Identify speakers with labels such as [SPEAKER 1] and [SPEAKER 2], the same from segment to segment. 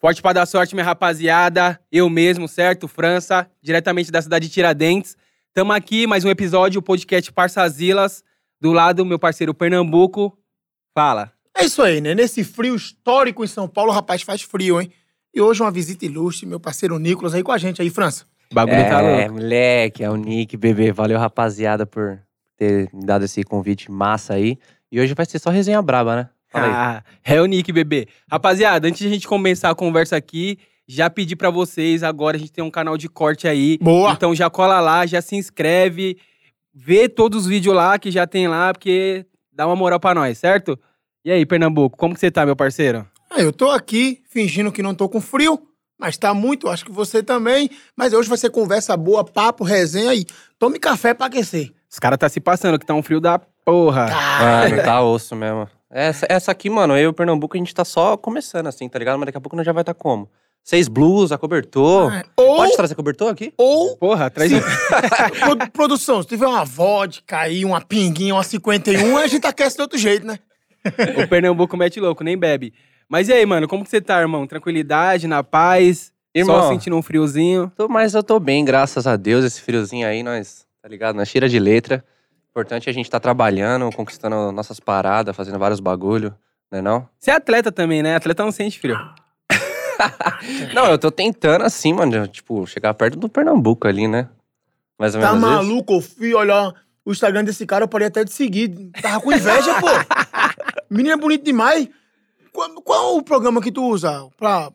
[SPEAKER 1] Forte para dar sorte, minha rapaziada. Eu mesmo, certo? França, diretamente da cidade de Tiradentes. Tamo aqui, mais um episódio, o podcast Parçazilas. Do lado, meu parceiro Pernambuco. Fala.
[SPEAKER 2] É isso aí, né? Nesse frio histórico em São Paulo, rapaz, faz frio, hein? E hoje uma visita ilustre, meu parceiro Nicolas aí com a gente aí, França.
[SPEAKER 1] O bagulho
[SPEAKER 3] é,
[SPEAKER 1] tá louco.
[SPEAKER 3] moleque, é o Nick, bebê. Valeu, rapaziada, por ter me dado esse convite massa aí. E hoje vai ser só resenha braba, né? Fala aí.
[SPEAKER 1] Ah, é o Nick, bebê. Rapaziada, antes de a gente começar a conversa aqui, já pedi pra vocês, agora a gente tem um canal de corte aí.
[SPEAKER 2] Boa!
[SPEAKER 1] Então já cola lá, já se inscreve, vê todos os vídeos lá que já tem lá, porque dá uma moral pra nós, certo? E aí, Pernambuco, como que você tá, meu parceiro?
[SPEAKER 2] Ah, eu tô aqui fingindo que não tô com frio, mas tá muito, acho que você também. Mas hoje vai ser conversa boa, papo, resenha aí. Tome café pra aquecer.
[SPEAKER 1] Os caras tá se passando, que tá um frio da porra.
[SPEAKER 3] Mano, tá osso mesmo. Essa, essa aqui, mano, eu e o Pernambuco, a gente tá só começando, assim, tá ligado? Mas daqui a pouco nós já vai tá como? Seis blues, acobertor.
[SPEAKER 2] Ah, ou-
[SPEAKER 3] Pode trazer cobertor aqui?
[SPEAKER 2] Ou,
[SPEAKER 1] Porra, traz.
[SPEAKER 2] pro- produção, se tiver uma vodka aí, uma pinguinha, uma 51, a gente aquece de outro jeito, né?
[SPEAKER 1] o Pernambuco mete louco, nem bebe. Mas e aí, mano, como que você tá, irmão? Tranquilidade, na paz? Só
[SPEAKER 3] Irmão.
[SPEAKER 1] sentindo um friozinho?
[SPEAKER 3] Tô, mas eu tô bem, graças a Deus. Esse friozinho aí, nós, tá ligado? Nós tira de letra. importante é a gente tá trabalhando, conquistando nossas paradas, fazendo vários bagulho, né não?
[SPEAKER 1] Você é atleta também, né? Atleta não sente frio.
[SPEAKER 3] Ah. Não, eu tô tentando assim, mano, tipo, chegar perto do Pernambuco ali, né? Mais ou
[SPEAKER 2] Tá
[SPEAKER 3] menos. isso.
[SPEAKER 2] maluco, ô filho? Olha, o Instagram desse cara eu parei até de seguir. Tava com inveja, pô. Menina é bonita demais. Qual, qual o programa que tu usa pra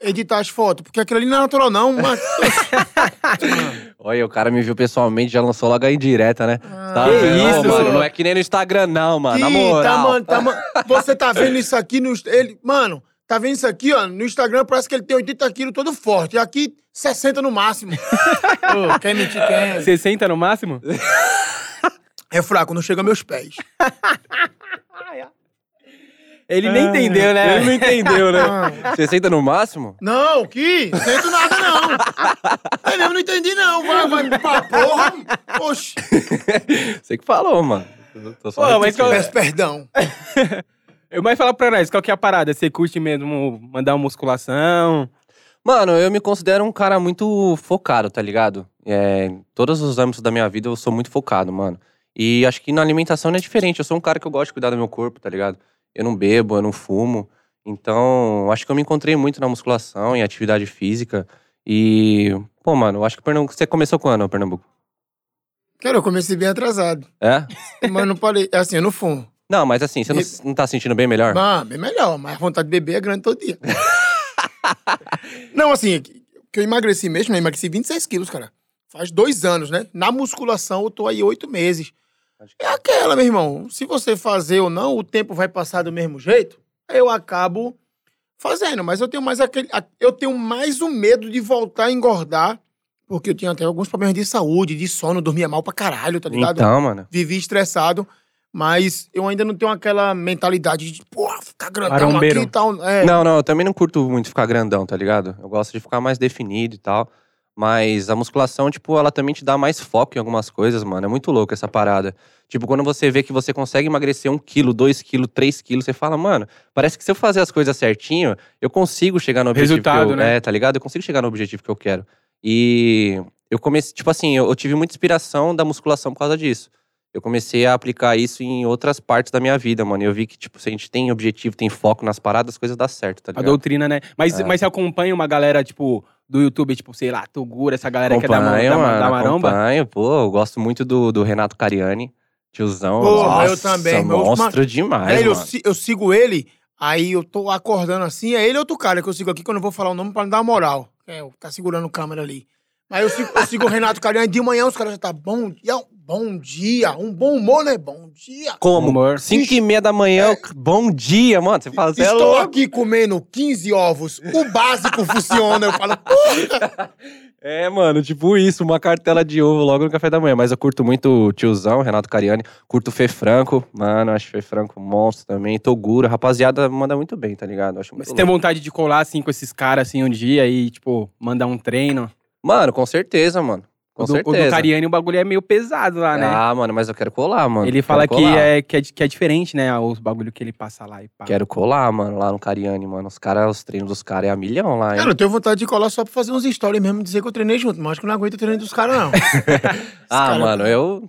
[SPEAKER 2] editar as fotos? Porque aquilo ali não é natural, não. Mas...
[SPEAKER 3] Olha, o cara me viu pessoalmente, já lançou logo aí direta, né? tá
[SPEAKER 1] que
[SPEAKER 3] vendo?
[SPEAKER 1] isso,
[SPEAKER 3] mano?
[SPEAKER 1] mano.
[SPEAKER 3] Não é que nem no Instagram, não, mano. Na
[SPEAKER 2] Ih,
[SPEAKER 3] moral.
[SPEAKER 2] tá, mano, tá, mano. Você tá vendo isso aqui no. Ele, mano, tá vendo isso aqui, ó? No Instagram parece que ele tem 80 quilos todo forte. E aqui, 60 no máximo. Ô, quer mentir, quer.
[SPEAKER 1] 60 no máximo?
[SPEAKER 2] É fraco, não chega aos meus pés.
[SPEAKER 1] Ele nem entendeu, né?
[SPEAKER 3] É. Ele não entendeu, né? 60 no máximo?
[SPEAKER 2] Não, que? Sento nada, não. Eu mesmo não entendi, não. Vai, vai pra porra. Oxi.
[SPEAKER 3] Você que falou, mano. Eu Tô só
[SPEAKER 1] Pô, mas
[SPEAKER 3] repetindo.
[SPEAKER 2] Peço perdão.
[SPEAKER 1] Eu mais falar pra nós, qual que é a parada? Você curte mesmo mandar uma musculação?
[SPEAKER 3] Mano, eu me considero um cara muito focado, tá ligado? É, em todos os âmbitos da minha vida eu sou muito focado, mano. E acho que na alimentação não é diferente. Eu sou um cara que eu gosto de cuidar do meu corpo, tá ligado? Eu não bebo, eu não fumo. Então, acho que eu me encontrei muito na musculação, em atividade física. E, pô, mano, eu acho que Pernambuco. Você começou quando, Pernambuco?
[SPEAKER 2] Cara, eu comecei bem atrasado.
[SPEAKER 3] É?
[SPEAKER 2] Mas não parei. É assim, eu não fumo.
[SPEAKER 3] Não, mas assim, você não, não tá se sentindo bem melhor?
[SPEAKER 2] Mas Ah, bem melhor. Mas a vontade de beber é grande todo dia. Não, assim, que que eu emagreci mesmo, eu emagreci 26 quilos, cara. Faz dois anos, né? Na musculação eu tô aí oito meses.
[SPEAKER 3] Acho
[SPEAKER 2] É aquela, meu irmão. Se você fazer ou não, o tempo vai passar do mesmo jeito. Eu acabo fazendo, mas eu tenho mais aquele, a- eu tenho mais o medo de voltar a engordar, porque eu tinha até alguns problemas de saúde, de sono, dormia mal pra caralho, tá ligado?
[SPEAKER 3] Então, mano.
[SPEAKER 2] Vivi estressado, mas eu ainda não tenho aquela mentalidade de, pô, ficar grandão
[SPEAKER 1] Marombeiro.
[SPEAKER 2] aqui e tal. É,
[SPEAKER 3] Não, não, eu também não curto muito ficar grandão, tá ligado? Eu gosto de ficar mais definido e tal. Mas a musculação, tipo, ela também te dá mais foco em algumas coisas, mano. É muito louco essa parada. Tipo, quando você vê que você consegue emagrecer um quilo, dois quilos, três quilos, você fala, mano, parece que se eu fazer as coisas certinho, eu consigo chegar no objetivo.
[SPEAKER 1] Resultado,
[SPEAKER 3] que eu,
[SPEAKER 1] né?
[SPEAKER 3] É, tá ligado? Eu consigo chegar no objetivo que eu quero. E eu comecei, tipo assim, eu, eu tive muita inspiração da musculação por causa disso. Eu comecei a aplicar isso em outras partes da minha vida, mano. E Eu vi que, tipo, se a gente tem objetivo, tem foco nas paradas, as coisas dão certo,
[SPEAKER 1] A
[SPEAKER 3] tá ligado?
[SPEAKER 1] doutrina, né? Mas,
[SPEAKER 3] É.
[SPEAKER 1] mas você acompanha uma galera, tipo, do YouTube, tipo, sei lá, Togura, essa galera que é da, ma- da, ma- da maromba?
[SPEAKER 3] acompanho, pô. Eu gosto muito do, do Renato Cariani, tiozão.
[SPEAKER 2] Pô, eu
[SPEAKER 3] nossa, é um
[SPEAKER 2] também, meu-
[SPEAKER 3] monstro demais,
[SPEAKER 2] Velho, eu,
[SPEAKER 3] mano.
[SPEAKER 2] si- eu sigo ele, aí eu tô acordando assim, é ele e outro cara que eu sigo aqui, que eu não vou falar o nome pra não dar uma moral. É, o que tá segurando câmera ali. Aí eu sigo, eu sigo o Renato Cariani, de manhã os caras já tá bom dia, um bom dia, um bom humor, né? Bom dia.
[SPEAKER 3] Como?
[SPEAKER 1] Humor.
[SPEAKER 3] Cinco e meia da manhã, bom dia, mano. Você fala, você é
[SPEAKER 2] Estou
[SPEAKER 3] louco.
[SPEAKER 2] aqui comendo 15 ovos, o básico funciona. Eu falo, puta!
[SPEAKER 3] É, mano, tipo isso, uma cartela de ovo logo no café da manhã. Mas eu curto muito o tiozão, Renato Cariani. Curto o Fê Franco, mano, acho o Fê Franco um monstro também. Toguro, rapaziada, manda muito bem, tá ligado? Acho muito
[SPEAKER 1] Você tem
[SPEAKER 3] louco.
[SPEAKER 1] vontade de colar, assim, com esses caras, assim, um dia e, tipo, mandar um treino?
[SPEAKER 3] Mano, com certeza, mano. Com Com
[SPEAKER 1] o do, o do
[SPEAKER 3] certeza.
[SPEAKER 1] Cariani o bagulho é meio pesado lá, né?
[SPEAKER 3] Ah, mano, mas eu quero colar, mano.
[SPEAKER 1] ele
[SPEAKER 3] Quero
[SPEAKER 1] fala que
[SPEAKER 3] colar.
[SPEAKER 1] é, que, é, di- que é diferente, né? Os bagulho que ele passa lá e pá.
[SPEAKER 3] Quero colar, mano, lá no Cariani, mano. Os caras, os treinos dos caras é a milhão lá, hein?
[SPEAKER 2] Cara, eu tenho vontade de colar só pra fazer uns stories mesmo, dizer que eu treinei junto, mas acho que eu não aguento o treino dos caras, não.
[SPEAKER 3] ah,
[SPEAKER 2] cara-
[SPEAKER 3] mano, eu.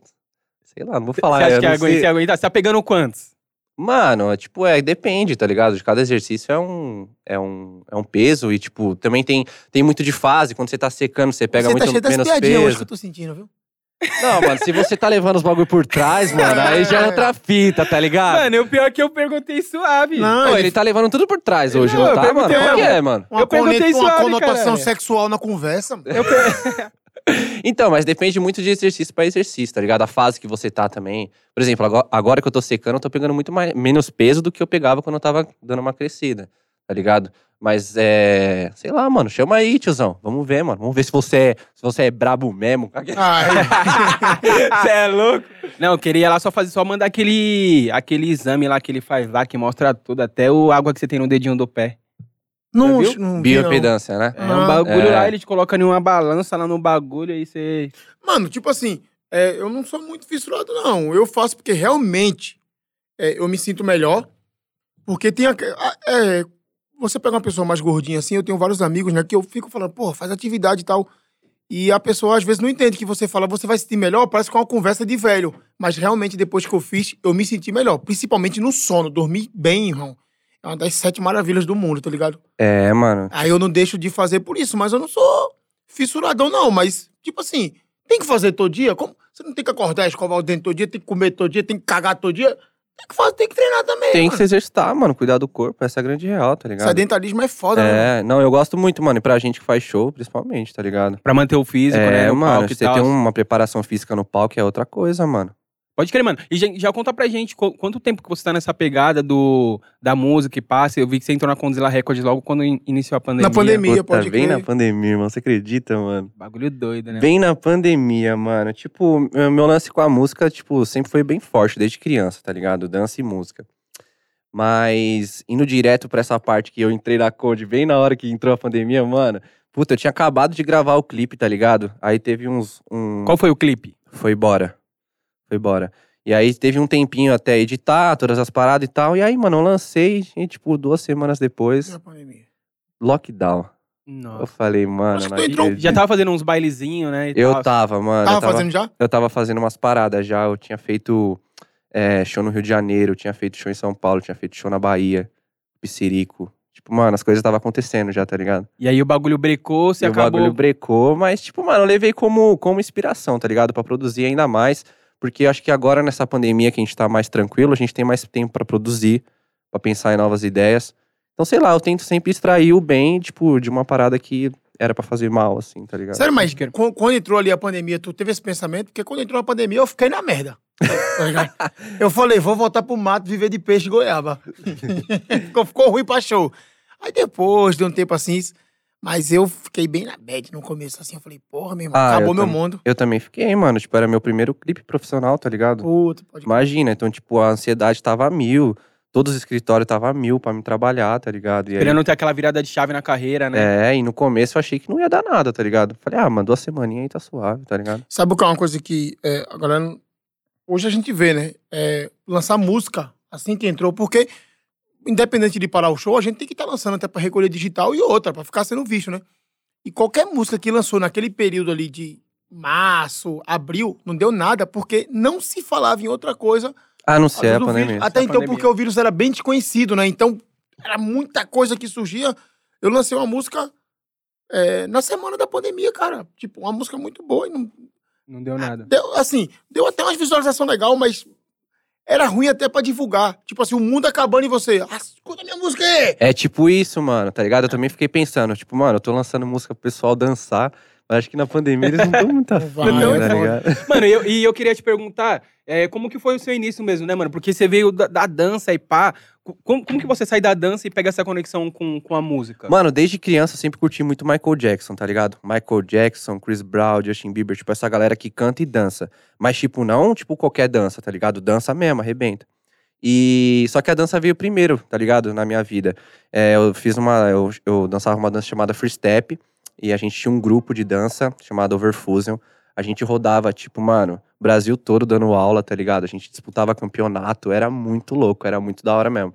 [SPEAKER 3] Sei lá, não vou falar.
[SPEAKER 1] tá- Você acha
[SPEAKER 3] eu
[SPEAKER 1] que
[SPEAKER 3] não
[SPEAKER 1] aguenta,
[SPEAKER 3] sei.
[SPEAKER 1] você aguenta? Você tá pegando quantos?
[SPEAKER 3] Mano, é, tipo, é, depende, tá ligado? De cada exercício é um, é um, é um peso e, tipo, também tem, tem muito de fase. Quando você tá secando, você pega
[SPEAKER 2] Você tá
[SPEAKER 3] muito
[SPEAKER 2] cheio das
[SPEAKER 3] menos
[SPEAKER 2] piadinhas hoje que
[SPEAKER 3] peso.
[SPEAKER 2] eu tô sentindo, viu?
[SPEAKER 3] Não, mano, se você tá levando os bagulho por trás, mano, aí já é outra fita, tá ligado?
[SPEAKER 1] Mano, o pior é que eu perguntei suave.
[SPEAKER 2] Não,
[SPEAKER 3] Pô,
[SPEAKER 2] ele
[SPEAKER 3] ele tá levando tudo por trás hoje,
[SPEAKER 1] Não,
[SPEAKER 3] não,
[SPEAKER 1] eu
[SPEAKER 3] tá, mano?
[SPEAKER 1] perguntei,
[SPEAKER 3] Por que
[SPEAKER 1] mano.
[SPEAKER 3] é, mano?
[SPEAKER 2] Uma,
[SPEAKER 1] Eu perguntei
[SPEAKER 2] conet- uma
[SPEAKER 1] suave,
[SPEAKER 2] conotação
[SPEAKER 1] caralho.
[SPEAKER 2] sexual na conversa. mano.
[SPEAKER 1] Eu pe-
[SPEAKER 3] Então, mas depende muito de exercício pra exercício, tá ligado? A fase que você tá também. Por exemplo, agora, agora que eu tô secando, eu tô pegando muito mais, menos peso do que eu pegava quando eu tava dando uma crescida, tá ligado? Mas é. Sei lá, mano. Chama aí, tiozão. Vamos ver, mano. Vamos ver se você é, se você é brabo mesmo.
[SPEAKER 1] Ah, é.
[SPEAKER 2] Ai,
[SPEAKER 3] Você é louco.
[SPEAKER 1] tá- Não, eu queria lá só fazer, só mandar aquele, aquele exame lá que ele faz lá, que mostra tudo, até o água que você tem no dedinho do pé.
[SPEAKER 2] não,
[SPEAKER 1] Já viu?
[SPEAKER 2] não vi, não.
[SPEAKER 3] Bioimpedância, né?
[SPEAKER 1] É
[SPEAKER 2] Ah.
[SPEAKER 1] um bagulho
[SPEAKER 3] É.
[SPEAKER 1] lá, ele te coloca em uma balança lá no bagulho, aí você.
[SPEAKER 2] Mano, tipo assim, é, eu não sou muito fissurado, não. Eu faço porque realmente é, eu me sinto melhor. Porque tem. aque- a- é, você pega uma pessoa mais gordinha assim, eu tenho vários amigos, né? Que eu fico falando, porra, faz atividade e tal. E a pessoa às vezes não entende que você fala, você vai se sentir melhor, parece que é uma conversa de velho. Mas realmente, depois que eu fiz, eu me senti melhor. Principalmente no sono, dormi bem, irmão. É uma das sete maravilhas do mundo, tá ligado?
[SPEAKER 3] É, mano.
[SPEAKER 2] Aí eu não deixo de fazer por isso, mas eu não sou fissuradão, não. Mas, tipo assim, tem que fazer todo dia? Como? Você não tem que acordar, escovar o dente todo dia, tem que comer todo dia, tem que cagar todo dia. Tem que fazer, tem que treinar também.
[SPEAKER 1] É,
[SPEAKER 3] Tem que
[SPEAKER 2] mano.
[SPEAKER 3] se exercitar, mano. Cuidar do corpo. Essa é a grande real, tá ligado?
[SPEAKER 2] Sedentarismo é foda, né?
[SPEAKER 3] É, não, eu gosto muito, mano. E pra gente que faz show, principalmente, tá ligado?
[SPEAKER 1] Pra manter o físico,
[SPEAKER 3] é,
[SPEAKER 1] né? no
[SPEAKER 3] mano,
[SPEAKER 1] palco e
[SPEAKER 3] você
[SPEAKER 1] tal.
[SPEAKER 3] ter uma preparação física no palco é outra coisa, mano.
[SPEAKER 1] Pode crer, mano. E já, já conta pra gente qu- quanto tempo que você tá nessa pegada do, da música e passa. Eu vi que você entrou na Condzilla Records logo quando in- iniciou a pandemia.
[SPEAKER 2] Na pandemia. Mia,
[SPEAKER 3] Puta,
[SPEAKER 2] pode
[SPEAKER 3] bem
[SPEAKER 2] crer.
[SPEAKER 3] tá na pandemia, irmão. Você acredita, mano?
[SPEAKER 1] Bagulho doido, né?
[SPEAKER 3] Bem na pandemia, mano. Tipo, meu meu lance com a música, tipo, sempre foi bem forte, desde criança, tá ligado? Dança e música. Mas indo direto pra essa parte que eu entrei na Conde bem na hora que entrou a pandemia, mano. Puta, eu tinha acabado de gravar o clipe, tá ligado? Aí teve uns. Um...
[SPEAKER 1] Qual foi o clipe?
[SPEAKER 3] Foi embora. Foi embora. E aí teve um tempinho até editar todas as paradas e tal. E aí, mano, eu lancei e, tipo, duas semanas depois,
[SPEAKER 2] Na pandemia.
[SPEAKER 3] lockdown. Eu
[SPEAKER 1] Nossa.
[SPEAKER 3] falei, mano.
[SPEAKER 2] Acho que
[SPEAKER 3] não
[SPEAKER 2] tu entrou- um
[SPEAKER 3] acredito.
[SPEAKER 1] Já tava fazendo uns bailezinhos, né? e
[SPEAKER 3] Eu
[SPEAKER 1] tal.
[SPEAKER 3] tava, mano.
[SPEAKER 2] Tava
[SPEAKER 3] eu, tava,
[SPEAKER 2] fazendo já?
[SPEAKER 3] eu tava fazendo umas paradas já. Eu tinha feito é, show no Rio de Janeiro, eu tinha feito show em São Paulo, eu tinha feito show na Bahia, Pissirico. Tipo, mano, as coisas estavam acontecendo já, tá ligado?
[SPEAKER 1] E aí o bagulho brecou, você
[SPEAKER 3] E o
[SPEAKER 1] acabou.
[SPEAKER 3] bagulho brecou, mas, tipo, mano, eu levei como, como inspiração, tá ligado? Pra produzir ainda mais. Porque eu acho que agora, nessa pandemia que a gente tá mais tranquilo, a gente tem mais tempo pra produzir, pra pensar em novas ideias. Então, sei lá, eu tento sempre extrair o bem, tipo, de uma parada que era pra fazer mal, assim, tá ligado?
[SPEAKER 2] Sério, mas
[SPEAKER 1] Pode crer.
[SPEAKER 2] quan- quando entrou ali a pandemia, tu teve esse pensamento? Porque quando entrou a pandemia, eu fiquei na merda. Tá ligado? eu falei, vou voltar pro mato viver de peixe e goiaba. ficou, ficou ruim pra show. Aí depois, de um tempo assim, isso- mas eu fiquei bem na bad no começo, assim. Eu falei, porra, meu irmão,
[SPEAKER 3] Ah,
[SPEAKER 2] acabou
[SPEAKER 3] eu
[SPEAKER 2] meu
[SPEAKER 3] também.
[SPEAKER 2] mundo.
[SPEAKER 3] Eu também fiquei, mano. Tipo, era meu primeiro clipe profissional, tá ligado?
[SPEAKER 2] Puta, pode
[SPEAKER 3] Imagina, então, tipo, a ansiedade tava a mil, todos os escritórios tava a mil pra me trabalhar, tá ligado? E aí-
[SPEAKER 1] Esperando ter aquela virada de chave na carreira, né?
[SPEAKER 3] É, e no começo eu achei que não ia dar nada, tá ligado? Falei, ah, mano, duas semaninhas aí tá suave, tá ligado?
[SPEAKER 2] Sabe o que é uma coisa que é, a galera. não- Hoje a gente vê, né? É, lançar música assim que entrou, porque independente de parar o show, a gente tem que estar lançando até pra recolher digital e outra, pra ficar sendo visto, né? E qualquer música que lançou naquele período ali de março, abril, não deu nada, porque não se falava em outra coisa.
[SPEAKER 3] Ah, não
[SPEAKER 2] além
[SPEAKER 3] sei, é a
[SPEAKER 2] do
[SPEAKER 3] pandemia.
[SPEAKER 2] vírus. Até
[SPEAKER 1] É a
[SPEAKER 2] então,
[SPEAKER 1] pandemia.
[SPEAKER 2] porque o vírus era bem desconhecido, né? Então, era muita coisa que surgia. Eu lancei uma música é, na semana da pandemia, cara. Tipo, uma música muito boa e não,
[SPEAKER 1] Não deu nada.
[SPEAKER 2] Deu, assim, deu até umas visualizações legal, mas era ruim até pra divulgar. Tipo assim, o mundo acabando e você. Ah, escuta minha música aí!
[SPEAKER 3] É tipo isso, mano, tá ligado? Eu também fiquei pensando, tipo, mano, eu tô lançando música pro pessoal dançar, mas acho que na pandemia eles não dão muita
[SPEAKER 2] Não
[SPEAKER 3] fã,
[SPEAKER 1] vai,
[SPEAKER 3] tá
[SPEAKER 1] não.
[SPEAKER 3] ligado?
[SPEAKER 1] Mano, e eu, e eu queria te perguntar, é, como que foi o seu início mesmo, né, mano? Porque você veio da, da dança e pá. Co- Como, como que você sai da dança e pega essa conexão com, com a música?
[SPEAKER 3] Mano, desde criança eu sempre curti muito Michael Jackson, tá ligado? Michael Jackson, Chris Brown, Justin Bieber, tipo, essa galera que canta e dança. Mas, tipo, não, tipo, qualquer dança, tá ligado? Dança mesmo, arrebenta. E só que a dança veio primeiro, tá ligado? Na minha vida. É, eu fiz uma. Eu, eu dançava uma dança chamada Free Step. E a gente tinha um grupo de dança chamado Overfusion. A gente rodava, tipo, mano, Brasil todo dando aula, tá ligado? A gente disputava campeonato, era muito louco, era muito da hora mesmo.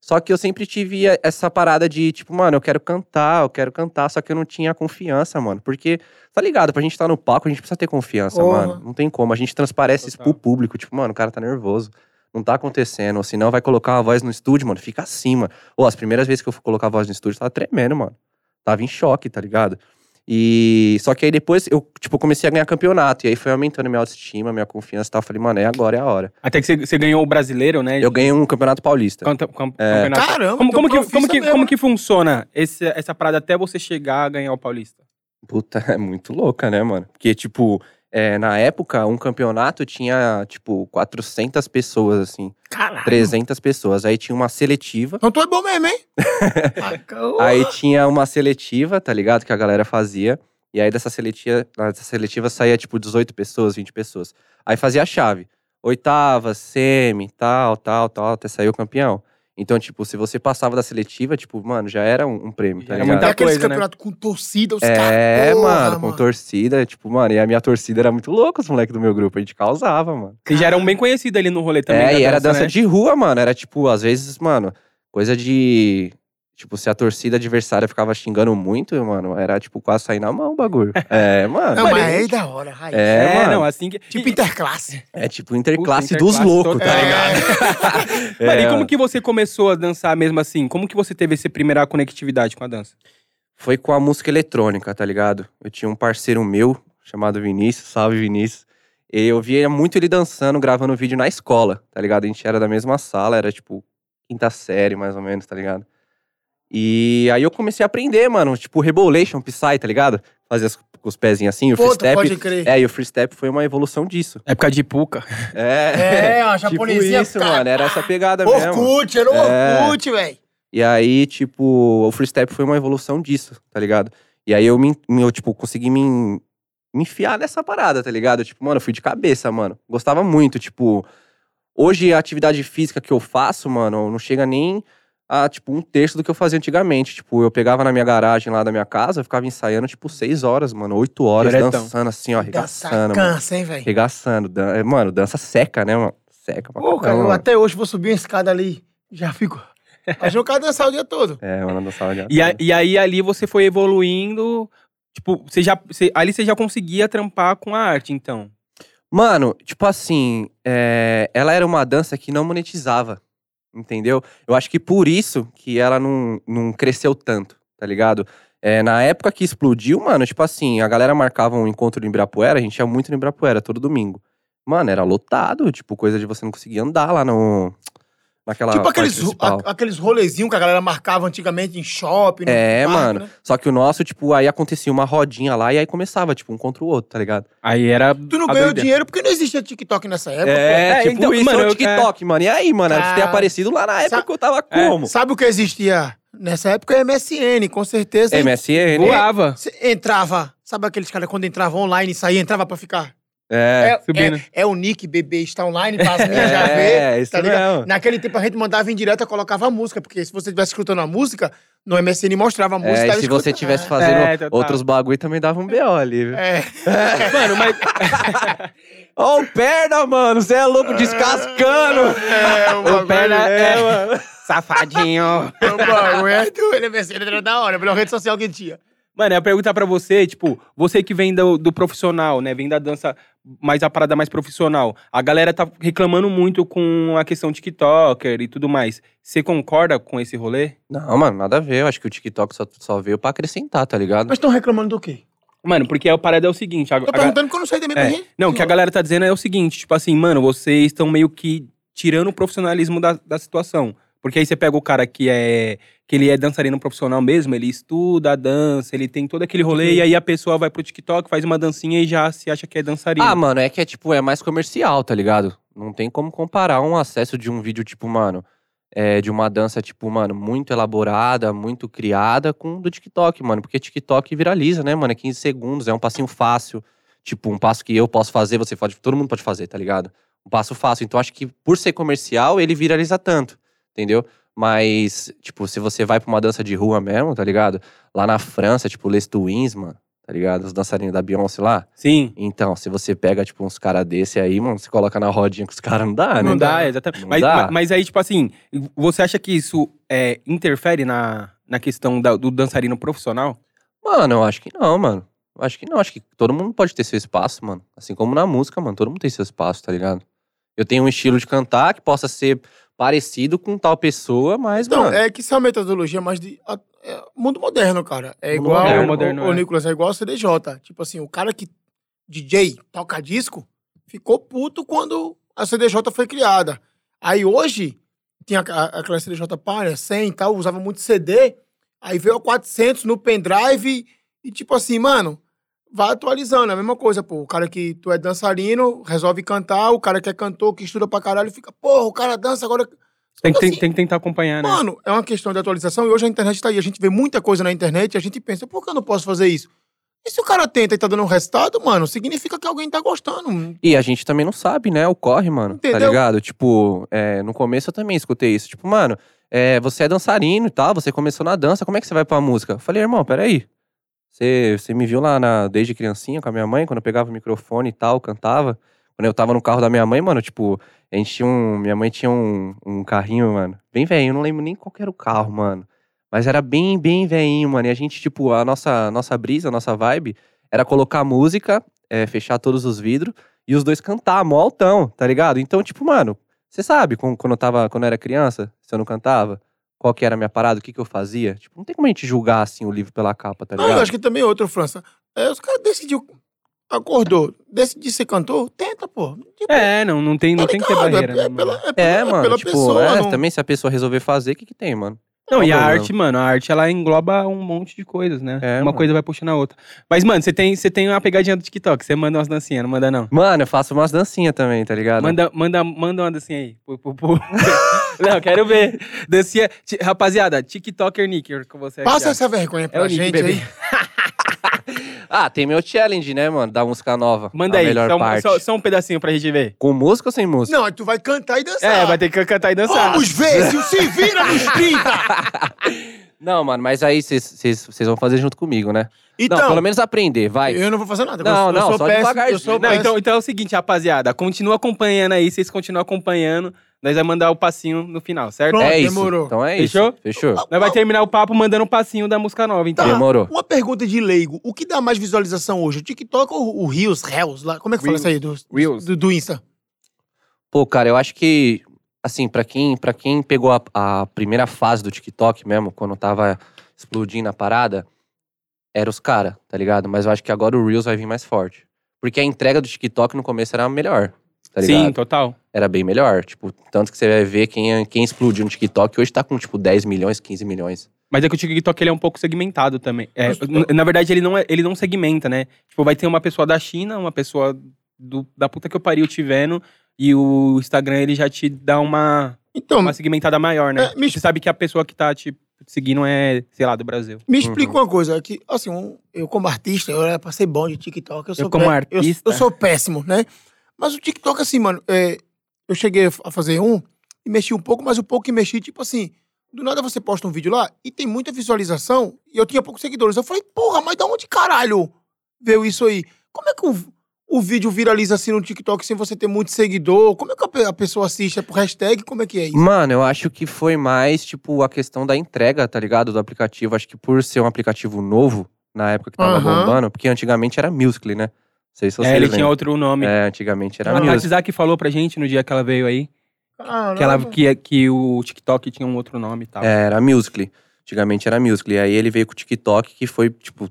[SPEAKER 3] Só que eu sempre tive e- essa parada de, tipo, mano, eu quero cantar, eu quero cantar, só que eu não tinha confiança, mano. Porque, tá ligado? Pra gente estar no palco, a gente precisa ter confiança,
[SPEAKER 2] Porra.
[SPEAKER 3] mano. Não tem como. A gente transparece isso pro
[SPEAKER 1] Total.
[SPEAKER 3] público, tipo, mano, o cara tá nervoso. Não tá acontecendo, ou senão vai colocar uma voz no estúdio, mano, fica assim, mano. Ou as primeiras vezes que eu fui colocar a voz no estúdio, eu tava tremendo, mano. Tava em choque, tá ligado? E só que aí depois eu, tipo, comecei a ganhar campeonato. E aí foi aumentando minha autoestima, minha confiança e tal. Eu Falei, mano, é agora, é a hora.
[SPEAKER 1] Até que você- você ganhou o brasileiro, né?
[SPEAKER 3] Eu ganhei um campeonato paulista.
[SPEAKER 1] Canta- cam-
[SPEAKER 3] É.
[SPEAKER 1] campeonato.
[SPEAKER 2] Caramba,
[SPEAKER 1] Como,
[SPEAKER 2] teu
[SPEAKER 1] como que,
[SPEAKER 2] profissa
[SPEAKER 1] como, que,
[SPEAKER 2] mesmo.
[SPEAKER 1] como que funciona esse- essa parada até você chegar a ganhar o Paulista?
[SPEAKER 3] Puta, é muito louca, né, mano? Porque, tipo, é, na época, um campeonato tinha, tipo, 400 pessoas, assim.
[SPEAKER 2] Caralho.
[SPEAKER 3] 300 pessoas. Aí tinha uma seletiva.
[SPEAKER 2] Então tu é bom mesmo, hein? Ah,
[SPEAKER 3] Aí tinha uma seletiva, tá ligado? Que a galera fazia. E aí dessa seletiva, dessa seletiva saía tipo 18 pessoas, 20 pessoas. Aí fazia a chave. Oitava, semi, tal, tal, tal, até sair o campeão. Então, tipo, se você passava da seletiva, tipo, mano, já era um, um prêmio, tá
[SPEAKER 1] Já era
[SPEAKER 3] ligado?
[SPEAKER 2] é
[SPEAKER 1] muita
[SPEAKER 2] aqueles
[SPEAKER 1] coisa, né?
[SPEAKER 2] campeonatos com torcida, os caras.
[SPEAKER 3] É,
[SPEAKER 2] porra,
[SPEAKER 3] mano, com torcida, tipo, mano, e a minha torcida era muito louca, os moleques do meu grupo, a gente causava, mano.
[SPEAKER 1] Vocês já eram bem conhecidos ali no rolê também.
[SPEAKER 3] é,
[SPEAKER 1] da
[SPEAKER 3] e era dança
[SPEAKER 1] né?
[SPEAKER 3] de rua, mano. Era tipo, às vezes, mano, coisa de. Tipo, se a torcida adversária ficava xingando muito, mano, era tipo quase sair na mão o bagulho. É, mano.
[SPEAKER 2] Não, mas
[SPEAKER 1] Mano,
[SPEAKER 2] aí é da hora, raiz.
[SPEAKER 3] É,
[SPEAKER 1] É,
[SPEAKER 3] mano.
[SPEAKER 1] não, assim que.
[SPEAKER 2] Tipo
[SPEAKER 1] e-
[SPEAKER 2] interclasse.
[SPEAKER 3] É tipo interclasse
[SPEAKER 1] Puta,
[SPEAKER 3] dos
[SPEAKER 1] interclasse
[SPEAKER 3] loucos,
[SPEAKER 1] total.
[SPEAKER 3] tá
[SPEAKER 1] É.
[SPEAKER 3] ligado? É,
[SPEAKER 1] Mano, e
[SPEAKER 3] mano.
[SPEAKER 1] como que você começou a dançar mesmo assim? Como que você teve essa primeira conectividade com a dança?
[SPEAKER 3] foi com a música eletrônica, tá ligado? Eu tinha um parceiro meu, chamado Vinícius, salve Vinícius. E eu via muito ele dançando, gravando vídeo na escola, tá ligado? A gente era da mesma sala, era tipo quinta série, mais ou menos, tá ligado? E aí eu comecei a aprender, mano, tipo Rebolation, Psy, tá ligado? Fazer as- com os pezinhos assim, o free
[SPEAKER 2] Pô, tu
[SPEAKER 3] step.
[SPEAKER 2] pode crer.
[SPEAKER 3] É, e o free step foi uma evolução disso.
[SPEAKER 1] Época de puca.
[SPEAKER 3] É,
[SPEAKER 2] É, uma
[SPEAKER 3] tipo
[SPEAKER 2] japonesinha.
[SPEAKER 3] isso, mano, era essa pegada mesmo.
[SPEAKER 2] Orkut, era o
[SPEAKER 3] É.
[SPEAKER 2] Orkut, velho.
[SPEAKER 3] E aí, tipo, o freestyle foi uma evolução disso, tá ligado? E aí eu, me, me- eu tipo, consegui me, en- me enfiar nessa parada, tá ligado? Tipo, mano, eu fui de cabeça, mano. Gostava muito, tipo... Hoje a atividade física que eu faço, mano, não chega nem a, tipo, um terço do que eu fazia antigamente. Tipo, eu pegava na minha garagem lá da minha casa, eu ficava ensaiando, tipo, seis horas, mano, oito horas,
[SPEAKER 1] Diretão.
[SPEAKER 3] dançando assim, ó,
[SPEAKER 2] Dançar
[SPEAKER 3] arregaçando, mano.
[SPEAKER 2] cansa, hein, velho.
[SPEAKER 3] Arregaçando. Dan é, mano, dança seca, né, mano? Seca pra
[SPEAKER 2] Pô, cara,
[SPEAKER 3] caramba,
[SPEAKER 2] eu
[SPEAKER 3] mano.
[SPEAKER 2] até hoje vou subir uma escada ali. Já fico. Mas eu quero dançar o dia todo.
[SPEAKER 3] É, mano, dançava de
[SPEAKER 1] E, a- e aí ali você foi evoluindo. Tipo, você já, você- ali você já conseguia trampar com a arte, então.
[SPEAKER 3] Mano, tipo assim, é, ela era uma dança que não monetizava, entendeu? Eu acho que por isso que ela não, não cresceu tanto, tá ligado? É, na época que explodiu, mano, tipo assim, a galera marcava um encontro no Ibirapuera, a gente ia muito no Ibirapuera, todo domingo. Mano, era lotado, tipo, coisa de você não conseguir andar lá no... Naquela
[SPEAKER 2] tipo
[SPEAKER 3] parte
[SPEAKER 2] aqueles, ro-
[SPEAKER 3] principal.
[SPEAKER 2] a- aqueles rolezinhos que a galera marcava antigamente em shopping. no
[SPEAKER 3] É,
[SPEAKER 2] parque,
[SPEAKER 3] mano.
[SPEAKER 2] né?
[SPEAKER 3] Só que o nosso, tipo, aí acontecia uma rodinha lá e aí começava, tipo, um contra o outro, tá ligado?
[SPEAKER 1] Aí era.
[SPEAKER 2] Tu não
[SPEAKER 1] a
[SPEAKER 2] ganhou
[SPEAKER 1] doideira.
[SPEAKER 2] dinheiro porque não existia TikTok nessa época.
[SPEAKER 3] É,
[SPEAKER 1] É,
[SPEAKER 3] tipo
[SPEAKER 1] então,
[SPEAKER 3] isso,
[SPEAKER 1] mano,
[SPEAKER 3] é o
[SPEAKER 1] eu-
[SPEAKER 3] TikTok, mano. E aí, mano, era pra ter
[SPEAKER 2] Cara,
[SPEAKER 3] aparecido lá na época
[SPEAKER 2] sabe-
[SPEAKER 3] que eu tava
[SPEAKER 1] É,
[SPEAKER 3] como?
[SPEAKER 2] Sabe o que existia nessa época? é MSN, com certeza.
[SPEAKER 3] MSN.
[SPEAKER 1] Voava.
[SPEAKER 2] Você entrava, sabe aqueles caras quando entrava online e saía, entrava pra ficar.
[SPEAKER 3] É,
[SPEAKER 1] subindo.
[SPEAKER 2] É, é o Nick Bebê está online, pra as minhas já ver.
[SPEAKER 3] é, isso
[SPEAKER 2] tá ligado?
[SPEAKER 3] mesmo.
[SPEAKER 2] Naquele tempo a gente mandava em direta, colocava a música, porque se você estivesse escutando a música, no MSN mostrava a música.
[SPEAKER 3] É,
[SPEAKER 2] tava
[SPEAKER 3] e se você
[SPEAKER 2] escutando.
[SPEAKER 3] tivesse fazendo
[SPEAKER 1] É, total.
[SPEAKER 3] outros bagulho, também dava um BO ali, viu?
[SPEAKER 2] É.
[SPEAKER 1] Mano, mas.
[SPEAKER 3] Ó, o perna, mano, você é louco descascando.
[SPEAKER 2] É, o
[SPEAKER 1] o
[SPEAKER 2] bagulho
[SPEAKER 1] perna
[SPEAKER 3] É,
[SPEAKER 1] é.
[SPEAKER 3] mano.
[SPEAKER 1] Safadinho.
[SPEAKER 2] o bagulho é doido, MSN era da hora, a melhor rede social que tinha.
[SPEAKER 1] Mano, eu ia perguntar pra você, tipo, você que vem do, do profissional, né? Vem da dança mais a parada mais profissional. A galera tá reclamando muito com a questão TikToker e tudo mais. Você concorda com esse rolê?
[SPEAKER 3] Não, mano, nada a ver. Eu acho que o TikTok só, só veio pra acrescentar, tá ligado?
[SPEAKER 2] Mas estão reclamando do quê?
[SPEAKER 1] Mano, porque a parada é o seguinte. A,
[SPEAKER 2] Tô
[SPEAKER 1] a-
[SPEAKER 2] perguntando porque eu não sei também pra
[SPEAKER 1] É.
[SPEAKER 2] gente.
[SPEAKER 1] Não, o que a galera tá dizendo é o seguinte, tipo assim, mano, vocês estão meio que tirando o profissionalismo da, da situação. Porque aí você pega o cara que é que ele é dançarino profissional mesmo, ele estuda a dança, ele tem todo aquele rolê,
[SPEAKER 2] Uhum.
[SPEAKER 1] e aí a pessoa vai pro TikTok, faz uma dancinha e já se acha que é dançarino.
[SPEAKER 3] Ah, mano, é que é tipo, é mais comercial, tá ligado? Não tem como comparar um acesso de um vídeo, tipo, mano, é, de uma dança, tipo, mano, muito elaborada, muito criada, com o do TikTok, mano. Porque TikTok viraliza, né, mano? É 15 segundos, é um passinho fácil. Tipo, um passo que eu posso fazer, você pode, todo mundo pode fazer, tá ligado? Um passo fácil. Então, acho que por ser comercial, ele viraliza tanto, entendeu? Mas, tipo, se você vai pra uma dança de rua mesmo, tá ligado? Lá na França, tipo, Les Twins, mano. tá ligado? Os dançarinos da Beyoncé lá.
[SPEAKER 1] Sim.
[SPEAKER 3] Então, se você pega, tipo, uns caras desse aí, mano, você coloca na rodinha com os caras, não dá, né?
[SPEAKER 1] não dá, exatamente.
[SPEAKER 3] Não
[SPEAKER 1] mas,
[SPEAKER 3] dá.
[SPEAKER 1] ma- mas aí, tipo assim, você acha que isso é, interfere na, na questão da- do dançarino profissional?
[SPEAKER 3] Mano, eu acho que não, mano. Eu acho que não, acho que todo mundo pode ter seu espaço, mano. Assim como na música, mano, todo mundo tem seu espaço, tá ligado? Eu tenho um estilo de cantar que possa ser parecido com tal pessoa, mas,
[SPEAKER 2] Então,
[SPEAKER 3] mano.
[SPEAKER 2] é que isso é uma metodologia mais de. a- é mundo moderno, cara. É
[SPEAKER 1] Mundo
[SPEAKER 2] igual.
[SPEAKER 1] moderno,
[SPEAKER 2] o-
[SPEAKER 1] moderno,
[SPEAKER 2] o,
[SPEAKER 1] é.
[SPEAKER 2] Nicolas, é igual ao CDJ. Tipo assim, o cara que. DJ, toca disco, ficou puto quando a CDJ foi criada. Aí hoje, tinha a- a- aquela CDJ Palha, 100 e tal, usava muito CD. Aí veio a 400 no pendrive e tipo assim, mano, vai atualizando. É a mesma coisa, pô. O cara que tu é dançarino, resolve cantar. O cara que é cantor, que estuda pra caralho, fica, porra, o cara dança agora.
[SPEAKER 1] Tem que,
[SPEAKER 2] Assim,
[SPEAKER 1] tem, tem que tentar acompanhar, né?
[SPEAKER 2] Mano, é uma questão de atualização e hoje a internet tá aí. A gente vê muita coisa na internet e a gente pensa, por que eu não posso fazer isso? E se o cara tenta e tá dando um resultado, mano, significa que alguém tá gostando.
[SPEAKER 3] E a gente também não sabe, né? O corre, mano. Tá
[SPEAKER 2] Entendeu?
[SPEAKER 3] ligado? Tipo, é, no começo eu também escutei isso. Tipo, mano, é, você é dançarino e tal, você começou na dança, como é que você vai pra música? Eu falei, irmão, peraí. Você, você me viu lá na- desde criancinha com a minha mãe, quando eu pegava o microfone e tal, cantava. Quando eu tava no carro da minha mãe, mano, tipo, a gente tinha um. Minha mãe tinha um, um carrinho, mano, bem velhinho, eu não lembro nem qual que era o carro, mano. Mas era bem, bem velhinho, mano. E a gente, tipo, a nossa, nossa brisa, a nossa vibe era colocar música, é, fechar todos os vidros e os dois cantar, mó altão, tá ligado? Então, tipo, mano, você sabe com- quando eu tava, quando eu era criança, se eu não cantava, qual que era a minha parada, o que que eu fazia? Tipo, não tem como a gente julgar, assim, o livro pela capa, tá
[SPEAKER 2] Não,
[SPEAKER 3] ligado?
[SPEAKER 2] eu acho que também é outro, França. É, os caras decidiu, acordou, decidiu ser cantor, tenta, pô. Tipo,
[SPEAKER 1] É, não, não, tem, não
[SPEAKER 2] tá
[SPEAKER 1] tem que ter
[SPEAKER 2] ligado?
[SPEAKER 1] barreira,
[SPEAKER 2] é,
[SPEAKER 1] né?
[SPEAKER 2] é
[SPEAKER 1] mano?
[SPEAKER 2] pela, é pela,
[SPEAKER 3] É, mano,
[SPEAKER 2] pela
[SPEAKER 3] tipo,
[SPEAKER 2] pessoa,
[SPEAKER 3] é,
[SPEAKER 2] não.
[SPEAKER 3] também se a pessoa resolver fazer, o que que tem, mano?
[SPEAKER 1] Não,
[SPEAKER 3] Qual
[SPEAKER 1] e
[SPEAKER 3] o
[SPEAKER 1] a
[SPEAKER 3] problema?
[SPEAKER 1] arte, mano, a arte ela engloba um monte de coisas, né?
[SPEAKER 3] É,
[SPEAKER 1] uma
[SPEAKER 3] mano.
[SPEAKER 1] coisa vai puxando a outra. Mas, mano, você tem, você tem uma pegadinha do TikTok, você manda umas dancinhas, não manda não.
[SPEAKER 3] Mano, eu faço umas dancinhas também, tá ligado?
[SPEAKER 1] Manda, manda, manda uma dancinha aí. Pu- pu- pu. não, quero ver. Dancinha. ti- Rapaziada, TikToker Nicker com você
[SPEAKER 2] Passa
[SPEAKER 1] aqui. ó.
[SPEAKER 2] essa vergonha
[SPEAKER 1] É o
[SPEAKER 2] pra
[SPEAKER 1] Nick,
[SPEAKER 2] gente
[SPEAKER 1] bebê.
[SPEAKER 2] aí.
[SPEAKER 3] Ah, tem meu challenge, né, mano, da música nova.
[SPEAKER 1] Manda
[SPEAKER 3] a
[SPEAKER 1] aí,
[SPEAKER 3] melhor
[SPEAKER 1] só, um-
[SPEAKER 3] parte.
[SPEAKER 1] só- só um pedacinho pra gente ver.
[SPEAKER 3] Com música ou sem música?
[SPEAKER 2] Não, aí tu vai cantar e dançar.
[SPEAKER 1] É, vai ter que cantar e dançar.
[SPEAKER 2] Vamos ver se o se vira nos 30.
[SPEAKER 3] Não, mano, mas aí vocês- vocês vocês vão fazer junto comigo, né? não,
[SPEAKER 2] Então,
[SPEAKER 3] pelo menos aprender, vai.
[SPEAKER 2] eu não vou fazer nada. eu
[SPEAKER 3] Não,
[SPEAKER 2] sou- eu
[SPEAKER 3] não,
[SPEAKER 2] sou
[SPEAKER 3] só
[SPEAKER 2] péssimo,
[SPEAKER 3] devagarzinho.
[SPEAKER 2] Eu sou
[SPEAKER 1] Não,
[SPEAKER 2] péssimo.
[SPEAKER 1] então, então é o seguinte, rapaziada. Continua acompanhando aí, vocês continuam acompanhando. Nós vamos mandar o passinho no final, certo?
[SPEAKER 2] Pronto.
[SPEAKER 3] É isso.
[SPEAKER 2] demorou. Ah,
[SPEAKER 3] Então é
[SPEAKER 1] Fechou?
[SPEAKER 3] isso. Fechou?
[SPEAKER 1] Nós vai terminar o papo mandando o passinho da música nova,
[SPEAKER 2] tá.
[SPEAKER 1] então.
[SPEAKER 3] Demorou.
[SPEAKER 2] Uma pergunta de leigo. O que dá mais visualização hoje? O TikTok ou o Rios, Reels? Lá? Como é que fala isso aí do,
[SPEAKER 1] Reels.
[SPEAKER 2] do, do Insta?
[SPEAKER 3] Pô, cara, eu acho que, assim, pra quem, pra quem pegou a, a primeira fase do TikTok mesmo, quando tava explodindo a parada, era os caras, tá ligado? Mas eu acho que agora o Reels vai vir mais forte. Porque a entrega do TikTok no começo era melhor, tá ligado?
[SPEAKER 1] Sim, total.
[SPEAKER 3] Era bem melhor. Tipo, tanto que você vai ver quem, é, quem explodiu no TikTok hoje tá com, tipo, 10 milhões, 15 milhões.
[SPEAKER 1] Mas é que o TikTok ele é um pouco segmentado também. É,
[SPEAKER 2] Mas-
[SPEAKER 1] n- na verdade, ele não, é- ele não segmenta, né? Tipo, vai ter uma pessoa da China, uma pessoa do- da puta que eu pariu te vendo, e o Instagram ele já te dá uma,
[SPEAKER 2] Então,
[SPEAKER 1] uma segmentada maior, né?
[SPEAKER 2] É, me
[SPEAKER 1] Você sabe que a pessoa que tá te seguindo é, sei lá, do Brasil.
[SPEAKER 2] me explica
[SPEAKER 1] Uhum.
[SPEAKER 2] uma coisa. é Que, assim, um- eu como artista, eu era pra ser bom de TikTok. Eu, sou
[SPEAKER 1] como
[SPEAKER 2] pé-
[SPEAKER 1] artista.
[SPEAKER 2] Eu, eu sou péssimo, né? Mas o TikTok, assim, mano, é, eu cheguei a fazer um e mexi um pouco, mas o pouco que mexi, tipo assim, do nada você posta um vídeo lá e tem muita visualização e eu tinha poucos seguidores. Eu falei, porra, mas da onde caralho veio isso aí? Como é que o, o vídeo viraliza assim no TikTok sem você ter muito seguidor? Como é que a, pe- a pessoa assiste? É por hashtag? Como é que é isso?
[SPEAKER 3] Mano, eu acho que foi mais, tipo, a questão da entrega, tá ligado? Do aplicativo. Acho que por ser um aplicativo novo, na época que tava
[SPEAKER 2] Aham.
[SPEAKER 3] bombando, porque antigamente era Musical.ly, né? Não sei se vocês
[SPEAKER 1] É, ele tinha
[SPEAKER 3] lembram.
[SPEAKER 1] outro nome. um
[SPEAKER 3] É, antigamente era
[SPEAKER 1] A
[SPEAKER 3] Musical.ly.
[SPEAKER 1] Tati Zaki falou pra gente no dia que ela veio aí Hum, que, ela,
[SPEAKER 2] Caramba.
[SPEAKER 1] que, que o TikTok tinha um outro nome e tal.
[SPEAKER 3] É, era Musical.ly. Antigamente era Musical.ly. Aí ele veio com o TikTok, que foi, tipo,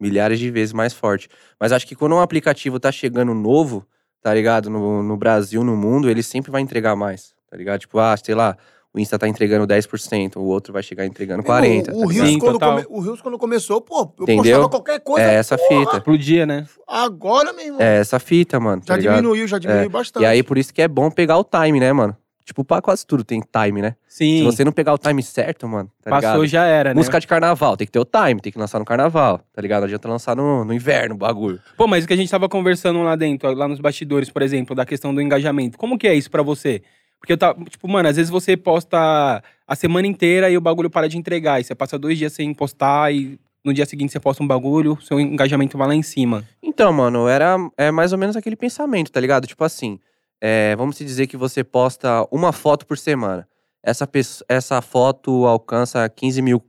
[SPEAKER 3] milhares de vezes mais forte. Mas acho que quando um aplicativo tá chegando novo, tá ligado? No, no Brasil, no mundo, ele sempre vai entregar mais, tá ligado? Tipo, ah, sei lá, o Insta tá entregando 10%, o outro vai chegar entregando 40%.
[SPEAKER 2] O, é o,
[SPEAKER 3] tá
[SPEAKER 2] Rios,
[SPEAKER 3] ligado?
[SPEAKER 1] Sim,
[SPEAKER 2] quando
[SPEAKER 1] total.
[SPEAKER 2] come- o Rios quando começou, pô, eu
[SPEAKER 3] Entendeu?
[SPEAKER 2] postava qualquer coisa.
[SPEAKER 3] É essa fita.
[SPEAKER 1] Pro dia, né?
[SPEAKER 2] Agora, meu irmão,
[SPEAKER 3] É essa fita, mano.
[SPEAKER 2] já
[SPEAKER 3] tá ligado?
[SPEAKER 2] diminuiu, já diminuiu bastante.
[SPEAKER 3] E aí, por isso que é bom pegar o time, né, mano? Tipo, pra quase tudo tem time, né?
[SPEAKER 1] Sim.
[SPEAKER 3] Se você não pegar o time certo, mano, tá
[SPEAKER 1] Passou,
[SPEAKER 3] ligado?
[SPEAKER 1] já era, né?
[SPEAKER 3] Música de carnaval, tem que ter o time, tem que lançar no carnaval, tá ligado? Não adianta lançar no, no inverno o bagulho.
[SPEAKER 1] Pô, mas o que a gente tava conversando lá dentro, lá nos bastidores, por exemplo, da questão do engajamento. Como que é isso pra você? Porque eu tava, tipo, mano, às vezes você posta a semana inteira e o bagulho para de entregar, e você passa dois dias sem postar e no dia seguinte você posta um bagulho, seu engajamento vai lá em cima.
[SPEAKER 3] Então, mano, era é mais ou menos aquele pensamento, tá ligado? Tipo assim, é, vamos se dizer que você posta uma foto por semana. Essa, pesso- essa foto alcança 15 mil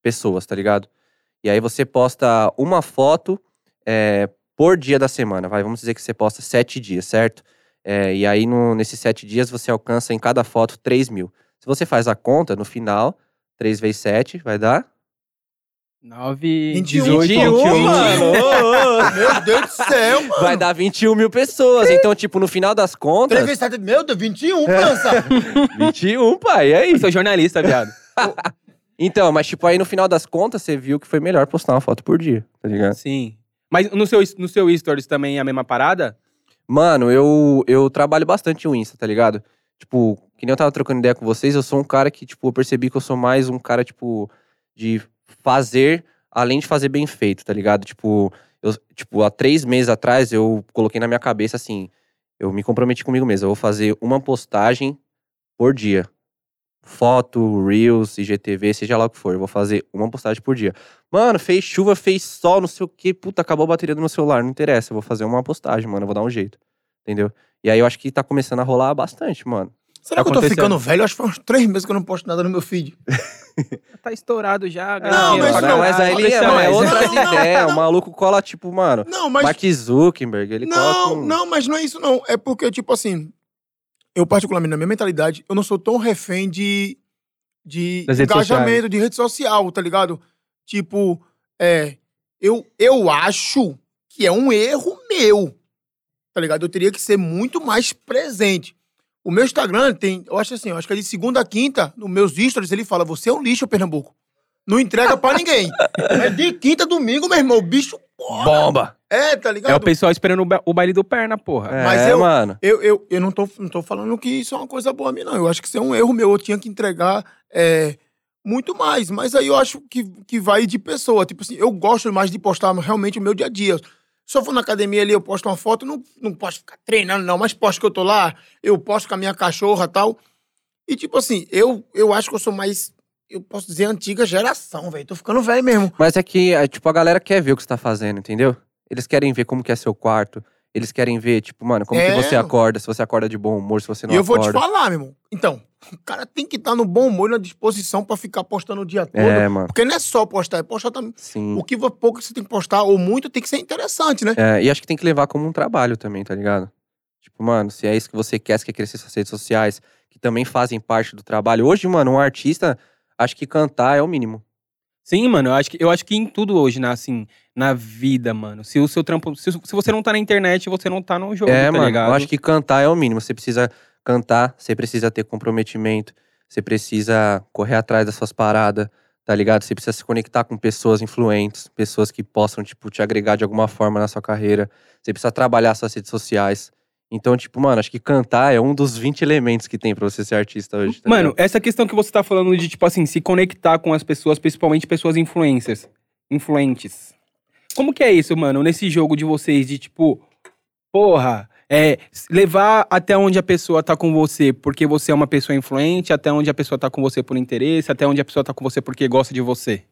[SPEAKER 3] pessoas, tá ligado? E aí você posta uma foto é, por dia da semana, vai. Vamos dizer que você posta sete dias, certo? É, e aí no- nesses sete dias você alcança em cada foto 3 mil. Se você faz a conta, no final, 3 vezes 7 vai dar
[SPEAKER 1] 9,
[SPEAKER 2] 21,
[SPEAKER 1] 18,
[SPEAKER 2] pô,
[SPEAKER 1] 21.
[SPEAKER 2] mano.
[SPEAKER 3] Ô, ô.
[SPEAKER 2] Meu Deus do céu, mano.
[SPEAKER 3] Vai dar 21 mil pessoas. Então, tipo, no final das
[SPEAKER 2] Três
[SPEAKER 3] contas.
[SPEAKER 2] vezes sete- Meu Deus,
[SPEAKER 3] É.
[SPEAKER 2] 21, França.
[SPEAKER 3] 21, pai, é
[SPEAKER 1] Eu
[SPEAKER 3] isso.
[SPEAKER 1] sou jornalista, viado.
[SPEAKER 3] Então, mas, tipo, aí no final das contas, você viu que foi melhor postar uma foto por dia, tá ligado?
[SPEAKER 1] Sim. Mas no seu, no seu stories também é a mesma parada?
[SPEAKER 3] Mano, eu, eu trabalho bastante o Insta, tá ligado? Tipo, que nem eu tava trocando ideia com vocês, eu sou um cara que, tipo, eu percebi que eu sou mais um cara, tipo, de fazer, além de fazer bem feito, tá ligado? Tipo, eu, tipo, há três meses atrás eu coloquei na minha cabeça assim, eu me comprometi comigo mesmo, eu vou fazer uma postagem por dia. Foto, Reels, IGTV, seja lá o que for. Eu vou fazer uma postagem por dia. Mano, fez chuva, fez sol, não sei o que. Puta, acabou a bateria do meu celular. Não interessa, eu vou fazer uma postagem, mano. Eu vou dar um jeito. Entendeu? E aí eu acho que tá começando a rolar bastante, mano.
[SPEAKER 2] Será que eu tô
[SPEAKER 1] Aconteceu.
[SPEAKER 2] ficando velho? Acho que faz uns três meses que eu não posto nada no meu feed.
[SPEAKER 1] Tá estourado já.
[SPEAKER 2] Não,
[SPEAKER 1] galera.
[SPEAKER 2] mas
[SPEAKER 1] Pra
[SPEAKER 2] não,
[SPEAKER 1] caralho.
[SPEAKER 3] mas aí ele é,
[SPEAKER 1] Aconteceu
[SPEAKER 3] mano, é
[SPEAKER 1] mais.
[SPEAKER 3] outras
[SPEAKER 2] Não, não,
[SPEAKER 3] ideias.
[SPEAKER 2] não.
[SPEAKER 3] O maluco cola, tipo, mano,
[SPEAKER 2] Não, mas...
[SPEAKER 3] Mark Zuckerberg, ele
[SPEAKER 2] não,
[SPEAKER 1] um
[SPEAKER 3] cola com...
[SPEAKER 2] não, mas não é isso, não. É porque, tipo assim, eu particularmente, na minha mentalidade, eu não sou tão refém de, de
[SPEAKER 1] Das redes
[SPEAKER 2] engajamento, de rede social, tá ligado? Tipo, é... Eu, eu acho que é um erro meu, tá ligado? Eu teria que ser muito mais presente. O meu Instagram tem, eu acho assim, eu acho que é de segunda a quinta, nos meus stories, ele fala, você é um lixo, Pernambuco. Não entrega pra ninguém. É de quinta a domingo, meu irmão, o bicho...
[SPEAKER 3] Bomba!
[SPEAKER 2] É, tá
[SPEAKER 1] É o
[SPEAKER 2] ligado?
[SPEAKER 1] pessoal esperando o ba- o baile do perna, porra.
[SPEAKER 3] É,
[SPEAKER 2] Mas eu-
[SPEAKER 3] mano.
[SPEAKER 2] Eu, eu, eu não, tô, não tô falando que isso é uma coisa boa minha, não. Eu acho que isso é um erro meu. Eu tinha que entregar é, muito mais. Mas aí eu acho que, que vai de pessoa. Tipo assim, eu gosto mais de postar realmente o meu dia a dia. Se eu for na academia ali, eu posto uma foto, não, não posso ficar treinando, não, mas posto que eu tô lá, eu posto com a minha cachorra e tal. E tipo assim, eu, eu acho que eu sou mais, eu posso dizer, antiga geração, velho. Tô ficando velho mesmo.
[SPEAKER 3] Mas é que, é, tipo, a galera quer ver o que você tá fazendo, entendeu? Eles querem ver como que é seu quarto. Eles querem ver, tipo, mano, como
[SPEAKER 2] É.
[SPEAKER 3] que você acorda, se você acorda de bom humor, se você não
[SPEAKER 2] e eu vou
[SPEAKER 3] acorda.
[SPEAKER 2] te falar, meu irmão. Então, o cara tem que estar no bom humor e na disposição pra ficar postando o dia todo.
[SPEAKER 3] É, mano.
[SPEAKER 2] Porque não é só postar, é postar também.
[SPEAKER 3] Sim.
[SPEAKER 2] O que vo- pouco você tem que postar, ou muito, tem que ser interessante, né?
[SPEAKER 3] É, e acho que tem que levar como um trabalho também, tá ligado? Tipo, mano, se é isso que você quer, se quer crescer suas redes sociais, que também fazem parte do trabalho. Hoje, mano, um artista, acho que cantar é o mínimo.
[SPEAKER 1] Sim, mano, eu acho, que, eu acho que em tudo hoje, na, assim, na vida, mano. Se o seu trampo. Se, se você não tá na internet, você não tá no jogo,
[SPEAKER 3] é,
[SPEAKER 1] tá
[SPEAKER 3] mano,
[SPEAKER 1] ligado?
[SPEAKER 3] eu acho que cantar é o mínimo. Você precisa cantar, você precisa ter comprometimento, você precisa correr atrás das suas paradas, tá ligado? Você precisa se conectar com pessoas influentes, pessoas que possam, tipo, te agregar de alguma forma na sua carreira. Você precisa trabalhar suas redes sociais. Então, tipo, mano, acho que cantar é um dos 20 elementos que tem pra você ser artista hoje. tá
[SPEAKER 1] Mano,
[SPEAKER 3] ligado?
[SPEAKER 1] essa questão que você tá falando de, tipo assim, se conectar com as pessoas, principalmente pessoas influencers. Influentes. Como que é isso, mano, nesse jogo de vocês, de tipo, porra, é s- levar até onde a pessoa tá com você porque você é uma pessoa influente, até onde a pessoa tá com você por interesse, até onde a pessoa tá com você porque gosta de você.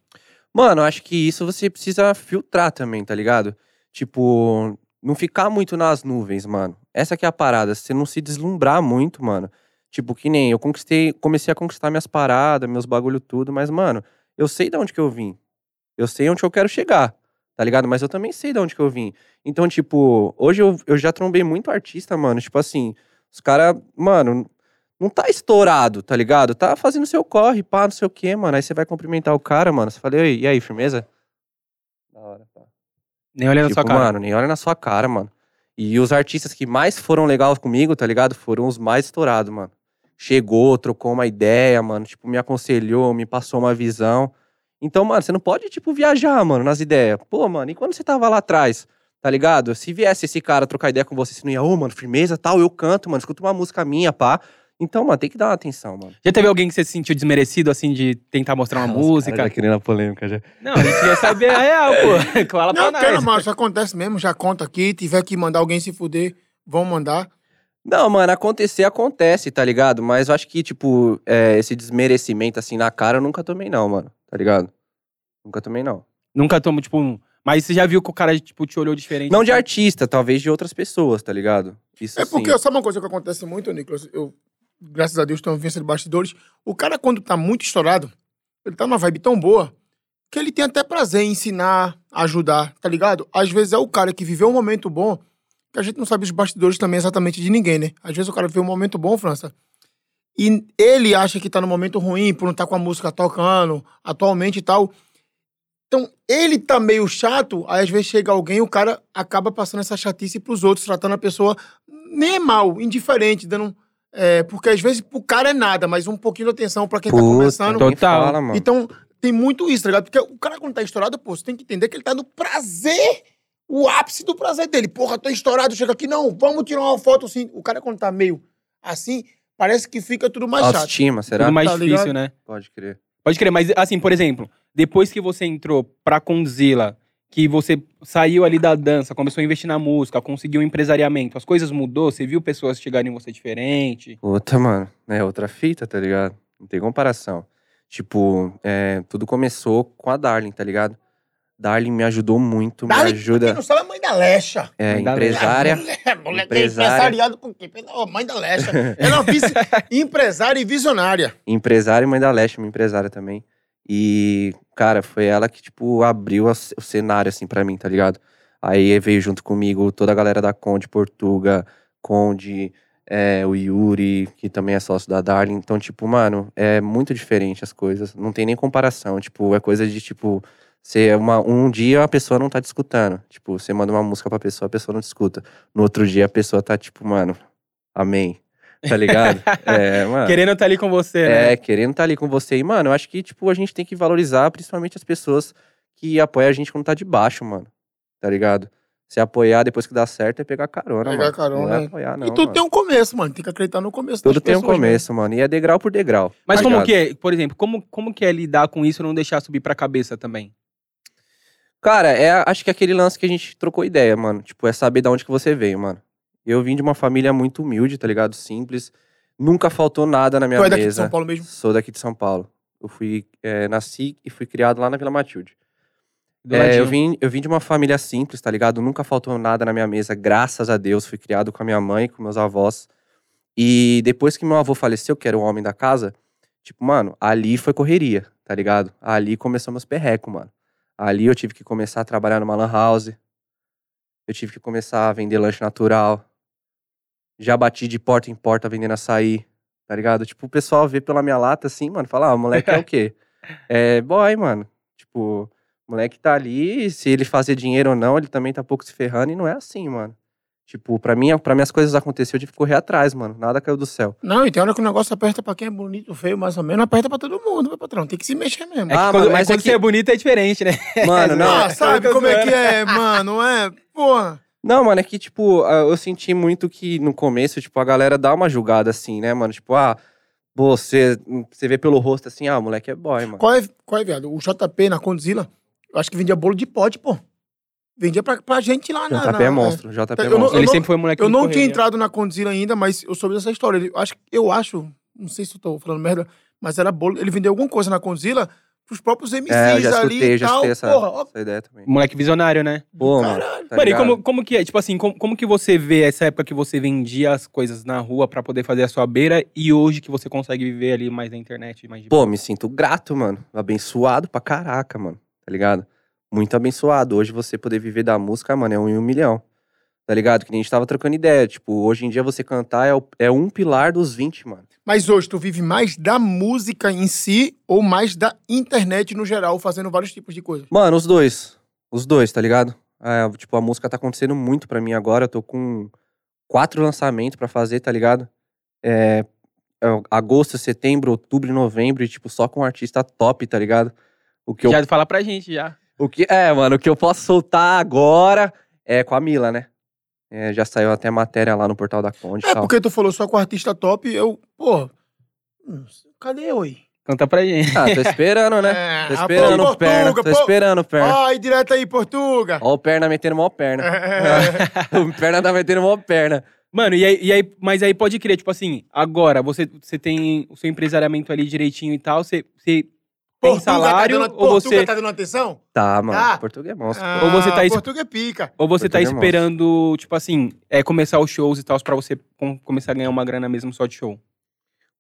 [SPEAKER 3] Mano, acho que isso você precisa filtrar também, tá ligado? Tipo, não ficar muito nas nuvens, mano. Essa que é a parada, você não se deslumbrar muito, mano. Tipo, que nem eu conquistei, comecei a conquistar minhas paradas, meus bagulho tudo, mas mano, eu sei de onde que eu vim. Eu sei onde eu quero chegar, tá ligado? Mas eu também sei de onde que eu vim. Então, tipo, hoje eu, eu já trombei muito artista, mano. Tipo assim, os caras, mano, não tá estourado, tá ligado? Tá fazendo seu corre, pá, não sei o quê, mano. Aí você vai cumprimentar o cara, mano. Você fala, e aí, e aí, firmeza? Da hora, pá.
[SPEAKER 1] Nem olha na
[SPEAKER 3] Tipo,
[SPEAKER 1] sua cara.
[SPEAKER 3] mano, nem olha na sua cara, mano. E os artistas que mais foram legal comigo, tá ligado? Foram os mais estourados, mano. Chegou, trocou uma ideia, mano. Tipo, me aconselhou, me passou uma visão. Então, mano, você não pode, tipo, viajar, mano, nas ideias. Pô, mano, e quando você tava lá atrás, tá ligado? Se viesse esse cara trocar ideia com você, você não ia, ô, mano, firmeza, tal, eu canto, mano, escuta uma música minha, pá. Então, mano, tem que dar uma atenção, mano.
[SPEAKER 1] Já teve alguém que você se sentiu desmerecido, assim, de tentar mostrar uma música?
[SPEAKER 3] querendo a polêmica Ah, já.
[SPEAKER 1] Não, a gente quer saber a real, pô. Cola pra
[SPEAKER 2] Não, quero
[SPEAKER 1] nós.
[SPEAKER 2] mais, isso acontece mesmo, já conta aqui. Tiver que mandar alguém se fuder, vão mandar.
[SPEAKER 3] Não, mano, acontecer acontece, tá ligado? Mas eu acho que, tipo, é, esse desmerecimento assim na cara eu nunca tomei, não, mano. Tá ligado? Nunca tomei, não.
[SPEAKER 1] Nunca tomo, tipo, um. Mas você já viu que o cara, tipo, te olhou diferente?
[SPEAKER 3] Não de
[SPEAKER 1] assim?
[SPEAKER 3] artista, talvez de outras pessoas, tá ligado? Isso
[SPEAKER 2] É porque,
[SPEAKER 3] sim.
[SPEAKER 2] sabe uma coisa que acontece muito, Nicolas? Eu, graças a Deus, tenho uma vivência de bastidores. O cara, quando tá muito estourado, ele tá numa vibe tão boa que ele tem até prazer em ensinar, ajudar, tá ligado? Às vezes é o cara que viveu um momento bom que a gente não sabe os bastidores também exatamente de ninguém, né? Às vezes o cara viveu um momento bom, França, e ele acha que tá num momento ruim por não estar com a música tocando atualmente e tal. Então, ele tá meio chato, aí às vezes chega alguém e o cara acaba passando essa chatice pros outros, tratando a pessoa nem mal, indiferente, dando. é, porque às vezes pro cara é nada, mas um pouquinho de atenção pra quem tá
[SPEAKER 3] Puta,
[SPEAKER 2] começando.
[SPEAKER 3] ninguém
[SPEAKER 1] Total.
[SPEAKER 3] fala, mano.
[SPEAKER 2] Então, tem muito isso, tá ligado? Porque o cara, quando tá estourado, pô, você tem que entender que ele tá no prazer, o ápice do prazer dele. Porra, tô estourado, chega aqui, não, vamos tirar uma foto assim. O cara, quando tá meio assim, parece que fica tudo mais chato.
[SPEAKER 3] Autoestima, será?
[SPEAKER 1] Tudo mais
[SPEAKER 2] Tá
[SPEAKER 1] difícil,
[SPEAKER 2] ligado?
[SPEAKER 1] né?
[SPEAKER 3] Pode crer.
[SPEAKER 1] Pode crer, mas assim, por exemplo, depois que você entrou pra conduzi-la, que você saiu ali da dança, começou a investir na música, conseguiu um empresariamento, as coisas mudou, você viu pessoas chegarem em você diferente.
[SPEAKER 3] Outra, mano. É outra fita, tá ligado? Não tem comparação. Tipo, é, tudo começou com a Darling, tá ligado? Darling me ajudou muito,
[SPEAKER 2] Darling,
[SPEAKER 3] me
[SPEAKER 2] Quem
[SPEAKER 3] ajuda.
[SPEAKER 2] não sabe é mãe da Lecha.
[SPEAKER 3] É,
[SPEAKER 1] Mãe da
[SPEAKER 3] empresária.
[SPEAKER 2] Mulher, mulher que é
[SPEAKER 3] Empresária.
[SPEAKER 2] empresariado com quem? Ô, mãe da Lecha. Ela é uma vice, empresária e visionária.
[SPEAKER 3] empresária e mãe da Leste, minha empresária também. E, cara, foi ela que, tipo, abriu a c- o cenário, assim, pra mim, tá ligado? Aí veio junto comigo toda a galera da Conde Portuga, Conde, é, o Yuri, que também é sócio da Darling. Então, tipo, mano, é muito diferente as coisas. Não tem nem comparação. Tipo, é coisa de, tipo, você é uma, um dia a pessoa não tá te escutando. Tipo, você manda uma música pra pessoa, a pessoa não te escuta. No outro dia a pessoa tá, tipo, mano, amém. Tá ligado? é, mano.
[SPEAKER 1] Querendo estar ali com você, né?
[SPEAKER 3] É, querendo estar ali com você. E, mano, eu acho que, tipo, a gente tem que valorizar principalmente as pessoas que apoiam a gente quando tá de baixo, mano. Tá ligado? Se apoiar depois que dá certo é pegar carona,
[SPEAKER 2] Pegar
[SPEAKER 3] mano.
[SPEAKER 2] carona,
[SPEAKER 3] Não é
[SPEAKER 2] é.
[SPEAKER 3] apoiar, não.
[SPEAKER 2] e tudo
[SPEAKER 3] mano.
[SPEAKER 2] tem um começo, mano. Tem que acreditar no começo.
[SPEAKER 3] Tudo
[SPEAKER 2] das
[SPEAKER 3] tem um
[SPEAKER 2] pessoas, né?
[SPEAKER 3] começo, mano. E é degrau por degrau.
[SPEAKER 1] Mas
[SPEAKER 3] tá
[SPEAKER 1] como
[SPEAKER 3] ligado?
[SPEAKER 1] que é, por exemplo, como, como que é lidar com isso e não deixar subir pra cabeça também?
[SPEAKER 3] Cara, é, acho que é aquele lance que a gente trocou ideia, mano. Tipo, é saber de onde que você veio, mano. Eu vim de uma família muito humilde, tá ligado? Simples. Nunca faltou nada na minha
[SPEAKER 2] Tu é daqui de
[SPEAKER 3] mesa.
[SPEAKER 2] São Paulo mesmo?
[SPEAKER 3] Sou daqui de São Paulo. Eu fui, é, nasci e fui criado lá na Vila Matilde.
[SPEAKER 1] Do
[SPEAKER 3] É, eu,
[SPEAKER 1] ladinho.
[SPEAKER 3] vim, eu vim de uma família simples, tá ligado? Nunca faltou nada na minha mesa, graças a Deus. Fui criado com a minha mãe, com meus avós. E depois que meu avô faleceu, que era o homem da casa, tipo, mano, ali foi correria, tá ligado? Ali começou meus perrecos, mano. Ali eu tive que começar a trabalhar numa lan house. Eu tive que começar a vender lanche natural. Já bati de porta em porta vendendo açaí, tá ligado? Tipo, o pessoal vê pela minha lata assim, mano, fala, ah, o moleque é o quê? É boy, mano. Tipo, o moleque tá ali, se ele fazer dinheiro ou não, ele também tá pouco se ferrando e não é assim, mano. Tipo, pra mim, para minhas coisas acontecer, eu tive que correr atrás, mano. Nada caiu do céu.
[SPEAKER 2] Não, e tem hora que o negócio aperta pra quem é bonito, feio, mais ou menos, aperta pra todo mundo, meu patrão. Tem que se mexer mesmo.
[SPEAKER 1] É que
[SPEAKER 3] Ah,
[SPEAKER 1] quando,
[SPEAKER 3] mano, mas
[SPEAKER 1] é quando
[SPEAKER 3] é que-
[SPEAKER 1] você é bonito é diferente, né?
[SPEAKER 3] Mano, não,
[SPEAKER 2] ah, sabe como é que é, mano? É, porra.
[SPEAKER 3] Não, mano, é que, tipo, ah, eu senti muito que no começo, tipo, a galera dá uma julgada assim, né, mano? Tipo, ah, você, você vê pelo rosto assim, ah, o moleque é boy, mano.
[SPEAKER 2] Qual é, qual é, viado? O JP na Conduzila, eu acho que vendia bolo de pote, pô. Vendia pra, pra gente lá na.
[SPEAKER 3] JP é
[SPEAKER 2] na-
[SPEAKER 3] monstro, JP é
[SPEAKER 2] Eu não-
[SPEAKER 3] monstro.
[SPEAKER 1] Ele
[SPEAKER 2] não-
[SPEAKER 1] sempre foi um moleque
[SPEAKER 2] Eu
[SPEAKER 1] muito
[SPEAKER 2] não tinha
[SPEAKER 1] correria.
[SPEAKER 2] entrado na Conduzila ainda, mas eu soube dessa história. Ele, acho, eu acho, não sei se eu tô falando merda, mas era bolo. Ele vendeu alguma coisa na Conduzila pros próprios MCs
[SPEAKER 3] É, eu já
[SPEAKER 2] ali
[SPEAKER 3] escutei,
[SPEAKER 2] e
[SPEAKER 3] já
[SPEAKER 2] tal.
[SPEAKER 3] escutei essa,
[SPEAKER 2] Porra, ó,
[SPEAKER 3] essa ideia também.
[SPEAKER 1] Moleque visionário, né?
[SPEAKER 3] Pô, mano,
[SPEAKER 2] caralho.
[SPEAKER 3] tá
[SPEAKER 1] Mano, e
[SPEAKER 3] ligado?
[SPEAKER 1] como, como que é? Tipo assim, como, como que você vê essa época que você vendia as coisas na rua pra poder fazer a sua beira e hoje que você consegue viver ali mais na internet, mais de
[SPEAKER 3] Pô, me sinto grato, mano. Abençoado pra caraca, mano. Tá ligado? Muito abençoado. Hoje você poder viver da música, mano, é um em um milhão. Tá ligado? Que nem a gente tava trocando ideia. Tipo, hoje em dia você cantar é, o- é um pilar dos 20, mano.
[SPEAKER 2] Mas hoje, tu vive mais da música em si ou mais da internet no geral, fazendo vários tipos de coisas?
[SPEAKER 3] Mano, os dois. Os dois, tá ligado? É, tipo, a música tá acontecendo muito pra mim agora. Eu tô com quatro lançamentos pra fazer, tá ligado? É, é, agosto, setembro, outubro, e novembro, e, tipo, só com artista top, tá ligado? O que eu
[SPEAKER 1] Já fala pra gente, já.
[SPEAKER 3] O que, é, mano, o que eu posso soltar agora é com a Mila, né? É, já saiu até matéria lá no portal da Conde e
[SPEAKER 2] É
[SPEAKER 3] tal.
[SPEAKER 2] porque tu falou só com artista top, eu, pô, hum, cadê oi?
[SPEAKER 1] Canta pra gente.
[SPEAKER 3] Ah, tô esperando, né?
[SPEAKER 2] É,
[SPEAKER 3] Tô
[SPEAKER 2] a
[SPEAKER 3] esperando
[SPEAKER 2] Portuga,
[SPEAKER 3] o perna, tô
[SPEAKER 2] pô.
[SPEAKER 3] esperando o perna.
[SPEAKER 2] Ai, direto aí, Portuga.
[SPEAKER 3] Ó, né? o perna metendo mó perna.
[SPEAKER 2] É.
[SPEAKER 3] o perna tá metendo mó perna.
[SPEAKER 1] Mano, e aí, e aí- mas aí pode crer, tipo assim, agora você, você tem o seu empresariamento ali direitinho e tal, você, você Tem
[SPEAKER 2] Portuga tá
[SPEAKER 1] salário
[SPEAKER 2] dando-
[SPEAKER 1] ou
[SPEAKER 2] Portuga
[SPEAKER 1] você,
[SPEAKER 2] tá dando atenção?
[SPEAKER 3] Tá, mano.
[SPEAKER 2] Tá.
[SPEAKER 3] Português é monstro.
[SPEAKER 2] Ah,
[SPEAKER 1] Ou você tá es-
[SPEAKER 2] Portuga é pica.
[SPEAKER 1] ou você tá
[SPEAKER 3] Portuga é monstro.
[SPEAKER 1] esperando, tipo assim, é, começar os shows e tal, pra você com- começar a ganhar uma grana mesmo só de show?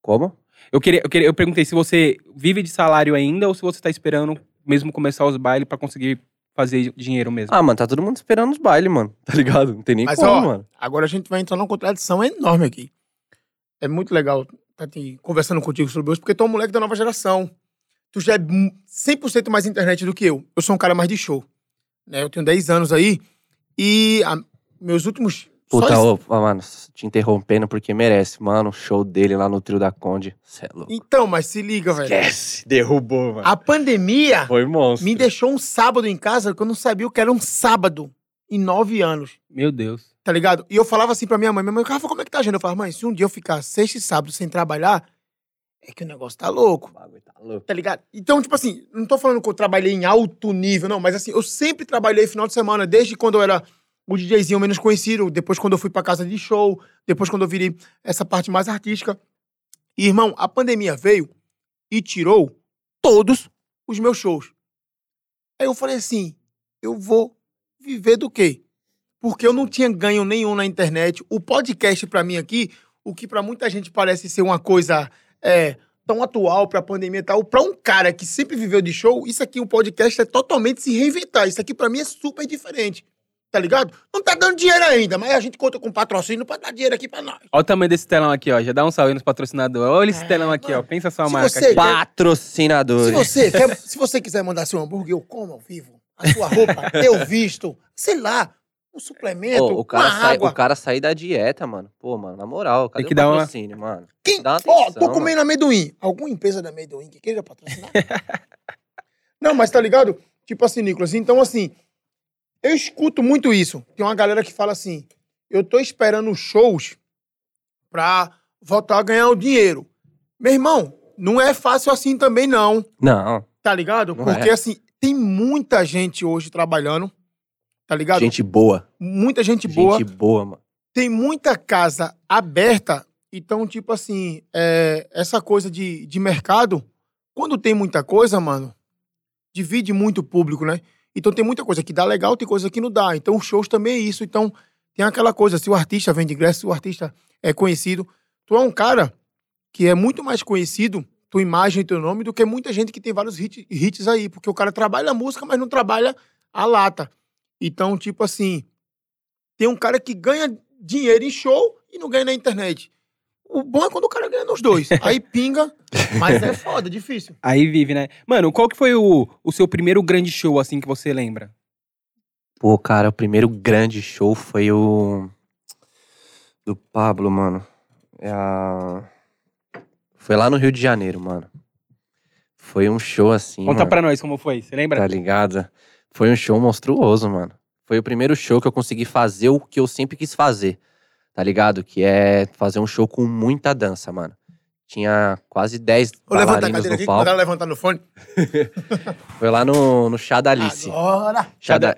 [SPEAKER 3] Como?
[SPEAKER 1] Eu, queria, eu, queria, eu perguntei se você vive de salário ainda ou se você tá esperando mesmo começar os bailes pra conseguir fazer dinheiro mesmo.
[SPEAKER 3] Ah, mano, tá todo mundo esperando os bailes, mano. Tá ligado? Não tem nem
[SPEAKER 2] Mas,
[SPEAKER 3] como,
[SPEAKER 2] ó,
[SPEAKER 3] mano.
[SPEAKER 2] Agora a gente vai entrar numa contradição enorme aqui. É muito legal estar te conversando contigo sobre isso, porque tu é um moleque da nova geração. Tu já é mu- 100% mais internet do que eu. Eu sou um cara mais de show. Né? Eu tenho 10 anos aí e a- meus últimos... só
[SPEAKER 3] Puta,
[SPEAKER 2] esse-
[SPEAKER 3] ô, ó, mano, te interrompendo porque merece. Mano, o show dele lá no Trio da Conde. Cê é louco.
[SPEAKER 2] Então, mas se liga, velho.
[SPEAKER 3] Esquece, derrubou, mano.
[SPEAKER 2] A pandemia
[SPEAKER 3] Foi monstro.
[SPEAKER 2] me deixou um sábado em casa que eu não sabia o que era um sábado em 9 anos.
[SPEAKER 1] Meu Deus.
[SPEAKER 2] Tá ligado? E eu falava assim pra minha mãe, minha mãe, Rafa, como é que tá a agenda? Eu falava, mãe, se um dia eu ficar sexta e sábado sem trabalhar, é que o negócio tá louco.
[SPEAKER 3] O bagulho tá louco.
[SPEAKER 2] Tá ligado? Então, tipo assim, não tô falando que eu trabalhei em alto nível, não, mas assim, eu sempre trabalhei final de semana, desde quando eu era o DJzinho menos conhecido, depois quando eu fui pra casa de show, depois quando eu virei essa parte mais artística. E, irmão, a pandemia veio e tirou todos os meus shows. Aí eu falei assim, eu vou viver do quê? Porque eu não tinha ganho nenhum na internet. O podcast pra mim aqui, o que pra muita gente parece ser uma coisa é, tão atual pra pandemia e tal, pra um cara que sempre viveu de show, isso aqui, o podcast é totalmente se reinventar. Isso aqui pra mim é super diferente. Tá ligado? Não tá dando dinheiro ainda, mas a gente conta com patrocínio pra dar dinheiro aqui pra nós.
[SPEAKER 1] Olha o tamanho desse telão aqui, ó. Já dá um salve nos patrocinadores. Olha esse telão aqui, ó. Pensa sua
[SPEAKER 2] É. Se
[SPEAKER 1] marca
[SPEAKER 2] você-
[SPEAKER 1] aqui.
[SPEAKER 2] Se
[SPEAKER 3] Patrocinadores.
[SPEAKER 2] você, quer- se você quiser mandar seu hambúrguer, eu como ao vivo. A sua roupa, eu visto, sei lá, um suplemento,
[SPEAKER 3] Ô, o, cara
[SPEAKER 2] uma
[SPEAKER 3] sai,
[SPEAKER 2] água.
[SPEAKER 3] o cara sair da dieta, mano. Pô, mano, na moral, cadê
[SPEAKER 1] que
[SPEAKER 3] o
[SPEAKER 1] dar uma-
[SPEAKER 3] patrocínio, mano?
[SPEAKER 2] Quem...
[SPEAKER 3] Dá uma
[SPEAKER 2] Ó,
[SPEAKER 3] atenção,
[SPEAKER 2] tô comendo amendoim. Alguma empresa da amendoim que queira patrocinar? Não, mas tá ligado? Tipo assim, Nicolas, então assim, eu escuto muito isso. Tem uma galera que fala assim, eu tô esperando os shows pra voltar a ganhar o dinheiro. Meu irmão, não é fácil assim também não.
[SPEAKER 3] Não,
[SPEAKER 2] Tá ligado?
[SPEAKER 3] Não
[SPEAKER 2] Porque,
[SPEAKER 3] é.
[SPEAKER 2] assim, tem muita gente hoje trabalhando. Tá ligado?
[SPEAKER 3] gente boa.
[SPEAKER 2] muita gente boa.
[SPEAKER 3] Gente boa, mano.
[SPEAKER 2] Tem muita casa aberta. Então, tipo assim, é, essa coisa de, de mercado, quando tem muita coisa, mano, divide muito o público, né? Então tem muita coisa que dá legal, tem coisa que não dá. Então os shows também é isso. Então tem aquela coisa, se o artista vende ingresso, se o artista é conhecido, tu é um cara que é muito mais conhecido, tua imagem, teu nome, do que muita gente que tem vários hit- hits aí. Porque o cara trabalha a música, mas não trabalha a lata. Então, tipo assim, tem um cara que ganha dinheiro em show e não ganha na internet. O bom é quando o cara ganha nos dois. Aí pinga, mas é foda, difícil.
[SPEAKER 1] Aí vive, né? Mano, qual que foi o, o seu primeiro grande show, assim, que você lembra?
[SPEAKER 3] Pô, cara, o primeiro grande show foi o. Do Pablo, mano. É a- Foi lá no Rio de Janeiro, mano. Foi um show assim.
[SPEAKER 1] Conta
[SPEAKER 3] mano,
[SPEAKER 1] pra nós como foi, você lembra?
[SPEAKER 3] Tá ligado? Foi um show monstruoso, mano. Foi o primeiro show que eu consegui fazer o que eu sempre quis fazer, tá ligado? Que é fazer um show com muita dança, mano. Tinha quase 10
[SPEAKER 2] Vou levantar a
[SPEAKER 3] bailarinos
[SPEAKER 2] cadeira
[SPEAKER 3] no
[SPEAKER 2] aqui, mandar
[SPEAKER 3] palco.
[SPEAKER 2] ela levantar no fone.
[SPEAKER 3] Foi lá no, no Chá da Alice.
[SPEAKER 2] Agora.
[SPEAKER 3] Chá da...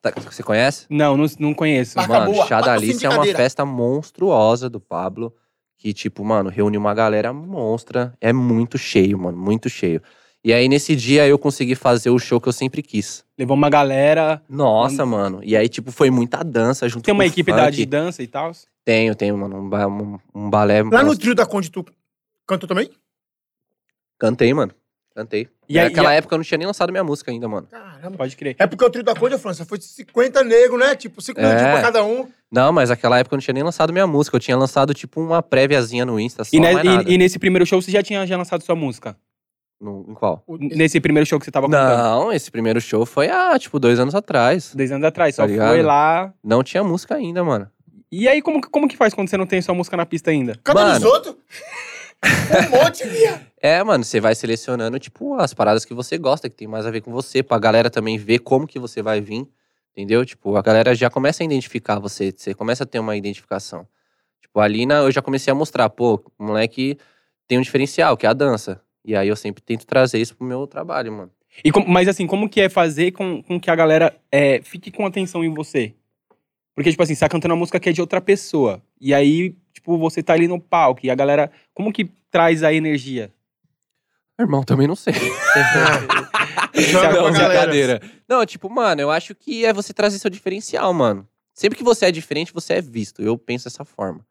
[SPEAKER 3] Tá- Você conhece?
[SPEAKER 1] Não, não, não conheço.
[SPEAKER 2] Marca
[SPEAKER 3] Mano,
[SPEAKER 2] boa,
[SPEAKER 3] Chá da
[SPEAKER 2] patrocínio
[SPEAKER 3] Alice
[SPEAKER 2] de
[SPEAKER 3] é uma
[SPEAKER 2] cadeira.
[SPEAKER 3] festa monstruosa do Pablo. Que, tipo, mano, reúne uma galera monstra. É muito cheio, mano, muito cheio. E aí, nesse dia, eu consegui fazer o show que eu sempre quis.
[SPEAKER 1] Levou uma galera,
[SPEAKER 3] Nossa, mano. E aí, tipo, foi muita dança junto
[SPEAKER 1] tem uma
[SPEAKER 3] com o
[SPEAKER 1] equipe
[SPEAKER 3] funk.
[SPEAKER 1] da, de dança e tal.
[SPEAKER 3] Tenho, tenho, mano. Um, ba- um, um balé.
[SPEAKER 2] Lá no
[SPEAKER 3] monstro.
[SPEAKER 2] trio da Conde, tu cantou também?
[SPEAKER 3] Cantei, mano. Cantei.
[SPEAKER 1] E aí,
[SPEAKER 3] Naquela
[SPEAKER 1] e
[SPEAKER 3] época, eu não tinha nem lançado minha música ainda, mano.
[SPEAKER 1] aí-
[SPEAKER 2] Caramba.
[SPEAKER 1] pode crer.
[SPEAKER 2] É porque o trio da Conde, França, foi 50 negros, né? Tipo, 5
[SPEAKER 3] É.
[SPEAKER 2] minutinhos pra cada um.
[SPEAKER 3] Não, mas naquela época eu não tinha nem lançado minha música. Eu tinha lançado, tipo, uma préviazinha no Insta, só,
[SPEAKER 1] E, ne-
[SPEAKER 3] mais
[SPEAKER 1] e-
[SPEAKER 3] nada.
[SPEAKER 1] e nesse primeiro show você já tinha já lançado sua música?
[SPEAKER 3] No- em qual?
[SPEAKER 2] O-
[SPEAKER 1] N- Nesse primeiro show que você tava contando?
[SPEAKER 3] Não, esse primeiro show foi há, tipo, dois anos atrás.
[SPEAKER 1] Dois anos atrás, só
[SPEAKER 3] Tá
[SPEAKER 1] foi
[SPEAKER 3] ligado?
[SPEAKER 1] lá.
[SPEAKER 3] Não tinha música ainda, mano.
[SPEAKER 1] E aí, como, que- como que faz quando você não tem sua música na pista ainda?
[SPEAKER 2] Canta nos
[SPEAKER 3] Mano.
[SPEAKER 2] outros. um monte, via.
[SPEAKER 3] É, mano, você vai selecionando, tipo, as paradas que você gosta, que tem mais a ver com você, pra galera também ver como que você vai vir, entendeu? Tipo, a galera já começa a identificar você, você começa a ter uma identificação. Tipo, ali na, eu já comecei a mostrar, pô, o moleque tem um diferencial, que é a dança. E aí eu sempre tento trazer isso pro meu trabalho, mano.
[SPEAKER 1] E como- mas assim, como que é fazer com, com que a galera é, fique com atenção em você? Porque, tipo assim, você tá cantando uma música que é de outra pessoa. E aí, tipo, você tá ali no palco e a galera. Como que traz a energia?
[SPEAKER 3] Irmão, também não sei.
[SPEAKER 2] Joga pra
[SPEAKER 3] não,
[SPEAKER 2] galera.
[SPEAKER 3] brincadeira. Não, tipo, mano, eu acho que é você trazer seu diferencial, mano. Sempre que você é diferente, você é visto. Eu penso dessa forma.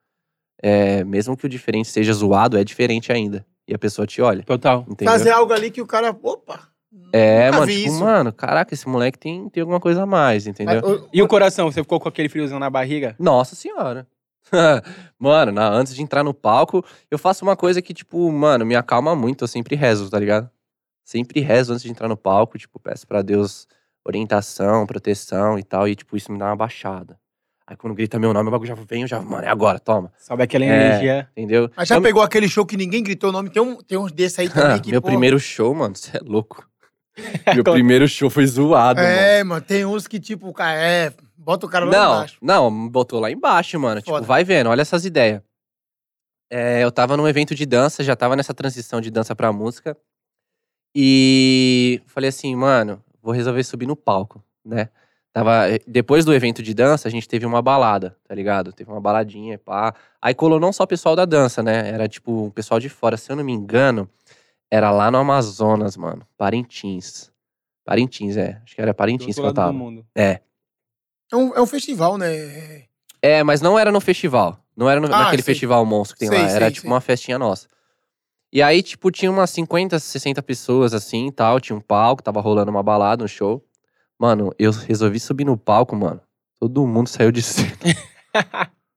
[SPEAKER 3] É, mesmo que o diferente seja zoado, é diferente ainda. E a pessoa te olha.
[SPEAKER 1] Total.
[SPEAKER 3] Entendeu?
[SPEAKER 2] Fazer algo ali que o cara. Opa!
[SPEAKER 3] é,
[SPEAKER 2] nunca
[SPEAKER 3] mano,
[SPEAKER 2] vi
[SPEAKER 3] tipo,
[SPEAKER 2] isso.
[SPEAKER 3] mano, caraca, esse moleque tem, tem alguma coisa a mais, entendeu?
[SPEAKER 2] Mas,
[SPEAKER 1] E o coração, você ficou com aquele friozão na barriga?
[SPEAKER 3] Nossa senhora. mano, na- antes de entrar no palco, eu faço uma coisa que, tipo, mano, me acalma muito. Eu sempre rezo, tá ligado? Sempre rezo antes de entrar no palco. Tipo, peço pra Deus orientação, proteção e tal. E, tipo, isso me dá uma baixada. Aí quando grita meu nome, o bagulho já vem, eu já, mano, é agora, toma.
[SPEAKER 1] Sobe aquela
[SPEAKER 3] É.
[SPEAKER 1] energia.
[SPEAKER 3] Entendeu?
[SPEAKER 2] mas já
[SPEAKER 3] Eu- Ah,
[SPEAKER 2] pegou aquele show que ninguém gritou o nome? Tem, um, tem uns desses aí também que.
[SPEAKER 3] Meu
[SPEAKER 2] pô,
[SPEAKER 3] primeiro show, mano, você é louco. Meu
[SPEAKER 1] Como-
[SPEAKER 3] primeiro show foi zoado, mano.
[SPEAKER 2] É, mano, tem uns que tipo, o cara, é, bota o cara lá
[SPEAKER 3] não,
[SPEAKER 2] embaixo.
[SPEAKER 3] Não, botou lá embaixo, mano.
[SPEAKER 2] Foda.
[SPEAKER 3] Tipo, vai vendo, olha essas ideias. É, eu tava num evento de dança, já tava nessa transição de dança pra música. E falei assim, mano, vou resolver subir no palco, né? Tava, depois do evento de dança, a gente teve uma balada, tá ligado? Teve uma baladinha, pá. Aí colou não só o pessoal da dança, né? Era tipo o pessoal de fora, se eu não me engano, era lá no Amazonas, mano. Parintins. Parintins, é. Acho que era
[SPEAKER 1] Do
[SPEAKER 3] Parintins
[SPEAKER 1] outro
[SPEAKER 3] que eu
[SPEAKER 1] lado do
[SPEAKER 3] tava.
[SPEAKER 1] mundo.
[SPEAKER 3] É.
[SPEAKER 2] É um, é um festival, né?
[SPEAKER 3] É, mas não era no festival. Não era no-
[SPEAKER 2] Ah,
[SPEAKER 3] naquele
[SPEAKER 2] sei.
[SPEAKER 3] festival monstro que tem
[SPEAKER 2] Sei,
[SPEAKER 3] lá. Era
[SPEAKER 2] sei,
[SPEAKER 3] tipo
[SPEAKER 2] sei.
[SPEAKER 3] uma festinha nossa. E aí, tipo, tinha umas 50, 60 pessoas assim e tal. Tinha um palco, tava rolando uma balada, um show. Mano, eu resolvi subir no palco, mano. Todo mundo saiu de cena.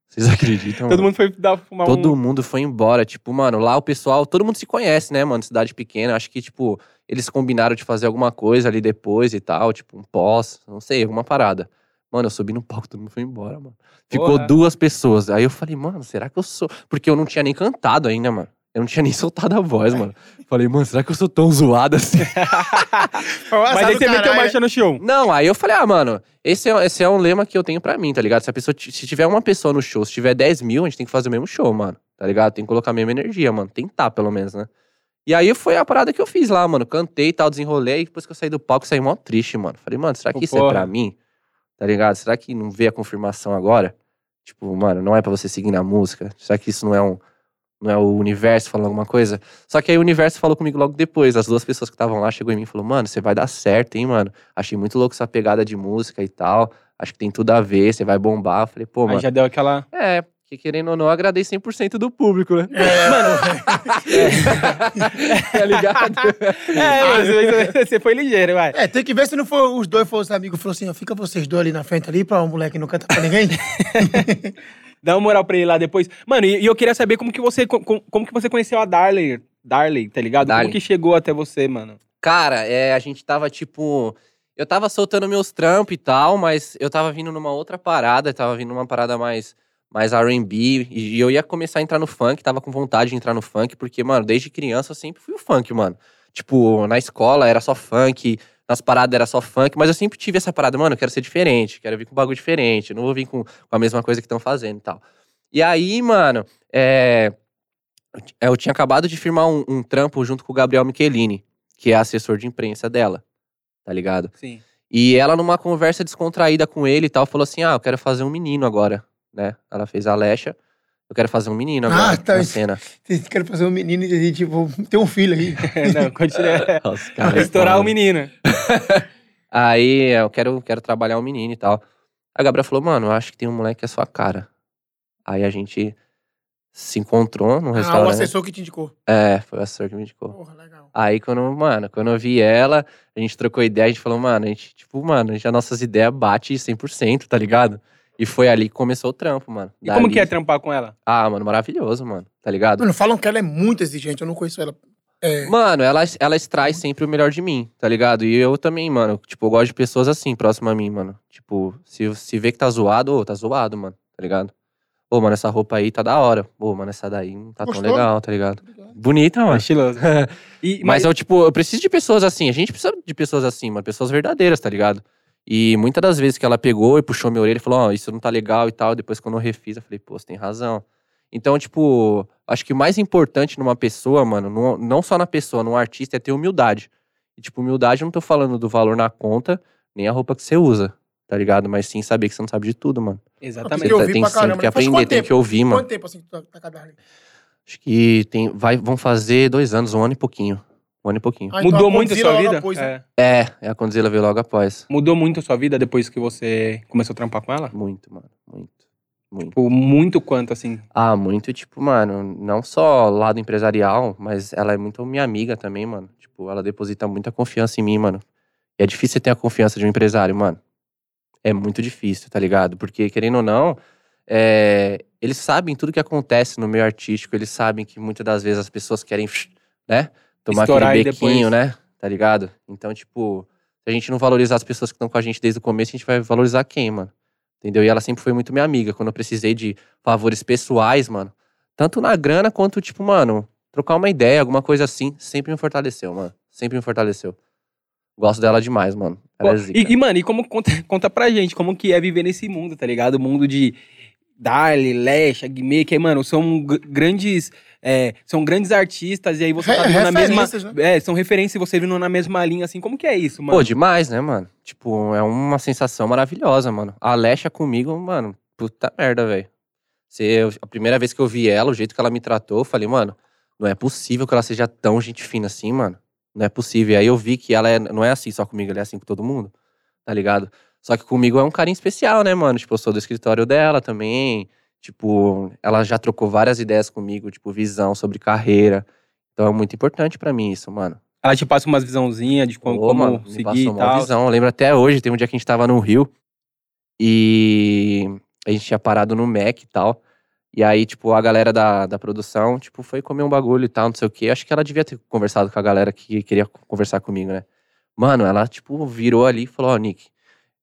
[SPEAKER 3] Vocês acreditam?
[SPEAKER 1] Todo
[SPEAKER 3] mano?
[SPEAKER 1] mundo foi dar fumar um...
[SPEAKER 3] Todo mundo foi embora. Tipo, mano, lá o pessoal, todo mundo se conhece, né, mano? Cidade pequena. Acho que, tipo, eles combinaram de fazer alguma coisa ali depois e tal, tipo, um pós, não sei, alguma parada. Mano, eu subi no palco, todo mundo foi embora, mano. Ficou
[SPEAKER 1] Porra.
[SPEAKER 3] duas pessoas. Aí eu falei, mano, será que eu sou. Porque eu não tinha nem cantado ainda, mano. Eu não tinha nem soltado a voz, mano. Falei, mano, será que eu sou tão zoado assim?
[SPEAKER 1] Mas aí você é meteu
[SPEAKER 2] é?
[SPEAKER 1] marcha no show.
[SPEAKER 3] Não, aí eu falei, ah, mano, esse é, esse é um lema que eu tenho pra mim, tá ligado? Se a pessoa, ti- se tiver uma pessoa no show, se tiver 10 mil, a gente tem que fazer o mesmo show, mano. Tá ligado? Tem que colocar a mesma energia, mano. Tentar, pelo menos, né? E aí foi a parada que eu fiz lá, mano. Cantei e tal, desenrolei. E depois que eu saí do palco, saí mó triste, mano. Falei, mano, será que
[SPEAKER 1] Pô,
[SPEAKER 3] isso
[SPEAKER 1] porra.
[SPEAKER 3] é pra mim? Tá ligado? Será que não vê a confirmação agora? Tipo, mano, não é pra você seguir na música? Será que isso não é um. Não é o universo falando alguma coisa? Só que aí o universo falou comigo logo depois. As duas pessoas que estavam lá chegou em mim e falou: Mano, você vai dar certo, hein, mano? Achei muito louco essa pegada de música e tal. Acho que tem tudo a ver, você vai bombar. Eu Falei, pô,
[SPEAKER 1] Aí
[SPEAKER 3] mano.
[SPEAKER 1] já deu aquela...
[SPEAKER 3] É, que querendo ou não, eu agradei 100% do público, né? tá ligado?
[SPEAKER 1] É,
[SPEAKER 3] Ah.
[SPEAKER 1] mas você- você foi ligeiro, vai.
[SPEAKER 2] É, tem que ver se não for os dois, for os amigos. Falou assim, ó, fica vocês dois ali na frente ali, pra um moleque que não canta pra ninguém.
[SPEAKER 1] Dá uma moral pra ele lá depois. Mano, e, e eu queria saber como que você, co- co- como que você conheceu a Darley, Darley, tá ligado?
[SPEAKER 3] Darley.
[SPEAKER 1] Como que chegou até você, mano?
[SPEAKER 3] Cara, é, a gente tava tipo. Eu tava soltando meus trampos e tal, mas eu tava vindo numa outra parada, tava vindo numa parada mais, mais RB. E, e eu ia começar a entrar no funk, tava com vontade de entrar no funk, porque, mano, desde criança eu sempre fui o funk, mano. Tipo, na escola era só funk, nas paradas era só funk, mas eu sempre tive essa parada, mano, eu quero ser diferente, quero vir com um bagulho diferente, eu não vou vir com, com a mesma coisa que estão fazendo e tal. E aí, mano, é. eu ti- Eu tinha acabado de firmar um, um trampo junto com o Gabriel Michelini que é assessor de imprensa dela, tá ligado?
[SPEAKER 1] Sim.
[SPEAKER 3] E ela, numa conversa descontraída com ele e tal, falou assim: Ah, eu quero fazer um menino agora, né? Ela fez a Alexa, eu quero fazer um menino agora
[SPEAKER 2] Ah, tá.
[SPEAKER 3] na cena.
[SPEAKER 2] Vocês querem fazer um menino e, dizer, tipo, tem um filho aí.
[SPEAKER 1] É, Não, continua.
[SPEAKER 3] Nossa, cara,
[SPEAKER 1] Estourar o
[SPEAKER 3] mano.
[SPEAKER 1] menino.
[SPEAKER 3] Aí "É, eu quero, quero trabalhar um menino e tal. A Gabriela falou: Mano, eu acho que tem um moleque que é sua cara. Aí a gente se encontrou num
[SPEAKER 2] Ah, o
[SPEAKER 3] restaurante.
[SPEAKER 2] assessor que te indicou.
[SPEAKER 3] É, foi o assessor que me indicou.
[SPEAKER 2] Porra, legal.
[SPEAKER 3] Aí, quando, mano, quando eu vi ela, a gente trocou ideia, a gente falou, mano, a gente, tipo, mano, a gente- as nossas ideias batem 100%, tá ligado? E foi ali que começou o trampo, mano.
[SPEAKER 1] E como
[SPEAKER 3] Dali-
[SPEAKER 1] que é trampar com ela?
[SPEAKER 3] Ah, mano, maravilhoso, mano, tá ligado?
[SPEAKER 2] Mano, falam que ela é muito exigente, eu não conheço ela. É,
[SPEAKER 3] Mano, ela, ela extrai sempre o melhor de mim, tá ligado? E eu também, mano, tipo, eu gosto de pessoas assim, próximo a mim, mano. Tipo, se, se vê que tá zoado, ô, tá zoado, mano, tá ligado? Ô, mano, essa roupa aí tá da hora. Ô, mano, essa daí não tá
[SPEAKER 2] Gostou?
[SPEAKER 3] tão legal, tá ligado? Bonita, mano.
[SPEAKER 1] Estiloso. E,
[SPEAKER 3] Mas
[SPEAKER 1] mas,
[SPEAKER 3] eu, tipo, eu preciso de pessoas assim. A gente precisa de pessoas assim, mano. Pessoas verdadeiras, tá ligado? E muitas das vezes que ela pegou e puxou minha orelha e falou, ó, isso não tá legal e tal. Depois quando eu refiz, eu falei, pô, você tem razão. Então, tipo, acho que o mais importante numa pessoa, mano, não, não só na pessoa, num artista, é ter humildade. E, tipo, humildade, eu não tô falando do valor na conta, nem a roupa que você usa, tá ligado? Mas sim saber que você não sabe de tudo, mano. Você
[SPEAKER 1] Exatamente.
[SPEAKER 2] Porque eu
[SPEAKER 3] tá-
[SPEAKER 2] vi
[SPEAKER 3] tem
[SPEAKER 2] pra
[SPEAKER 3] sempre
[SPEAKER 2] caramba,
[SPEAKER 3] que
[SPEAKER 2] né? Faz
[SPEAKER 3] aprender,
[SPEAKER 2] quanto
[SPEAKER 3] tem
[SPEAKER 2] tempo?
[SPEAKER 3] que ouvir, mano.
[SPEAKER 2] Quanto tempo assim que tu tá, tá com a Darley?
[SPEAKER 3] Acho que tem, vai, vão fazer dois anos, um ano e pouquinho. Um ano e pouquinho.
[SPEAKER 2] Ah, então
[SPEAKER 1] Mudou
[SPEAKER 2] a
[SPEAKER 1] muito a
[SPEAKER 2] Godzilla
[SPEAKER 1] sua
[SPEAKER 2] logo
[SPEAKER 1] vida?
[SPEAKER 2] após, né?
[SPEAKER 1] É.
[SPEAKER 3] É, é, a Condzilla veio logo após.
[SPEAKER 1] Mudou muito a sua vida depois que você começou a trampar com ela?
[SPEAKER 3] Muito, mano. Muito. Muito.
[SPEAKER 1] Tipo, muito quanto, assim.
[SPEAKER 3] Ah, muito, tipo, mano, não só lado empresarial, mas ela é muito minha amiga também, mano. Tipo, ela deposita muita confiança em mim, mano. E é difícil você ter a confiança de um empresário, mano. É muito difícil, tá ligado? Porque, querendo ou não, é, eles sabem tudo que acontece no meio artístico, eles sabem que muitas das vezes as pessoas querem, né? Tomar
[SPEAKER 1] Estourar e
[SPEAKER 3] aquele bequinho,
[SPEAKER 1] depois-
[SPEAKER 3] né? Tá ligado? Então, tipo, se a gente não valorizar as pessoas que estão com a gente desde o começo, a gente vai valorizar quem, mano? Entendeu? E ela sempre foi muito minha amiga. Quando eu precisei de favores pessoais, mano. Tanto na grana quanto, tipo, mano, trocar uma ideia, alguma coisa assim, sempre me fortaleceu, mano. Sempre me fortaleceu. Gosto dela demais, mano. Ela é
[SPEAKER 1] Pô,
[SPEAKER 3] zica.
[SPEAKER 1] e, e, mano, e como conta, conta pra gente, como que é viver nesse mundo, tá ligado? O mundo de Dali, Lecha, Guimê, que, mano, são gr- grandes. é, são grandes artistas, e aí você tá
[SPEAKER 2] Re-
[SPEAKER 1] vindo na mesma.
[SPEAKER 2] referências, né?
[SPEAKER 1] É, são referências e você vindo na mesma linha, assim. Como que é isso, mano?
[SPEAKER 3] Pô, demais, né, mano? Tipo, é uma sensação maravilhosa, mano. A Alexa comigo, mano, puta merda, velho. Se eu- A primeira vez que eu vi ela, o jeito que ela me tratou, eu falei, mano, não é possível que ela seja tão gente fina assim, mano. Não é possível. E aí eu vi que ela é- não é assim só comigo, ela é assim com todo mundo, tá ligado? Só que comigo é um carinho especial, né, mano? Tipo, eu sou do escritório dela também. Tipo, ela já trocou várias ideias comigo, tipo, visão sobre carreira. Então é muito importante pra mim isso, mano.
[SPEAKER 1] Ela te passa umas visãozinhas de como,
[SPEAKER 3] Ô,
[SPEAKER 1] como
[SPEAKER 3] mano, me
[SPEAKER 1] seguir
[SPEAKER 3] passou
[SPEAKER 1] e
[SPEAKER 3] mó
[SPEAKER 1] tal.
[SPEAKER 3] visão. Eu lembro até hoje, tem um dia que a gente tava no Rio e a gente tinha parado no Mac e tal. E aí, tipo, a galera da, da produção, tipo, foi comer um bagulho e tal, não sei o quê. Acho que ela devia ter conversado com a galera que queria conversar comigo, né? Mano, ela, tipo, virou ali e falou, ó, Nick,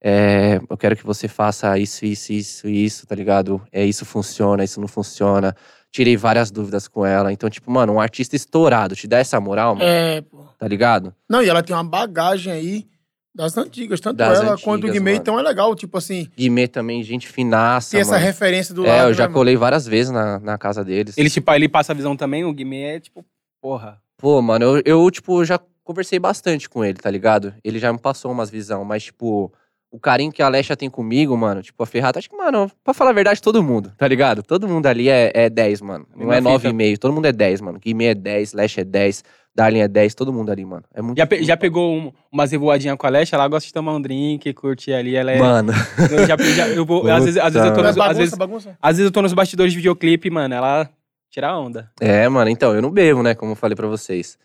[SPEAKER 3] é, eu quero que você faça isso, isso, isso, isso, tá ligado? É, isso funciona, isso não funciona. Tirei várias dúvidas com ela. Então, tipo, mano, um artista estourado te dá essa moral, mano,
[SPEAKER 2] É, pô.
[SPEAKER 3] tá ligado?
[SPEAKER 2] Não, e ela tem uma bagagem aí das antigas. Tanto
[SPEAKER 3] Das
[SPEAKER 2] ela quanto o
[SPEAKER 3] antigas,
[SPEAKER 2] Guimê.
[SPEAKER 3] mano.
[SPEAKER 2] Então é legal, tipo assim,
[SPEAKER 3] Guimê também, gente finaça,
[SPEAKER 2] ter essa
[SPEAKER 3] mano.
[SPEAKER 2] referência do
[SPEAKER 3] é,
[SPEAKER 2] lado.
[SPEAKER 3] eu já
[SPEAKER 2] né, mano?
[SPEAKER 3] colei várias vezes na, na casa deles.
[SPEAKER 1] Ele, tipo, ele passa a visão também, o Guimê é tipo, porra.
[SPEAKER 3] Pô, mano, eu, eu, tipo, já conversei bastante com ele, tá ligado? Ele já me passou umas visão, mas, tipo, o carinho que a Alexa tem comigo, mano, tipo, a Ferrata, acho que, mano, pra falar a verdade, todo mundo, tá ligado? Todo mundo ali é, é 10, mano. Não
[SPEAKER 1] Mesma
[SPEAKER 3] é
[SPEAKER 1] fita.
[SPEAKER 3] 9,5, todo mundo é 10, mano. Guimê é 10, Lecha é 10, Darlin é 10, todo mundo ali, mano. É muito
[SPEAKER 1] Já, pe- já
[SPEAKER 3] muito-
[SPEAKER 1] pegou um, umas revoadinhas com a Leste, ela gosta de tomar um drink, curtir ali, ela é.
[SPEAKER 3] Mano,
[SPEAKER 1] Eu já, já- eu vou,
[SPEAKER 3] Puta.
[SPEAKER 1] às, vezes, às vezes eu tô
[SPEAKER 2] Não é
[SPEAKER 1] nos, às
[SPEAKER 2] bagunça,
[SPEAKER 1] vezes,
[SPEAKER 2] bagunça.
[SPEAKER 1] às vezes eu tô nos bastidores de videoclipe, mano, ela tira a onda.
[SPEAKER 3] É, mano, então, eu não bebo, né? Como eu falei pra vocês.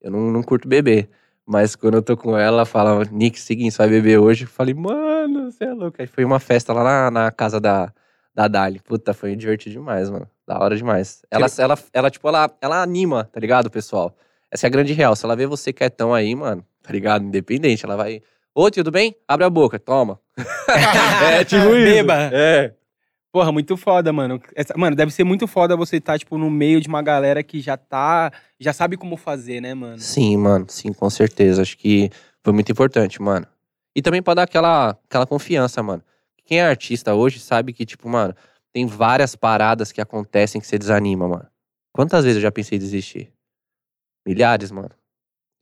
[SPEAKER 3] Eu não, não curto beber. Mas quando eu tô com ela, ela fala, Nick, seguinte, você vai beber hoje? Eu falei, mano, você é louco. Aí foi uma festa lá na, na casa da, da Dali. Puta, foi divertido demais, mano. Da hora demais. Ela, ela, ela tipo, ela, ela anima, tá ligado, pessoal? Essa é a grande real. Se ela vê você quietão aí, mano, tá ligado? Independente, ela vai. Ô, tio, tudo bem? Abre a boca, toma. é, tipo isso.
[SPEAKER 1] Beba.
[SPEAKER 3] É.
[SPEAKER 1] Porra, muito foda, mano. Essa- mano, deve ser muito foda você estar, tipo, no meio de uma galera que já tá. Já sabe como fazer, né, mano?
[SPEAKER 3] Sim, mano, sim, com certeza. Acho que foi muito importante, mano. E também pra dar aquela, aquela confiança, mano. Quem é artista hoje sabe que, tipo, mano, tem várias paradas que acontecem que você desanima, mano. Quantas vezes eu já pensei em desistir? Milhares, mano.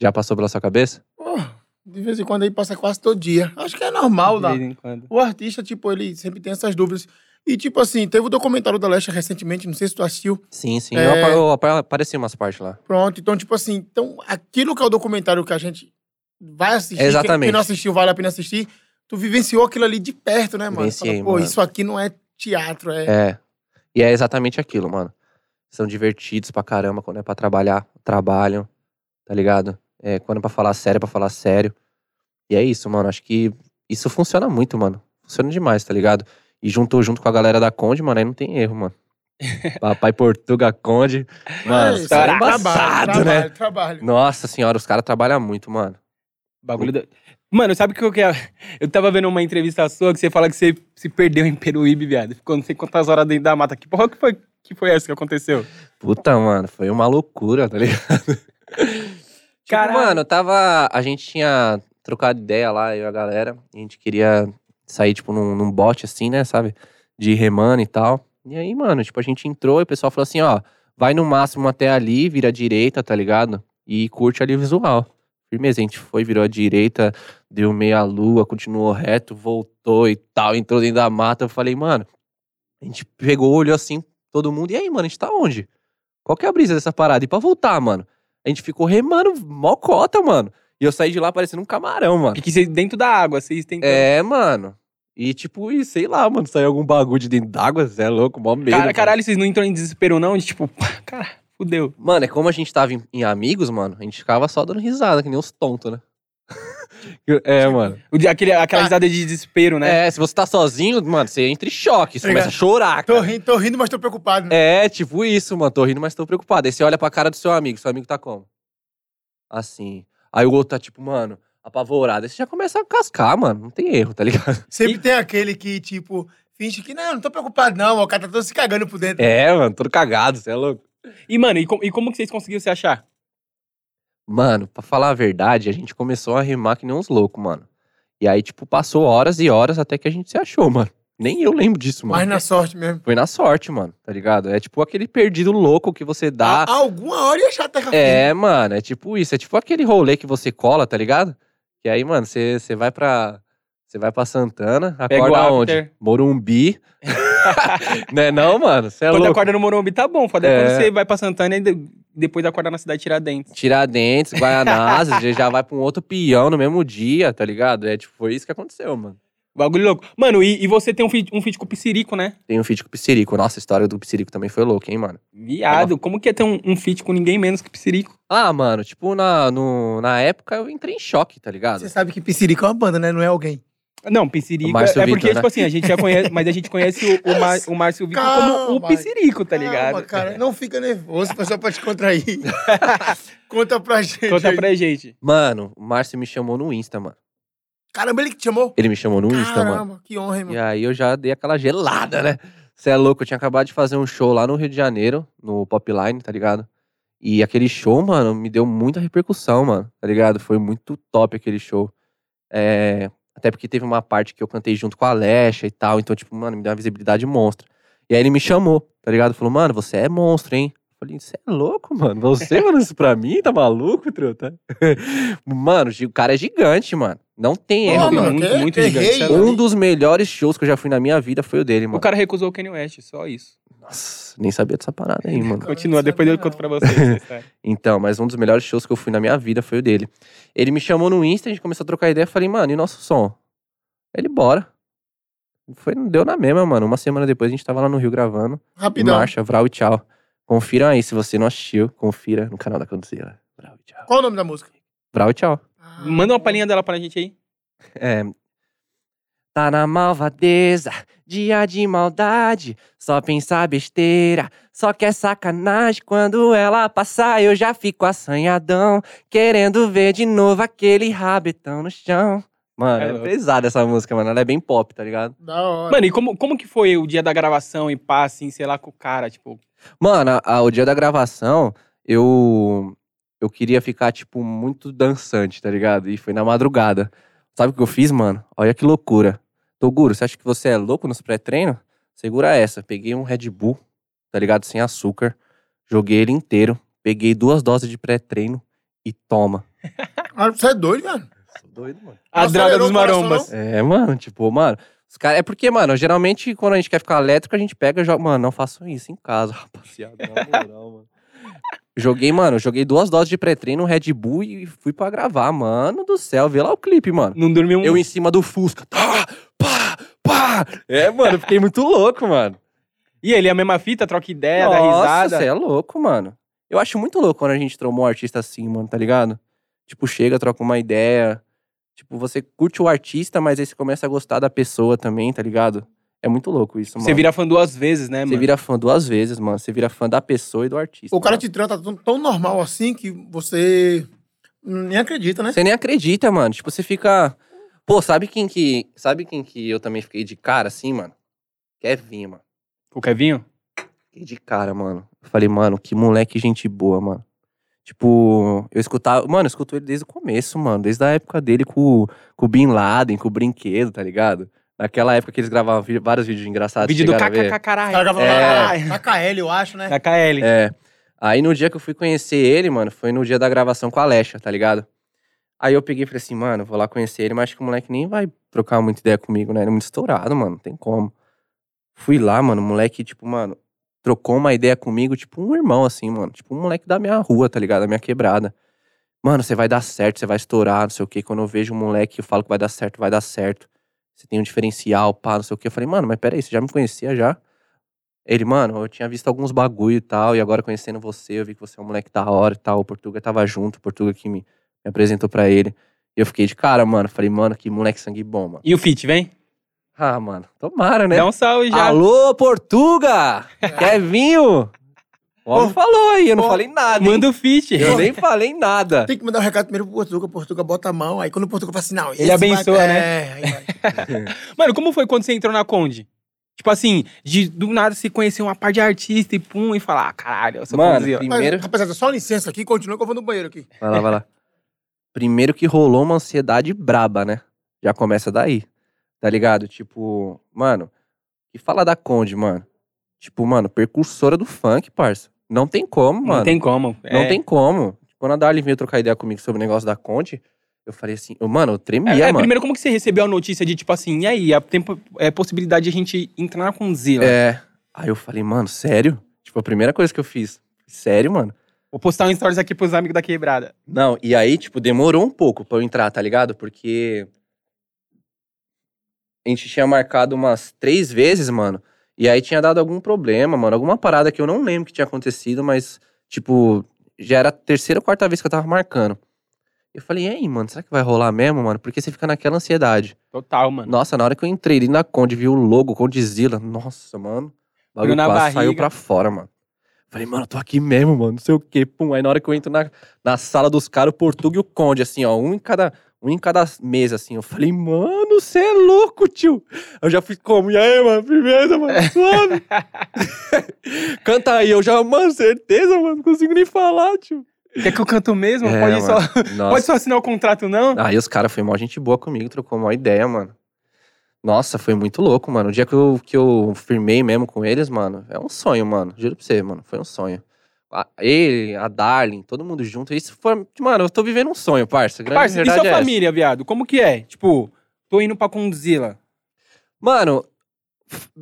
[SPEAKER 3] Já passou pela sua cabeça?
[SPEAKER 2] Pô, de vez em quando aí passa quase todo dia. Acho que é normal, né?
[SPEAKER 1] De vez em quando.
[SPEAKER 2] O artista, tipo, ele sempre tem essas dúvidas. E, tipo assim, teve o documentário da Leste recentemente, não sei se tu assistiu.
[SPEAKER 3] Sim, sim.
[SPEAKER 2] É.
[SPEAKER 3] Eu, apa- eu apa- apareci umas partes lá.
[SPEAKER 2] Pronto, então, tipo assim, então, aquilo que é o documentário que a gente vai assistir,
[SPEAKER 3] Exatamente.
[SPEAKER 2] que não assistiu, vale a pena assistir, tu vivenciou aquilo ali de perto, né, mano?
[SPEAKER 3] Vivenciei,
[SPEAKER 2] Pô,
[SPEAKER 3] mano.
[SPEAKER 2] isso aqui não é teatro, é...
[SPEAKER 3] É. E é exatamente aquilo, mano. São divertidos pra caramba. Quando é pra trabalhar, trabalham. Tá ligado? É, quando é pra falar sério, é pra falar sério. E é isso, mano. Acho que isso funciona muito, mano. Funciona demais, tá ligado? E juntou junto com a galera da Conde, mano, aí não tem erro, mano. Papai Portuga Conde. Mano,
[SPEAKER 2] isso,
[SPEAKER 3] os caras é
[SPEAKER 2] trabalho,
[SPEAKER 3] embaçado, né?
[SPEAKER 2] trabalho, trabalho.
[SPEAKER 3] Nossa senhora, os caras trabalham muito, mano.
[SPEAKER 1] Bagulho da. Mano, sabe o que eu quero? Eu tava vendo uma entrevista sua que você fala que você se perdeu em Peruíbe, viado. Ficou não sei quantas horas dentro da mata. Que porra que foi, que foi essa que aconteceu?
[SPEAKER 3] Puta, mano, foi uma loucura, tá ligado? Tipo,
[SPEAKER 1] Caralho.
[SPEAKER 3] mano, tava. A gente tinha trocado ideia lá, eu e a galera. E a gente queria sair, tipo, num, num bote assim, né, sabe? De remando e tal. E aí, mano, tipo, a gente entrou e o pessoal falou assim: ó, vai no máximo até ali, vira à direita, tá ligado? E curte ali o visual. Firmeza, a gente foi, virou à direita, deu meia lua, continuou reto, voltou e tal, entrou dentro da mata. Eu falei, mano, a gente pegou, olhou assim, todo mundo, e aí, mano, a gente tá onde? Qual que é a brisa dessa parada? E pra voltar, mano? A gente ficou remando, mocota, mano. E eu saí de lá parecendo um camarão, mano.
[SPEAKER 1] Porque vocês dentro da água, vocês tentam.
[SPEAKER 3] É, mano. E tipo, e sei lá, mano, saiu algum bagulho de dentro d'água, você é louco, mó medo.
[SPEAKER 1] Cara,
[SPEAKER 3] mano.
[SPEAKER 1] caralho, vocês não entram em desespero, não? De tipo, pá, cara, fudeu.
[SPEAKER 3] Mano, é como a gente tava em, em amigos, mano, a gente ficava só dando risada, que nem uns tontos, né?
[SPEAKER 1] Tipo,
[SPEAKER 3] é, mano.
[SPEAKER 1] O de- Aquele, aquela
[SPEAKER 2] Ah.
[SPEAKER 1] risada de desespero, né?
[SPEAKER 3] Tá. É, se você tá sozinho, mano, você entra em choque, você começa a
[SPEAKER 2] Obrigado.
[SPEAKER 3] chorar,
[SPEAKER 2] Tô
[SPEAKER 3] cara.
[SPEAKER 2] rindo, tô rindo, mas tô preocupado. né?
[SPEAKER 3] É, tipo isso, mano. Tô rindo, mas tô preocupado. Aí você olha pra cara do seu amigo. Seu amigo tá como? Assim. Aí o outro tá tipo, mano, apavorado. Aí você já começa a cascar, mano. Não tem erro, tá
[SPEAKER 1] É,
[SPEAKER 3] ligado?
[SPEAKER 2] Sempre tem aquele que, tipo, finge que, não, não tô preocupado, não. O cara tá todo se cagando por dentro.
[SPEAKER 3] É, mano, todo cagado, você é louco.
[SPEAKER 1] E, mano, e, com- e como que vocês conseguiram se achar?
[SPEAKER 3] Mano, pra falar a verdade, a gente começou a rimar que nem uns loucos, mano. E aí, tipo, passou horas e horas até que a gente se achou, mano. Nem eu lembro disso, mano.
[SPEAKER 2] Mas na sorte mesmo.
[SPEAKER 3] Foi na sorte, mano, tá ligado? É tipo aquele perdido louco que você dá.
[SPEAKER 2] A- alguma hora ia achar a terra firme.
[SPEAKER 3] É, mano, é tipo isso. É tipo aquele rolê que você cola, tá ligado? Que aí, mano, você você vai pra. Você vai pra Santana,
[SPEAKER 1] Pega o
[SPEAKER 3] acorda
[SPEAKER 1] after.
[SPEAKER 3] onde? Morumbi. né, não, mano? Você é
[SPEAKER 1] Quando
[SPEAKER 3] louco.
[SPEAKER 1] acorda no Morumbi, tá bom. Foda é.
[SPEAKER 3] É.
[SPEAKER 1] quando você vai pra Santana e de- depois acorda na cidade Tiradentes.
[SPEAKER 3] Tiradentes, Guaianazes, já- já vai pra um outro peão no mesmo dia, tá ligado? É tipo, foi isso que aconteceu, mano.
[SPEAKER 1] Bagulho louco. Mano, e, e você tem um feat, um feat com o Psirico, né?
[SPEAKER 3] Tem um feat com o Psirico. Nossa, a história do Psirico também foi louca, hein, mano?
[SPEAKER 1] Viado, como que é ter um, um feat com ninguém menos que o Psirico?
[SPEAKER 3] Ah, mano, tipo, na, no- na época eu entrei em choque, tá ligado?
[SPEAKER 2] Você sabe que Piscirica é uma banda, né? Não é alguém.
[SPEAKER 1] Não, Psirico.
[SPEAKER 3] O Márcio
[SPEAKER 1] é
[SPEAKER 3] Vitor,
[SPEAKER 1] porque,
[SPEAKER 3] né?
[SPEAKER 1] tipo assim, a gente já conhece, mas a gente conhece o, o, Mar- o Márcio Vitor como o
[SPEAKER 2] Calma,
[SPEAKER 1] Psirico, tá ligado?
[SPEAKER 2] Calma, cara. Não fica nervoso, foi só pra te contrair. Conta pra gente.
[SPEAKER 1] Conta
[SPEAKER 2] aí.
[SPEAKER 1] pra gente.
[SPEAKER 3] Mano, o Márcio me chamou no Insta, mano.
[SPEAKER 2] Caramba, ele que te chamou?
[SPEAKER 3] Ele me chamou no Insta, mano.
[SPEAKER 2] Caramba, que honra,
[SPEAKER 1] É,
[SPEAKER 2] irmão.
[SPEAKER 3] E aí eu já dei aquela gelada, né? Você é louco, eu tinha acabado de fazer um show lá no Rio de Janeiro, no Popline, tá ligado? E aquele show, mano, me deu muita repercussão, mano, tá ligado? Foi muito top aquele show. É, Até porque teve uma parte que eu cantei junto com a Alexa e tal, então, tipo, mano, me deu uma visibilidade monstra. E aí ele me chamou, tá ligado? Falou, mano, você é monstro, hein? Eu Falei, você é louco, mano. Você falando isso pra mim? Tá maluco, truta? mano, o cara é gigante, mano. Não tem
[SPEAKER 2] Pô,
[SPEAKER 3] erro.
[SPEAKER 1] mano,
[SPEAKER 3] mano.
[SPEAKER 1] é, muito-
[SPEAKER 2] que
[SPEAKER 1] muito gigante, é
[SPEAKER 2] guerreiro.
[SPEAKER 1] sei lá.
[SPEAKER 3] Um dos melhores shows que eu já fui na minha vida foi o dele, mano.
[SPEAKER 1] O cara recusou o Kanye West, só isso.
[SPEAKER 3] Nossa, nem sabia dessa parada aí, mano.
[SPEAKER 1] Continua, depois eu conto pra vocês. tá?
[SPEAKER 3] Então, mas um dos melhores shows que eu fui na minha vida foi o dele. Ele me chamou no Insta, a gente começou a trocar ideia, eu falei, mano, e nosso som? Ele, bora. Foi, deu na mesma, mano. Uma semana depois a gente tava lá no Rio gravando. E
[SPEAKER 2] Rapidão.
[SPEAKER 3] marcha, vral e tchau. Confira aí, se você não assistiu, confira no canal da Conduzila. Vral e tchau.
[SPEAKER 2] Qual o nome da música?
[SPEAKER 3] Vral e tchau.
[SPEAKER 1] Manda uma palhinha dela pra gente aí.
[SPEAKER 3] É. Tá na malvadeza, dia de maldade, só pensar besteira, só quer sacanagem. Quando ela passar, eu já fico assanhadão, querendo ver de novo aquele rabetão no chão. Mano,
[SPEAKER 1] É
[SPEAKER 3] é,
[SPEAKER 1] louco.
[SPEAKER 3] pesada essa música, mano. Ela é bem pop, tá ligado?
[SPEAKER 2] Da hora.
[SPEAKER 1] Mano, e como, como que foi o dia da gravação e pá, assim, sei lá, com o cara, tipo...
[SPEAKER 3] Mano, a- a- o dia da gravação, eu. Eu queria ficar, tipo, muito dançante, tá ligado? E foi na madrugada. Sabe o que eu fiz, mano? Olha que loucura. Toguro, você acha que você é louco nos pré-treino? Segura essa. Peguei um Red Bull, tá ligado? Sem açúcar. Joguei ele inteiro. Peguei duas doses de pré-treino e toma.
[SPEAKER 2] Ah, Você é doido, velho.
[SPEAKER 3] Sou doido, mano.
[SPEAKER 1] A droga
[SPEAKER 2] Acelerou
[SPEAKER 1] dos
[SPEAKER 2] o coração,
[SPEAKER 1] marombas.
[SPEAKER 3] É, mano, tipo, mano. Os cara... É porque, mano, geralmente quando a gente quer ficar elétrico, a gente pega e joga. Mano, não façam isso em casa, rapaziada. Na moral, mano. Joguei, mano, joguei duas doses de pré-treino, um Red Bull e fui pra gravar. Mano do céu, vê lá o clipe, mano.
[SPEAKER 1] Não dormiu um...
[SPEAKER 3] Eu em cima do Fusca. Tá, pá, pá. É, mano, eu fiquei muito louco, mano.
[SPEAKER 1] E ele, a mesma fita, troca ideia, dá
[SPEAKER 3] Nossa,
[SPEAKER 1] risada.
[SPEAKER 3] você é louco, mano. Eu acho muito louco quando a gente tromba um artista assim, mano, tá ligado? Tipo, chega, troca uma ideia. Tipo, você curte o artista, mas aí você começa a gostar da pessoa também, tá ligado? É muito louco isso, mano.
[SPEAKER 1] Você vira fã duas vezes, né,
[SPEAKER 3] Você
[SPEAKER 1] mano?
[SPEAKER 3] vira fã duas vezes, mano. Você vira fã da pessoa e do artista.
[SPEAKER 2] O cara
[SPEAKER 3] mano.
[SPEAKER 2] te trata tão, tão normal assim que você nem acredita, né?
[SPEAKER 3] Você nem acredita, mano. Tipo, você fica. Pô, sabe quem que. Sabe quem que eu também fiquei de cara assim, mano? Kevin, mano.
[SPEAKER 1] O Kevinho?
[SPEAKER 3] Fiquei de cara, mano. Eu Falei, mano, que moleque gente boa, mano. Tipo, eu escutava. Mano, eu escuto ele desde o começo, mano. Desde a época dele com, com o Bin Laden, com o brinquedo, tá ligado? Naquela época que eles gravavam vi- vários vídeos engraçados.
[SPEAKER 1] Vídeo do
[SPEAKER 3] chegaram Ah, a ver?
[SPEAKER 1] KKK,
[SPEAKER 2] O cara "Ah,
[SPEAKER 1] caralho.
[SPEAKER 2] gravava
[SPEAKER 3] É.
[SPEAKER 2] na, na KL, eu acho, né?
[SPEAKER 1] Da KL.
[SPEAKER 3] É. Aí no dia que eu fui conhecer ele, mano, foi no dia da gravação com a Alexa, tá ligado? Aí eu peguei e falei assim, mano, vou lá conhecer ele, mas acho que o moleque nem vai trocar muita ideia comigo, né? Ele é muito estourado, mano, não tem como. Fui lá, mano, o moleque, tipo, mano, trocou uma ideia comigo, tipo um irmão, assim, mano. Tipo um moleque da minha rua, tá ligado? Da minha quebrada. Mano, você vai dar certo, você vai estourar, não sei o quê. Quando eu vejo um moleque, eu falo que vai dar certo, vai dar certo. Você tem um diferencial, pá, não sei o quê. Eu falei, mano, mas peraí, você já me conhecia já? Ele, mano, eu tinha visto alguns bagulho e tal, e agora conhecendo você, eu vi que você é um moleque da hora e tal. O Portuga tava junto, o Portuga que me, me apresentou pra ele. E eu fiquei de cara, mano. Falei, mano, que moleque sangue bom, mano.
[SPEAKER 1] E o Fit, vem?
[SPEAKER 3] Ah, mano, tomara, né?
[SPEAKER 1] Dá um salve já.
[SPEAKER 3] Alô, Portuga! Quer vinho? O homem falou aí, eu não
[SPEAKER 2] Ô,
[SPEAKER 3] falei nada. hein?
[SPEAKER 1] Manda o Fit.
[SPEAKER 3] Eu nem falei nada.
[SPEAKER 2] Tem que mandar um recado primeiro pro Portuga. Portuga bota a mão. Aí quando o Portuga fala assim, não...
[SPEAKER 1] Ele abençoa, né?
[SPEAKER 2] É, aí vai.
[SPEAKER 1] Mano, como foi quando você entrou na Conde? Tipo assim, de do nada se conhecer uma par de artista e pum, e falar, ah, caralho, eu sou
[SPEAKER 3] Mano,
[SPEAKER 1] Conde, ó.
[SPEAKER 3] prim-
[SPEAKER 2] Mas,
[SPEAKER 3] Primeiro-
[SPEAKER 2] rapaziada, só licença aqui. Continua que eu vou no banheiro aqui.
[SPEAKER 3] Vai lá, vai lá. Primeiro que rolou uma ansiedade braba, né? Já começa daí. Tá ligado? Tipo, mano, e fala da Conde, mano. Tipo, mano, percursora do funk, parça. Não tem como, mano.
[SPEAKER 1] Não tem como.
[SPEAKER 3] Não
[SPEAKER 1] é.
[SPEAKER 3] tem como. Tipo, Quando a Darlene veio trocar ideia comigo sobre o negócio da Conde, eu falei assim, eu, mano, eu
[SPEAKER 1] É,
[SPEAKER 3] tremia,
[SPEAKER 1] é,
[SPEAKER 3] mano.
[SPEAKER 1] primeiro, como que você recebeu a notícia de, tipo assim, e aí, a- tem po- é, possibilidade de a gente entrar na Condzilla?
[SPEAKER 3] É. Aí eu falei, mano, sério? Tipo, a primeira coisa que eu fiz. Sério, mano?
[SPEAKER 1] Vou postar um stories aqui pros amigos da quebrada.
[SPEAKER 3] Não, e aí, tipo, demorou um pouco pra eu entrar, tá ligado? Porque. A gente tinha marcado umas três vezes, mano. E aí tinha dado algum problema, mano. Alguma parada que eu não lembro que tinha acontecido, mas, tipo, já era a terceira ou quarta vez que eu tava marcando. Eu falei, e aí, mano, será que vai rolar mesmo, mano? Porque você fica naquela ansiedade.
[SPEAKER 1] Total, mano.
[SPEAKER 3] Nossa, na hora que eu entrei ali na Conde, vi o logo, Condezilla. Nossa, mano. O bagulho
[SPEAKER 1] na
[SPEAKER 3] quase
[SPEAKER 1] barriga.
[SPEAKER 3] saiu pra fora, mano. Falei, mano, eu tô aqui mesmo, mano. Não sei o quê. Pum. Aí na hora que eu entro na, na sala dos caras, o Portuga e o Conde, assim, ó. Um em cada. Um em cada mesa, assim. Eu falei, mano, você é louco, tio. Eu já fui como? E aí, mano? Firmeza, mano. Suave. Canta aí. Eu já, mano, certeza, mano. Não consigo nem falar, tio.
[SPEAKER 1] Quer que eu canto mesmo?
[SPEAKER 3] É,
[SPEAKER 1] pode, só,
[SPEAKER 3] Nossa.
[SPEAKER 1] pode só assinar o contrato, não?
[SPEAKER 3] Aí os caras foi mó gente boa comigo, trocou uma ideia, mano. Nossa, foi muito louco, mano. O dia que eu, que eu firmei mesmo com eles, mano, é um sonho, mano. Juro pra você, mano, foi um sonho. A- ele, a Darling, todo mundo junto. Isso foi. Mano, eu tô vivendo um sonho, parça. A Grande
[SPEAKER 1] Parça, e
[SPEAKER 3] verdade
[SPEAKER 1] sua
[SPEAKER 3] é essa.
[SPEAKER 1] família, viado? Como que é? Tipo, tô indo pra Condzilla.
[SPEAKER 3] Mano,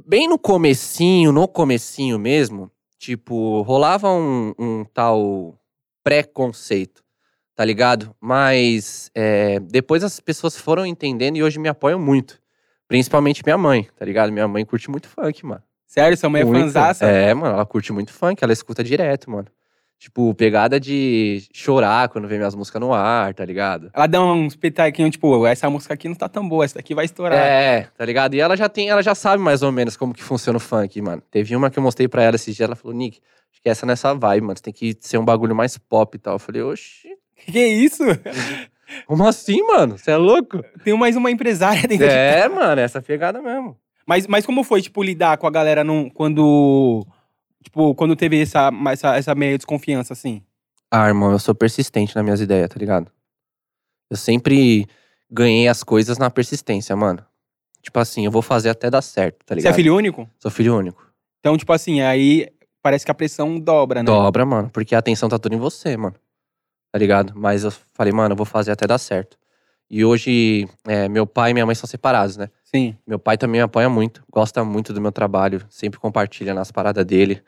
[SPEAKER 3] bem no comecinho, no comecinho mesmo, tipo, rolava um, um tal preconceito, tá ligado? Mas é, depois as pessoas foram entendendo e hoje me apoiam muito. Principalmente minha mãe, tá ligado? Minha mãe curte muito funk, mano.
[SPEAKER 1] Sério, sua mãe é
[SPEAKER 3] Muito.
[SPEAKER 1] fanzaça?
[SPEAKER 3] É, mano, ela curte muito funk, ela escuta direto, mano. Tipo, pegada de chorar quando vê minhas músicas no ar, tá ligado?
[SPEAKER 1] Ela dá uns pitaquinhos, tipo, essa música aqui não tá tão boa, essa daqui vai estourar.
[SPEAKER 3] É, tá ligado? E ela já tem, ela já sabe mais ou menos como que funciona o funk, mano. Teve uma que eu mostrei pra ela esses dias, ela falou, Nick, acho que essa não é essa vibe, mano. Você tem que ser um bagulho mais pop e tal. Eu falei, oxi,
[SPEAKER 1] Que isso?
[SPEAKER 3] como assim, mano? Você é louco?
[SPEAKER 1] Tem mais uma empresária dentro de
[SPEAKER 3] é, mano, essa pegada mesmo.
[SPEAKER 1] Mas, mas como foi, tipo, lidar com a galera num, quando. Tipo, quando teve essa, essa, essa meia desconfiança, assim?
[SPEAKER 3] Ah, irmão, eu sou persistente nas minhas ideias, tá ligado? Eu sempre ganhei as coisas na persistência, mano. Tipo assim, eu vou fazer até dar certo, tá
[SPEAKER 1] Você
[SPEAKER 3] ligado?
[SPEAKER 1] é filho único?
[SPEAKER 3] Sou filho único.
[SPEAKER 1] Então, tipo assim, aí parece que a pressão dobra, né?
[SPEAKER 3] Dobra, mano, porque a atenção tá toda em você, mano. Tá ligado? Mas eu falei, mano, eu vou fazer até dar certo. E hoje, é, meu pai e minha mãe são separados, né?
[SPEAKER 1] Sim.
[SPEAKER 3] Meu pai também me apoia muito, gosta muito do meu trabalho, sempre compartilha nas paradas dele.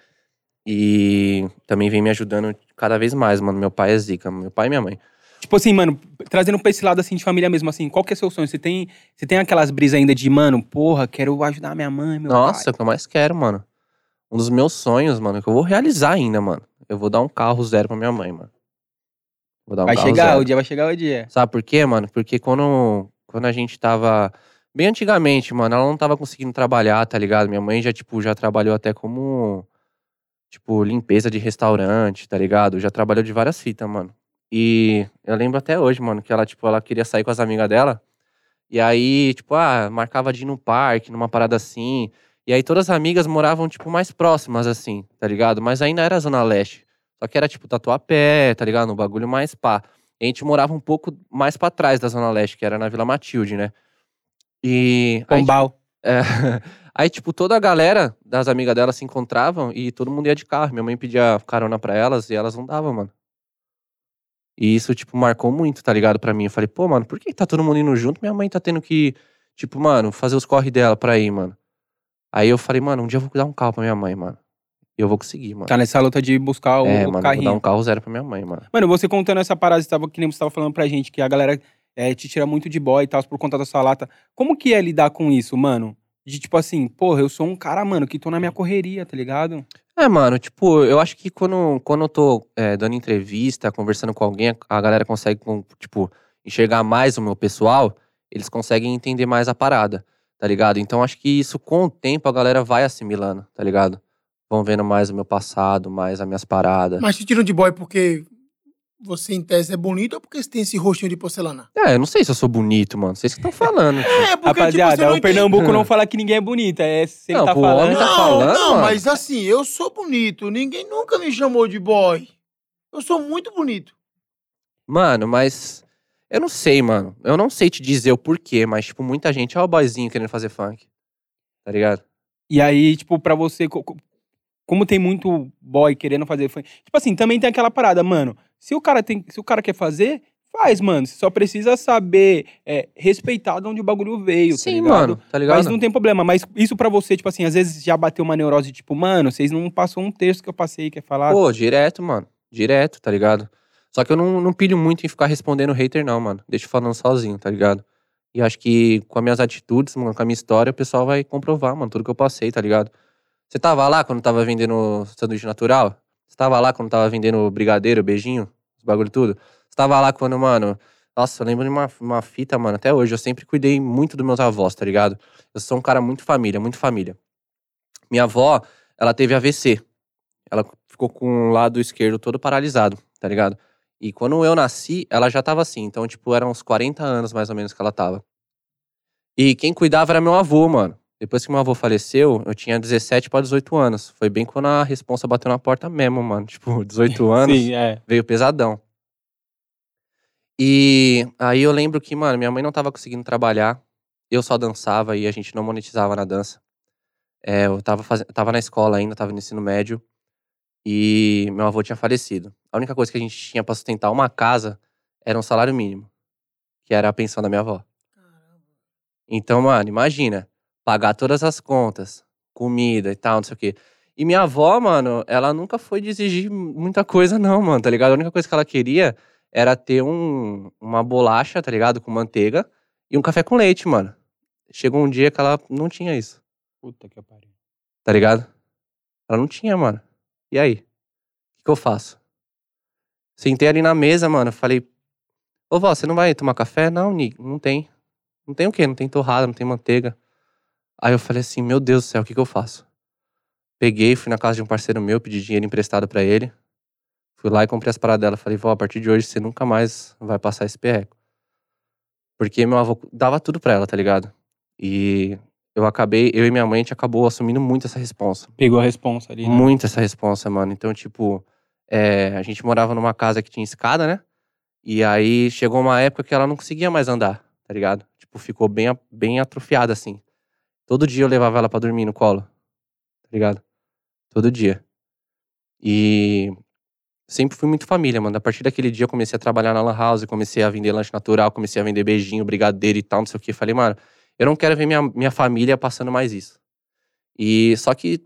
[SPEAKER 3] E também vem me ajudando cada vez mais, mano. Meu pai é zica, meu pai e minha mãe.
[SPEAKER 1] Tipo assim, mano, trazendo pra esse lado assim de família mesmo, assim, qual que é seu sonho? Você tem, você tem aquelas brisas ainda de, mano, porra, quero ajudar minha mãe, meu
[SPEAKER 3] Nossa, é
[SPEAKER 1] pai.
[SPEAKER 3] o que eu mais quero, mano. Um dos meus sonhos, mano, que eu vou realizar ainda, mano. Eu vou dar um carro zero pra minha mãe, mano. Vou dar um
[SPEAKER 1] Vai
[SPEAKER 3] carro
[SPEAKER 1] chegar,
[SPEAKER 3] zero.
[SPEAKER 1] o dia vai chegar o dia.
[SPEAKER 3] É. Sabe por quê, mano? Porque quando, quando a gente tava. Bem antigamente, mano, ela não tava conseguindo trabalhar, tá ligado? Minha mãe já, tipo, já trabalhou até como. Tipo, limpeza de restaurante, tá ligado? Já trabalhou de várias fitas, mano. E eu lembro até hoje, mano, que ela, tipo, ela queria sair com as amigas dela. E aí, tipo, ah, marcava de ir num parque, numa parada assim. E aí todas as amigas moravam, tipo, mais próximas, assim, tá ligado? Mas ainda era Zona Leste. Só que era, tipo, tatuapé, tá ligado? Um bagulho mais pá a gente morava um pouco mais pra trás da Zona Leste, que era na Vila Matilde, né? E. aí,
[SPEAKER 1] Pombal.
[SPEAKER 3] é, aí, tipo, toda a galera das amigas dela se encontravam e todo mundo ia de carro. Minha mãe pedia carona pra elas e elas não davam, mano. E isso, tipo, marcou muito, tá ligado, pra mim. Eu falei, pô, mano, por que tá todo mundo indo junto? Minha mãe tá tendo que, tipo, mano, fazer os corre dela pra ir, mano. Aí eu falei, mano, um dia eu vou dar um carro pra minha mãe, mano. E eu vou conseguir, mano.
[SPEAKER 1] Tá nessa luta de buscar o, o
[SPEAKER 3] é, mano, eu vou
[SPEAKER 1] carrinho.
[SPEAKER 3] dar um carro zero pra minha mãe, mano.
[SPEAKER 1] Mano, você contando essa parada, você tava, que nem você tava falando pra gente, que a galera é, te tira muito de boy e tal, por conta da sua lata. Como que é lidar com isso, mano? De tipo assim, porra, eu sou um cara, mano, que tô na minha correria, tá ligado?
[SPEAKER 3] É, mano, tipo, eu acho que quando, quando eu tô é, dando entrevista, conversando com alguém, a galera consegue, com- tipo, enxergar mais o meu pessoal, eles conseguem entender mais a parada, tá ligado? Então acho que isso, com o tempo, a galera vai assimilando, tá ligado? Vão vendo mais o meu passado, mais as minhas paradas.
[SPEAKER 2] Mas te tiram de boy porque você, em tese, é bonito ou porque você tem esse rostinho de porcelana?
[SPEAKER 3] É, eu não sei se eu sou bonito, mano. Vocês que estão falando. tio.
[SPEAKER 2] É, porque,
[SPEAKER 1] Rapaziada,
[SPEAKER 2] tipo, você não
[SPEAKER 1] o Pernambuco
[SPEAKER 3] entende.
[SPEAKER 1] não fala que ninguém é bonita, é sempre
[SPEAKER 3] Hum. Não,
[SPEAKER 1] tá
[SPEAKER 3] pô, o homem
[SPEAKER 1] falando.
[SPEAKER 3] tá-
[SPEAKER 2] não,
[SPEAKER 3] falando,
[SPEAKER 2] não,
[SPEAKER 3] mano.
[SPEAKER 2] mas assim, eu sou bonito. Ninguém nunca me chamou de boy. Eu sou muito bonito.
[SPEAKER 3] Mano, mas. Eu não sei, mano. Eu não sei te dizer o porquê, mas, tipo, muita gente é o boyzinho querendo fazer funk. Tá ligado?
[SPEAKER 1] E aí, tipo, pra você, co- co- como tem muito boy querendo fazer funk. Tipo assim, também tem aquela parada, mano. Se o cara, tem, se o cara quer fazer, faz, mano. Você só precisa saber é, respeitar de onde o bagulho veio, tá
[SPEAKER 3] Sim,
[SPEAKER 1] ligado?
[SPEAKER 3] mano. Tá ligado?
[SPEAKER 1] Mas não tem problema. Mas isso pra você, tipo assim, às vezes já bateu uma neurose, tipo, mano, vocês não passou um texto que eu passei, quer falar?
[SPEAKER 3] Pô, direto, mano. Direto, tá ligado? Só que eu não, não pilho muito em ficar respondendo hater, não, mano. Deixa eu falando sozinho, tá ligado? E acho que com as minhas atitudes, mano, com a minha história, o pessoal vai comprovar, mano, tudo que eu passei, tá ligado? Você tava lá quando tava vendendo sanduíche natural? Você tava lá quando tava vendendo brigadeiro, beijinho, os bagulho tudo? Você tava lá quando, mano. Nossa, eu lembro de uma, uma fita, mano, até hoje. Eu sempre cuidei muito dos meus avós, tá ligado? Eu sou um cara muito família, muito família. Minha avó, ela teve AVC ela ficou com o lado esquerdo todo paralisado, tá ligado? E quando eu nasci, ela já tava assim. Então, tipo, eram uns 40 anos mais ou menos que ela tava. E quem cuidava era meu avô, mano. Depois que meu avô faleceu, eu tinha 17 para 18 anos. Foi bem quando a responsa bateu na porta mesmo, mano. Tipo, 18 anos
[SPEAKER 1] Sim, é.
[SPEAKER 3] veio pesadão. E aí eu lembro que, mano, minha mãe não tava conseguindo trabalhar. Eu só dançava e a gente não monetizava na dança. É, eu tava, faze- tava na escola ainda, tava no ensino médio. E meu avô tinha falecido. A única coisa que a gente tinha pra sustentar uma casa era um salário mínimo. Que era a pensão da minha avó. Então, mano, imagina. Pagar todas as contas. Comida e tal, não sei o quê. E minha avó, mano, ela nunca foi de exigir muita coisa, não, mano, tá ligado? A única coisa que ela queria era ter um, uma bolacha, tá ligado? Com manteiga e um café com leite, mano. Chegou um dia que ela não tinha isso,
[SPEAKER 1] Puta que pariu.
[SPEAKER 3] tá ligado? Ela não tinha, mano. E aí? O que, que eu faço? Sentei ali na mesa, mano, falei: Ô vó, você não vai tomar café? Não, Ni, não tem. Não tem o quê? Não tem torrada, não tem manteiga. Aí eu falei assim: Meu Deus do céu, o que, que eu faço? Peguei, fui na casa de um parceiro meu, pedi dinheiro emprestado pra ele. Fui lá e comprei as paradas dela. Falei, vó, a partir de hoje você nunca mais vai passar esse perreco. Porque meu avô dava tudo pra ela, tá ligado? E eu acabei, eu e minha mãe, a gente acabou assumindo muito essa responsa.
[SPEAKER 1] Pegou a responsa ali. né?
[SPEAKER 3] Muito essa responsa, mano. Então, tipo, é, a gente morava numa casa que tinha escada, né? E aí chegou uma época que ela não conseguia mais andar, tá ligado? Tipo, ficou bem, a- bem atrofiada, assim. Todo dia eu levava ela pra dormir no colo, tá ligado? Todo dia. E sempre fui muito família, mano. A partir daquele dia eu comecei a trabalhar na Lan House, comecei a vender lanche natural, comecei a vender beijinho, brigadeiro e tal, não sei o que. Falei, mano, eu não quero ver minha, minha família passando mais isso. E só que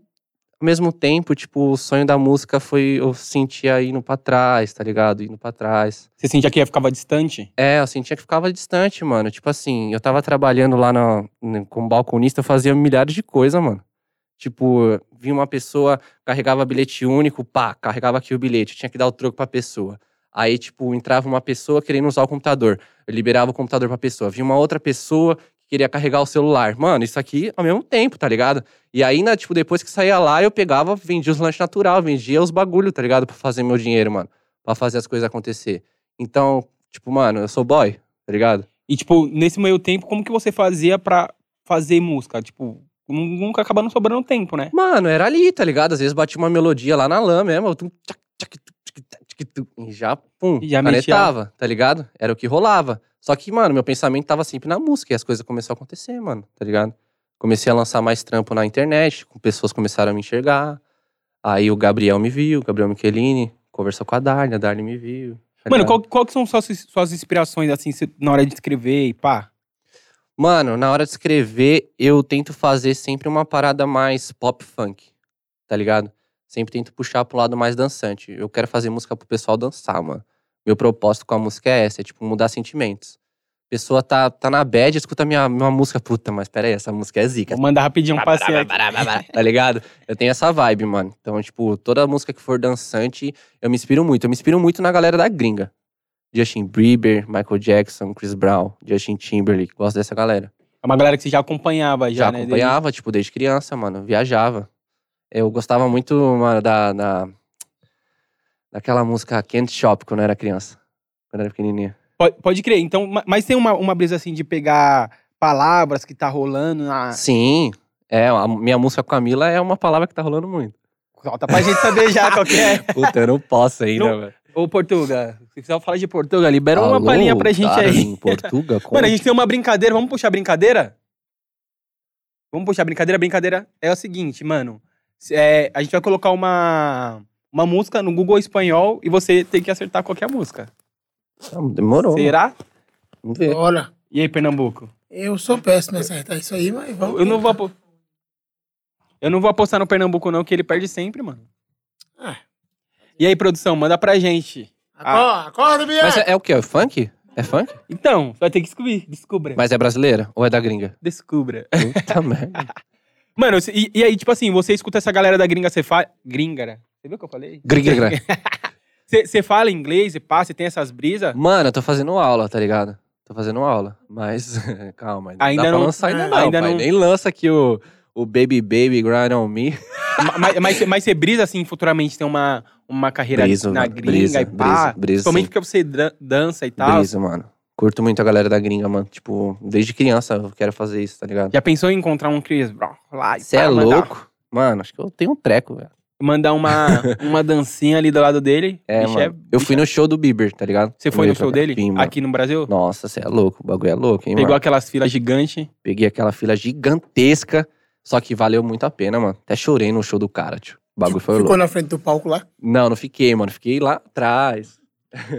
[SPEAKER 3] ao mesmo tempo, tipo, o sonho da música foi eu sentia indo pra trás, tá ligado? Indo pra trás.
[SPEAKER 1] Você sentia que ia ficava distante?
[SPEAKER 3] É, eu sentia que ficava distante, mano. Tipo assim, eu tava trabalhando lá na, na- como balconista, eu fazia milhares de coisas, mano. Tipo, vinha uma pessoa, carregava bilhete único, pá, carregava aqui o bilhete, tinha que dar o troco pra pessoa. Aí, tipo, entrava uma pessoa querendo usar o computador. Eu liberava o computador pra pessoa. Vinha uma outra pessoa que queria carregar o celular. Mano, isso aqui ao mesmo tempo, tá ligado? E ainda, tipo, depois que saía lá, eu pegava, vendia os lanches natural, vendia os bagulho, tá ligado? Pra fazer meu dinheiro, mano. Pra fazer as coisas acontecer. Então, tipo, mano, eu sou boy, tá ligado?
[SPEAKER 1] E, tipo, nesse meio tempo, como que você fazia pra fazer música? Tipo, nun- nunca acabando sobrando tempo, né?
[SPEAKER 3] Mano, era ali, tá ligado? Às vezes batia uma melodia lá na lã mesmo. eu tum, tchac, tchac, tu, tchic, tá, tchic, tu, E já, pum,
[SPEAKER 1] E já metia.
[SPEAKER 3] canetava, tá ligado? Era o que rolava. Só que, mano, meu pensamento tava sempre na música e as coisas começaram a acontecer, mano, tá ligado? Comecei a lançar mais trampo na internet, com pessoas começaram a me enxergar. Aí o Gabriel me viu, o Gabriel Michelini, conversou com a Darne, a Darne me viu. tá
[SPEAKER 1] Mano,
[SPEAKER 3] ligado?
[SPEAKER 1] qual, qual que são suas, suas inspirações, assim, se- na hora de escrever e pá?
[SPEAKER 3] Mano, na hora de escrever, eu tento fazer sempre uma parada mais pop funk, tá ligado? Sempre tento puxar pro lado mais dançante. Eu quero fazer música pro pessoal dançar, mano. Meu propósito com a música é essa, é tipo mudar sentimentos. Pessoa tá, tá na bad, escuta minha, minha música, puta, mas peraí, essa música é zica.
[SPEAKER 1] Vou mandar rapidinho um passeio.
[SPEAKER 3] tá ligado? Eu tenho essa vibe, mano. Então, tipo, toda música que for dançante, eu me inspiro muito. Eu me inspiro muito na galera da gringa. Justin Bieber, Michael Jackson, Chris Brown, Justin Timberlake. Gosto dessa galera.
[SPEAKER 1] É uma galera que você já acompanhava, já,
[SPEAKER 3] Já
[SPEAKER 1] né?
[SPEAKER 3] acompanhava, tipo, desde criança, mano. Viajava. Eu gostava muito, mano, da, da, daquela música Can't Shop, quando eu era criança. Quando eu era pequenininha.
[SPEAKER 1] Pode, pode crer. Então, ma- mas tem uma, uma brisa assim de pegar palavras que tá rolando
[SPEAKER 3] Ah.
[SPEAKER 1] na.
[SPEAKER 3] Sim. É, a minha música com a Camila é uma palavra que tá rolando muito.
[SPEAKER 1] Falta pra gente saber já qual que é.
[SPEAKER 3] Puta, eu não posso ainda,
[SPEAKER 1] Não-
[SPEAKER 3] velho.
[SPEAKER 1] Ô, Portuga, se quiser falar de Portuga, libera uma
[SPEAKER 3] Alô,
[SPEAKER 1] palhinha pra gente
[SPEAKER 3] cara,
[SPEAKER 1] aí.
[SPEAKER 3] Em é Portuga, com...
[SPEAKER 1] Mano, a gente tem uma brincadeira. Vamos puxar a brincadeira? Vamos puxar a brincadeira? A brincadeira é o seguinte, mano. Se- é, a gente vai colocar uma, uma música no Google espanhol e você tem que acertar qualquer música.
[SPEAKER 3] Demorou. mano.
[SPEAKER 1] Será?
[SPEAKER 3] Vamos ver.
[SPEAKER 2] Bora.
[SPEAKER 1] E aí, Pernambuco?
[SPEAKER 2] Eu sou péssimo em acertar isso aí, mas vamos.
[SPEAKER 1] Eu não vou apo- Eu não vou apostar no Pernambuco, não, que ele perde sempre, mano.
[SPEAKER 2] Ah.
[SPEAKER 1] E aí, produção, manda pra gente. Ah,
[SPEAKER 2] Acorda, acorda, Bianca.
[SPEAKER 3] Mas é, é o quê? É funk? É funk?
[SPEAKER 1] Então, você vai ter que descobrir. Descubra.
[SPEAKER 3] Mas é brasileira? Ou é da gringa?
[SPEAKER 1] Descubra.
[SPEAKER 3] Puta merda.
[SPEAKER 1] Mano, e, e aí, tipo assim, você escuta essa galera da gringa, você fala. Gringara. Você viu o que eu falei?
[SPEAKER 3] Gringa, gringa.
[SPEAKER 1] Você você fala inglês e passa, você tem essas brisas.
[SPEAKER 3] Mano, eu tô fazendo aula, tá ligado? Tô fazendo aula. Mas, calma.
[SPEAKER 1] Ainda
[SPEAKER 3] dá pra
[SPEAKER 1] não-
[SPEAKER 3] lançar ainda
[SPEAKER 1] é,
[SPEAKER 3] não,
[SPEAKER 1] ainda
[SPEAKER 3] pai.
[SPEAKER 1] não-
[SPEAKER 3] Nem lança aqui o, o Baby Baby Grind On Me.
[SPEAKER 1] Ma- mas, mas, você- mas você brisa, assim, futuramente tem uma, uma carreira
[SPEAKER 3] Briso,
[SPEAKER 1] na
[SPEAKER 3] mano,
[SPEAKER 1] gringa
[SPEAKER 3] brisa,
[SPEAKER 1] e pá.
[SPEAKER 3] brisa, brisa,
[SPEAKER 1] Principalmente
[SPEAKER 3] sim.
[SPEAKER 1] porque você dan- dança e tal.
[SPEAKER 3] Brisa, mano. Curto muito a galera da gringa, mano. Tipo, desde criança eu quero fazer isso, tá ligado?
[SPEAKER 1] Já pensou em encontrar um Chris Brown lá e
[SPEAKER 3] Você é
[SPEAKER 1] pá, mandar-
[SPEAKER 3] louco? Mano, acho que eu tenho um treco, velho.
[SPEAKER 1] Mandar uma, uma dancinha ali do lado dele.
[SPEAKER 3] É,
[SPEAKER 1] bicho,
[SPEAKER 3] mano. eu fui no show do Bieber, tá ligado?
[SPEAKER 1] Você foi
[SPEAKER 3] Eu
[SPEAKER 1] no
[SPEAKER 3] ia
[SPEAKER 1] show
[SPEAKER 3] pra cá.
[SPEAKER 1] dele?
[SPEAKER 3] Vim, mano.
[SPEAKER 1] aqui no Brasil?
[SPEAKER 3] Nossa, você é louco. O bagulho é louco, hein,
[SPEAKER 1] Pegou
[SPEAKER 3] mano?
[SPEAKER 1] aquelas filas gigantes.
[SPEAKER 3] Peguei aquela fila gigantesca. Só que valeu muito a pena, mano. Até chorei no show do cara, tio. O bagulho foi
[SPEAKER 2] Ficou
[SPEAKER 3] louco.
[SPEAKER 2] na frente do palco lá.
[SPEAKER 3] Não, não fiquei, mano. Fiquei lá atrás.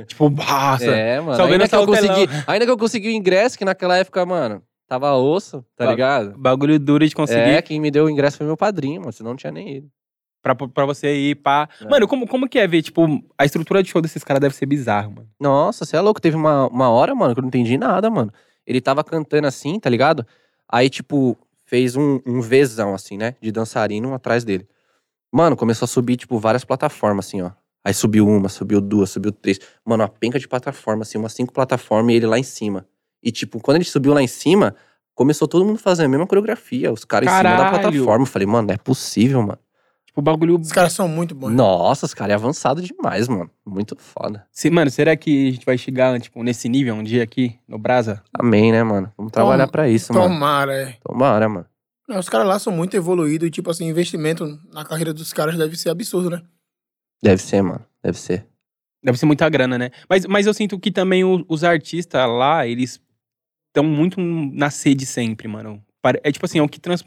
[SPEAKER 1] Tipo, nossa.
[SPEAKER 3] É, mano.
[SPEAKER 1] Só vendo
[SPEAKER 3] Ainda que,
[SPEAKER 1] só
[SPEAKER 3] eu
[SPEAKER 1] o telão.
[SPEAKER 3] consegui, ainda que eu consegui o ingresso, que naquela época, mano, tava osso, tá
[SPEAKER 1] Ba-
[SPEAKER 3] ligado?
[SPEAKER 1] Bagulho duro de
[SPEAKER 3] É,
[SPEAKER 1] conseguir
[SPEAKER 3] quem me deu o ingresso foi meu padrinho, mano. Senão não tinha nem ido.
[SPEAKER 1] pra, pra você ir pá.
[SPEAKER 3] É.
[SPEAKER 1] Mano, como, como que é ver? Tipo, a estrutura de show desses caras deve ser bizarro, mano.
[SPEAKER 3] Nossa, você é louco. Teve uma, uma hora, mano, que eu não entendi nada, mano. Ele tava cantando assim, tá ligado? Aí, tipo, fez um, um Vzão, assim, né? De dançarino atrás dele. Mano, começou a subir, tipo, várias plataformas, assim, ó. Aí subiu uma, subiu duas, subiu três. Mano, uma penca de plataforma, assim, umas cinco plataformas e ele lá em cima. E, tipo, quando ele subiu lá em cima, começou todo mundo fazendo a mesma coreografia. Os caras em cima da
[SPEAKER 1] Caralho!
[SPEAKER 3] plataforma. Eu falei, mano, não é possível, mano.
[SPEAKER 1] Tipo, bagulho.
[SPEAKER 2] Os caras são muito bons.
[SPEAKER 3] Nossa, os caras é avançado demais, mano. Muito foda.
[SPEAKER 1] Se- Mano, será que a gente vai chegar, tipo, nesse nível um dia aqui no Brasa?
[SPEAKER 3] Amém, né, mano? Vamos trabalhar pra isso, mano.
[SPEAKER 2] Tomara, é.
[SPEAKER 3] Tomara, mano.
[SPEAKER 2] Não, Os caras lá são muito evoluídos e, tipo assim, investimento na carreira dos caras deve ser absurdo, né?
[SPEAKER 3] Deve ser, mano. Deve ser.
[SPEAKER 1] Deve ser muita grana, né? Mas, mas eu sinto que também o- os artistas lá, eles estão muito na sede sempre, mano. Pare- É tipo assim, é o que, trans...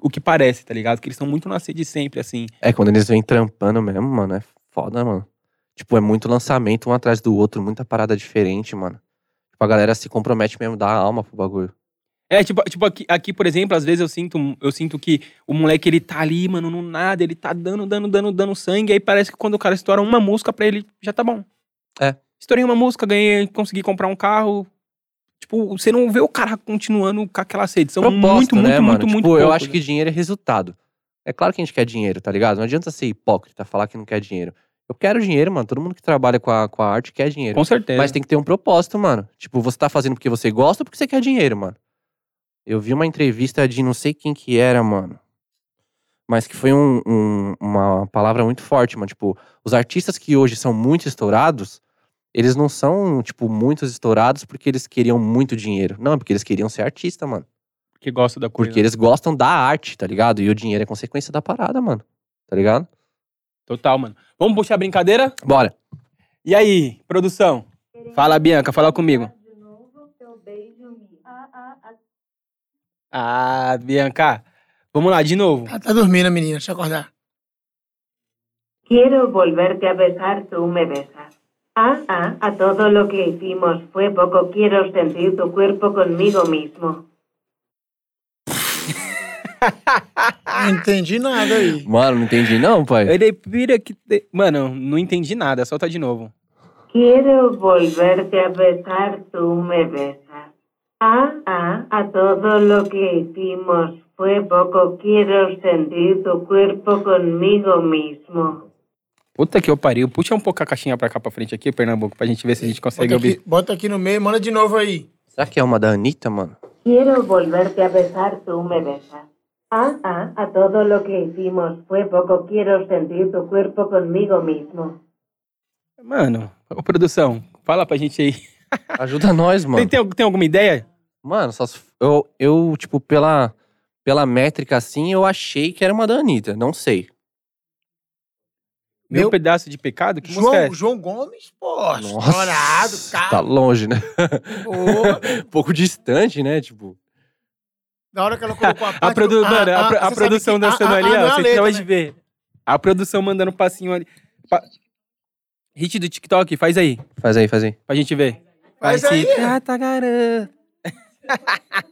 [SPEAKER 1] o que parece, tá ligado? Que eles estão muito na sede sempre, assim.
[SPEAKER 3] É, quando eles vêm trampando mesmo, mano, é foda, mano. Tipo, é muito lançamento um atrás do outro, muita parada diferente, mano. Tipo, a galera se compromete mesmo, dá a alma pro bagulho.
[SPEAKER 1] É, tipo, tipo aqui, aqui, por exemplo, às vezes eu sinto, eu sinto que o moleque, ele tá ali, mano, no nada, ele tá dando, dando, dando, dando sangue, aí parece que quando o cara estoura uma música pra ele, já tá bom.
[SPEAKER 3] É.
[SPEAKER 1] Estourei uma música, ganhei, consegui comprar um carro. Tipo, você não vê o cara continuando com aquela sede. São muito,
[SPEAKER 3] Proposta,
[SPEAKER 1] Então, muito,
[SPEAKER 3] né, mano?
[SPEAKER 1] muito,
[SPEAKER 3] Tipo,
[SPEAKER 1] muito
[SPEAKER 3] eu
[SPEAKER 1] poucos,
[SPEAKER 3] acho
[SPEAKER 1] né?
[SPEAKER 3] que dinheiro é resultado. É claro que a gente quer dinheiro, tá ligado? Não adianta ser hipócrita, falar que não quer dinheiro. Eu quero dinheiro, mano. Todo mundo que trabalha com a, com a arte quer dinheiro.
[SPEAKER 1] né? Com certeza.
[SPEAKER 3] Mas tem que ter um propósito, mano. Tipo, você tá fazendo porque você gosta ou porque você quer dinheiro, mano? Eu vi uma entrevista de não sei quem que era, mano. Mas que foi um- um- uma palavra muito forte, mano. Tipo, os artistas que hoje são muito estourados, eles não são, tipo, muitos estourados porque eles queriam muito dinheiro. Não, é porque eles queriam ser artista, mano.
[SPEAKER 1] que gosta da coisa.
[SPEAKER 3] Porque eles gostam da arte, tá ligado? E o dinheiro é consequência da parada, mano. Tá ligado?
[SPEAKER 1] Total, mano. Vamos puxar a brincadeira?
[SPEAKER 3] Bora.
[SPEAKER 1] E aí, produção? Fala, Bianca, fala comigo.
[SPEAKER 4] De novo, teu beijo me. Ah, ah, ah,
[SPEAKER 1] Ah, Bianca. Vamos lá, de novo.
[SPEAKER 2] Tá, tá dormindo, menina, deixa eu acordar.
[SPEAKER 4] Quiero volverte a besar, tú me besas. Ah, ah, a todo lo que hicimos fue poco, quiero sentir tu cuerpo conmigo mismo.
[SPEAKER 2] Ah, Não entendi nada aí.
[SPEAKER 3] Mano, não entendi não, pai.
[SPEAKER 1] Ele pira que. te- Mano, não entendi nada, solta de novo.
[SPEAKER 4] Quiero volverte a besar, tú me besas. Ah, ah, a todo lo que hicimos fue poco. Quiero sentir tu cuerpo conmigo mismo.
[SPEAKER 1] Puta que eu pariu. Puxa um pouco a caixinha pra cá pra frente aqui, Pernambuco, pra gente ver se a gente consegue
[SPEAKER 2] Bota
[SPEAKER 1] ouvir.
[SPEAKER 2] aqui, bota aqui no meio, manda de novo aí.
[SPEAKER 3] Será que é uma da Anitta, mano?
[SPEAKER 4] Quiero volverte a besar, tú me besas. Ah, ah, a todo lo que hicimos fue poco. Quiero sentir tu cuerpo conmigo mismo.
[SPEAKER 1] Mano, ô produção, fala pra gente aí.
[SPEAKER 3] Ajuda nós,
[SPEAKER 1] Tem,
[SPEAKER 3] mano.
[SPEAKER 1] tem, tem alguma ideia?
[SPEAKER 3] Mano, só se- eu, eu, tipo, pela, pela métrica assim, eu achei que era uma da Anitta. Não sei.
[SPEAKER 1] Meu,
[SPEAKER 2] Meu-
[SPEAKER 1] pedaço de pecado? Que música é?
[SPEAKER 2] João,
[SPEAKER 1] essa?
[SPEAKER 2] João Gomes, pô, Tá
[SPEAKER 3] Nossa,
[SPEAKER 2] estourado,
[SPEAKER 3] Tá
[SPEAKER 2] cara.
[SPEAKER 3] longe, né?
[SPEAKER 2] Pô,
[SPEAKER 3] Um pouco distante, né? Tipo.
[SPEAKER 2] na hora que ela colocou a
[SPEAKER 1] A,
[SPEAKER 2] placa-
[SPEAKER 1] produ- mano, a, pro- a
[SPEAKER 2] ah, você sabe
[SPEAKER 1] produção
[SPEAKER 2] que-
[SPEAKER 1] dançando
[SPEAKER 2] a- a-
[SPEAKER 1] ali,
[SPEAKER 2] a não é
[SPEAKER 1] ó.
[SPEAKER 2] a
[SPEAKER 1] Vocês
[SPEAKER 2] letra,
[SPEAKER 1] estão
[SPEAKER 2] né?
[SPEAKER 1] de ver. A produção mandando um passinho ali. Pa- Hit do TikTok, faz aí,
[SPEAKER 3] Faz aí, faz aí.
[SPEAKER 1] pra gente ver.
[SPEAKER 2] Faz
[SPEAKER 1] Vai se
[SPEAKER 2] aí. é.
[SPEAKER 1] trata, garota.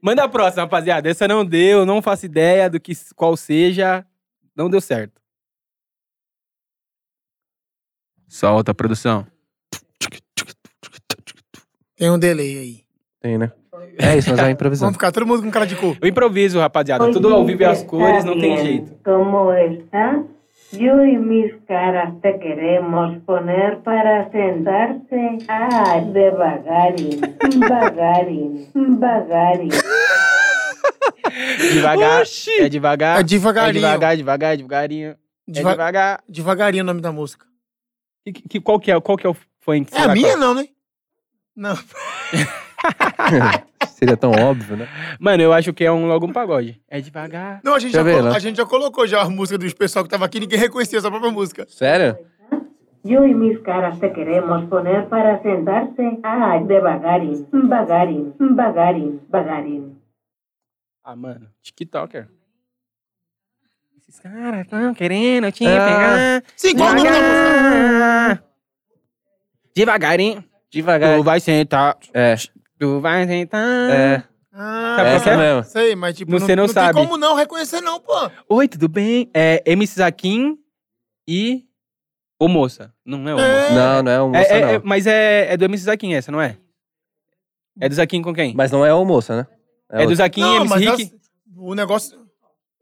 [SPEAKER 1] Manda a próxima, rapaziada. Essa não deu, não faço ideia do que qual seja. Não deu certo. Solta, produção.
[SPEAKER 2] Tem um delay aí.
[SPEAKER 3] Tem, né? É isso, nós vai improvisando.
[SPEAKER 2] Vamos ficar todo mundo com cara de cu.
[SPEAKER 1] Eu improviso, rapaziada.
[SPEAKER 4] Hoy
[SPEAKER 1] Tudo ao vivo e às
[SPEAKER 4] está
[SPEAKER 1] cores, não tem
[SPEAKER 4] bien.
[SPEAKER 1] jeito.
[SPEAKER 4] ¿Cómo estás? Yo y mis caras te queremos poner para sentarse a devagarin, vagarin, vagarin.
[SPEAKER 1] Devagar. É devagar.
[SPEAKER 2] É devagarinho.
[SPEAKER 1] É devagar, devagar, devagarinho.
[SPEAKER 2] Deva-
[SPEAKER 1] É devagar.
[SPEAKER 2] Devagarinho o nome da música.
[SPEAKER 1] E que- que- qual, que é, qual que é o funk?
[SPEAKER 2] É a
[SPEAKER 1] Será
[SPEAKER 2] minha,
[SPEAKER 1] qual-
[SPEAKER 2] não, né? Não.
[SPEAKER 3] Seria tão óbvio, né?
[SPEAKER 1] Mano, eu acho que é um logo um pagode. É devagar.
[SPEAKER 2] Não, a gente,
[SPEAKER 3] Deixa
[SPEAKER 2] já,
[SPEAKER 3] eu ver,
[SPEAKER 2] colo-
[SPEAKER 3] né?
[SPEAKER 2] a gente já colocou já a música dos pessoal que tava aqui, ninguém reconhecia essa própria música.
[SPEAKER 3] Sério?
[SPEAKER 4] Yo y mis caras te queremos poner para sentarse a devagarin, vagarin, vagarin, vagarin.
[SPEAKER 1] Ah, mano. TikToker. Esses caras tão querendo te
[SPEAKER 3] Ah.
[SPEAKER 1] pegar.
[SPEAKER 2] Sim, qual o nome da música?
[SPEAKER 1] Devagar. é Devagarinho.
[SPEAKER 3] Devagar.
[SPEAKER 1] Tu vai sentar.
[SPEAKER 3] É,
[SPEAKER 1] Tu vai sentar.
[SPEAKER 3] é.
[SPEAKER 2] Ah,
[SPEAKER 1] Sabe
[SPEAKER 3] essa
[SPEAKER 1] qual que
[SPEAKER 3] mesmo.
[SPEAKER 2] Sei, mas tipo,
[SPEAKER 1] Você não sabe.
[SPEAKER 2] tem como não reconhecer não, pô.
[SPEAKER 1] Oi, tudo bem? É MC Zaquim e. Ô moça. Não é ô moça.
[SPEAKER 2] É.
[SPEAKER 3] Não, não é
[SPEAKER 1] É,
[SPEAKER 3] almoça,
[SPEAKER 1] é, é,
[SPEAKER 3] não.
[SPEAKER 1] mas é, é do MC Zaquim essa, não é? É do Zaquim com quem?
[SPEAKER 3] Mas não é almoça, né?
[SPEAKER 1] é do
[SPEAKER 3] outra.
[SPEAKER 1] Zaquim e
[SPEAKER 2] não, assim,
[SPEAKER 1] MC Rick?
[SPEAKER 2] as- o negócio...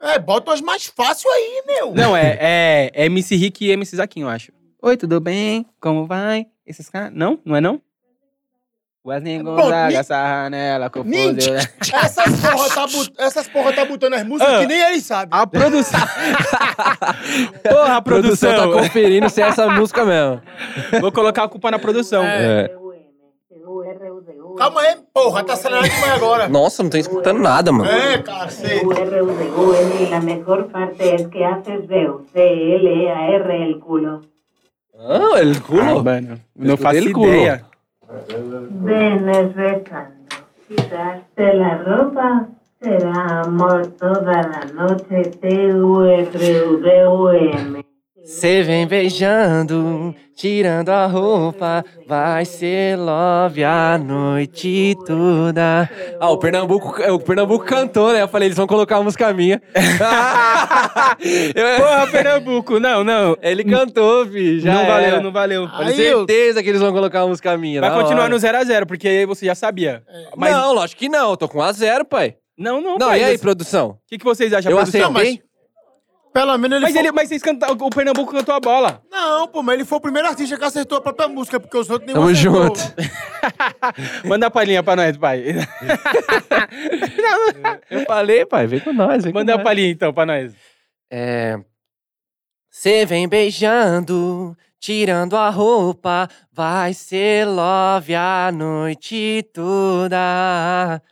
[SPEAKER 2] É, bota as mais fáceis aí, meu.
[SPEAKER 1] Não, é, é, é MC Rick e MC Zaquim, eu acho. Oi, tudo bem? Como vai? Esses caras... Não? Não é não? Wesley Gonzaga,
[SPEAKER 2] ni-
[SPEAKER 1] sarra nela, né? confuso...
[SPEAKER 2] Ninguém. Essas porra tá, bot- essas porra tá botando as músicas
[SPEAKER 1] Ah.
[SPEAKER 2] que nem eles sabem.
[SPEAKER 1] A produção... Porra, a
[SPEAKER 3] A produção tá
[SPEAKER 1] produção!
[SPEAKER 3] conferindo se é essa música mesmo.
[SPEAKER 1] Vou colocar a culpa na produção.
[SPEAKER 3] É.
[SPEAKER 2] Calma aí, porra, tá acelerando demais agora.
[SPEAKER 3] Nossa, não tô escutando nada, mano.
[SPEAKER 2] É, cacete.
[SPEAKER 4] URUDUN, la mejor parte es que haces veo, C-L-A-R E, el culo.
[SPEAKER 3] Ah, ele
[SPEAKER 1] Ah,
[SPEAKER 3] culo.
[SPEAKER 1] mano, não
[SPEAKER 3] Eu
[SPEAKER 1] faço
[SPEAKER 3] dei ele culo.
[SPEAKER 1] ideia.
[SPEAKER 4] Venes besando, quitaste la ropa, será amor toda la noche, T-U-R-U-D-U-M.
[SPEAKER 3] Cê vem beijando, tirando a roupa, vai ser love a noite toda. Ah, o Pernambuco, o Pernambuco cantou, né? Eu falei, eles vão colocar a música minha. Eu-
[SPEAKER 1] Porra, Ah, Pernambuco, não, não. É,
[SPEAKER 3] ele cantou, fi. Já
[SPEAKER 1] não valeu,
[SPEAKER 3] era.
[SPEAKER 1] não valeu.
[SPEAKER 2] Aí eu-
[SPEAKER 3] Certeza que eles vão colocar a música minha.
[SPEAKER 1] Vai
[SPEAKER 3] na
[SPEAKER 1] continuar
[SPEAKER 3] hora.
[SPEAKER 1] no 0x0, porque aí você já sabia. Mas... Então
[SPEAKER 3] Não, lógico que não. Eu tô com a zero, pai.
[SPEAKER 1] Não, não,
[SPEAKER 3] Não,
[SPEAKER 1] pai,
[SPEAKER 3] e aí,
[SPEAKER 1] mas-
[SPEAKER 3] produção?
[SPEAKER 1] O que, que vocês acham,
[SPEAKER 3] Eu
[SPEAKER 1] produção?
[SPEAKER 2] Não, mas-
[SPEAKER 3] acertei?
[SPEAKER 2] Pelo menos ele
[SPEAKER 1] Mas,
[SPEAKER 2] foi-
[SPEAKER 1] ele, mas vocês cantam, o Pernambuco cantou a bola.
[SPEAKER 2] Não, pô, mas ele foi o primeiro artista que acertou a própria música, porque os outros nem
[SPEAKER 3] Tamo
[SPEAKER 2] acertou.
[SPEAKER 3] junto.
[SPEAKER 1] Manda a palhinha pra nós, pai.
[SPEAKER 3] Eu falei, pai, vem com nós. Vem
[SPEAKER 1] Manda a
[SPEAKER 3] com nós.
[SPEAKER 1] palhinha então pra nós.
[SPEAKER 3] É. Cê vem beijando, tirando a roupa, vai ser love a noite toda.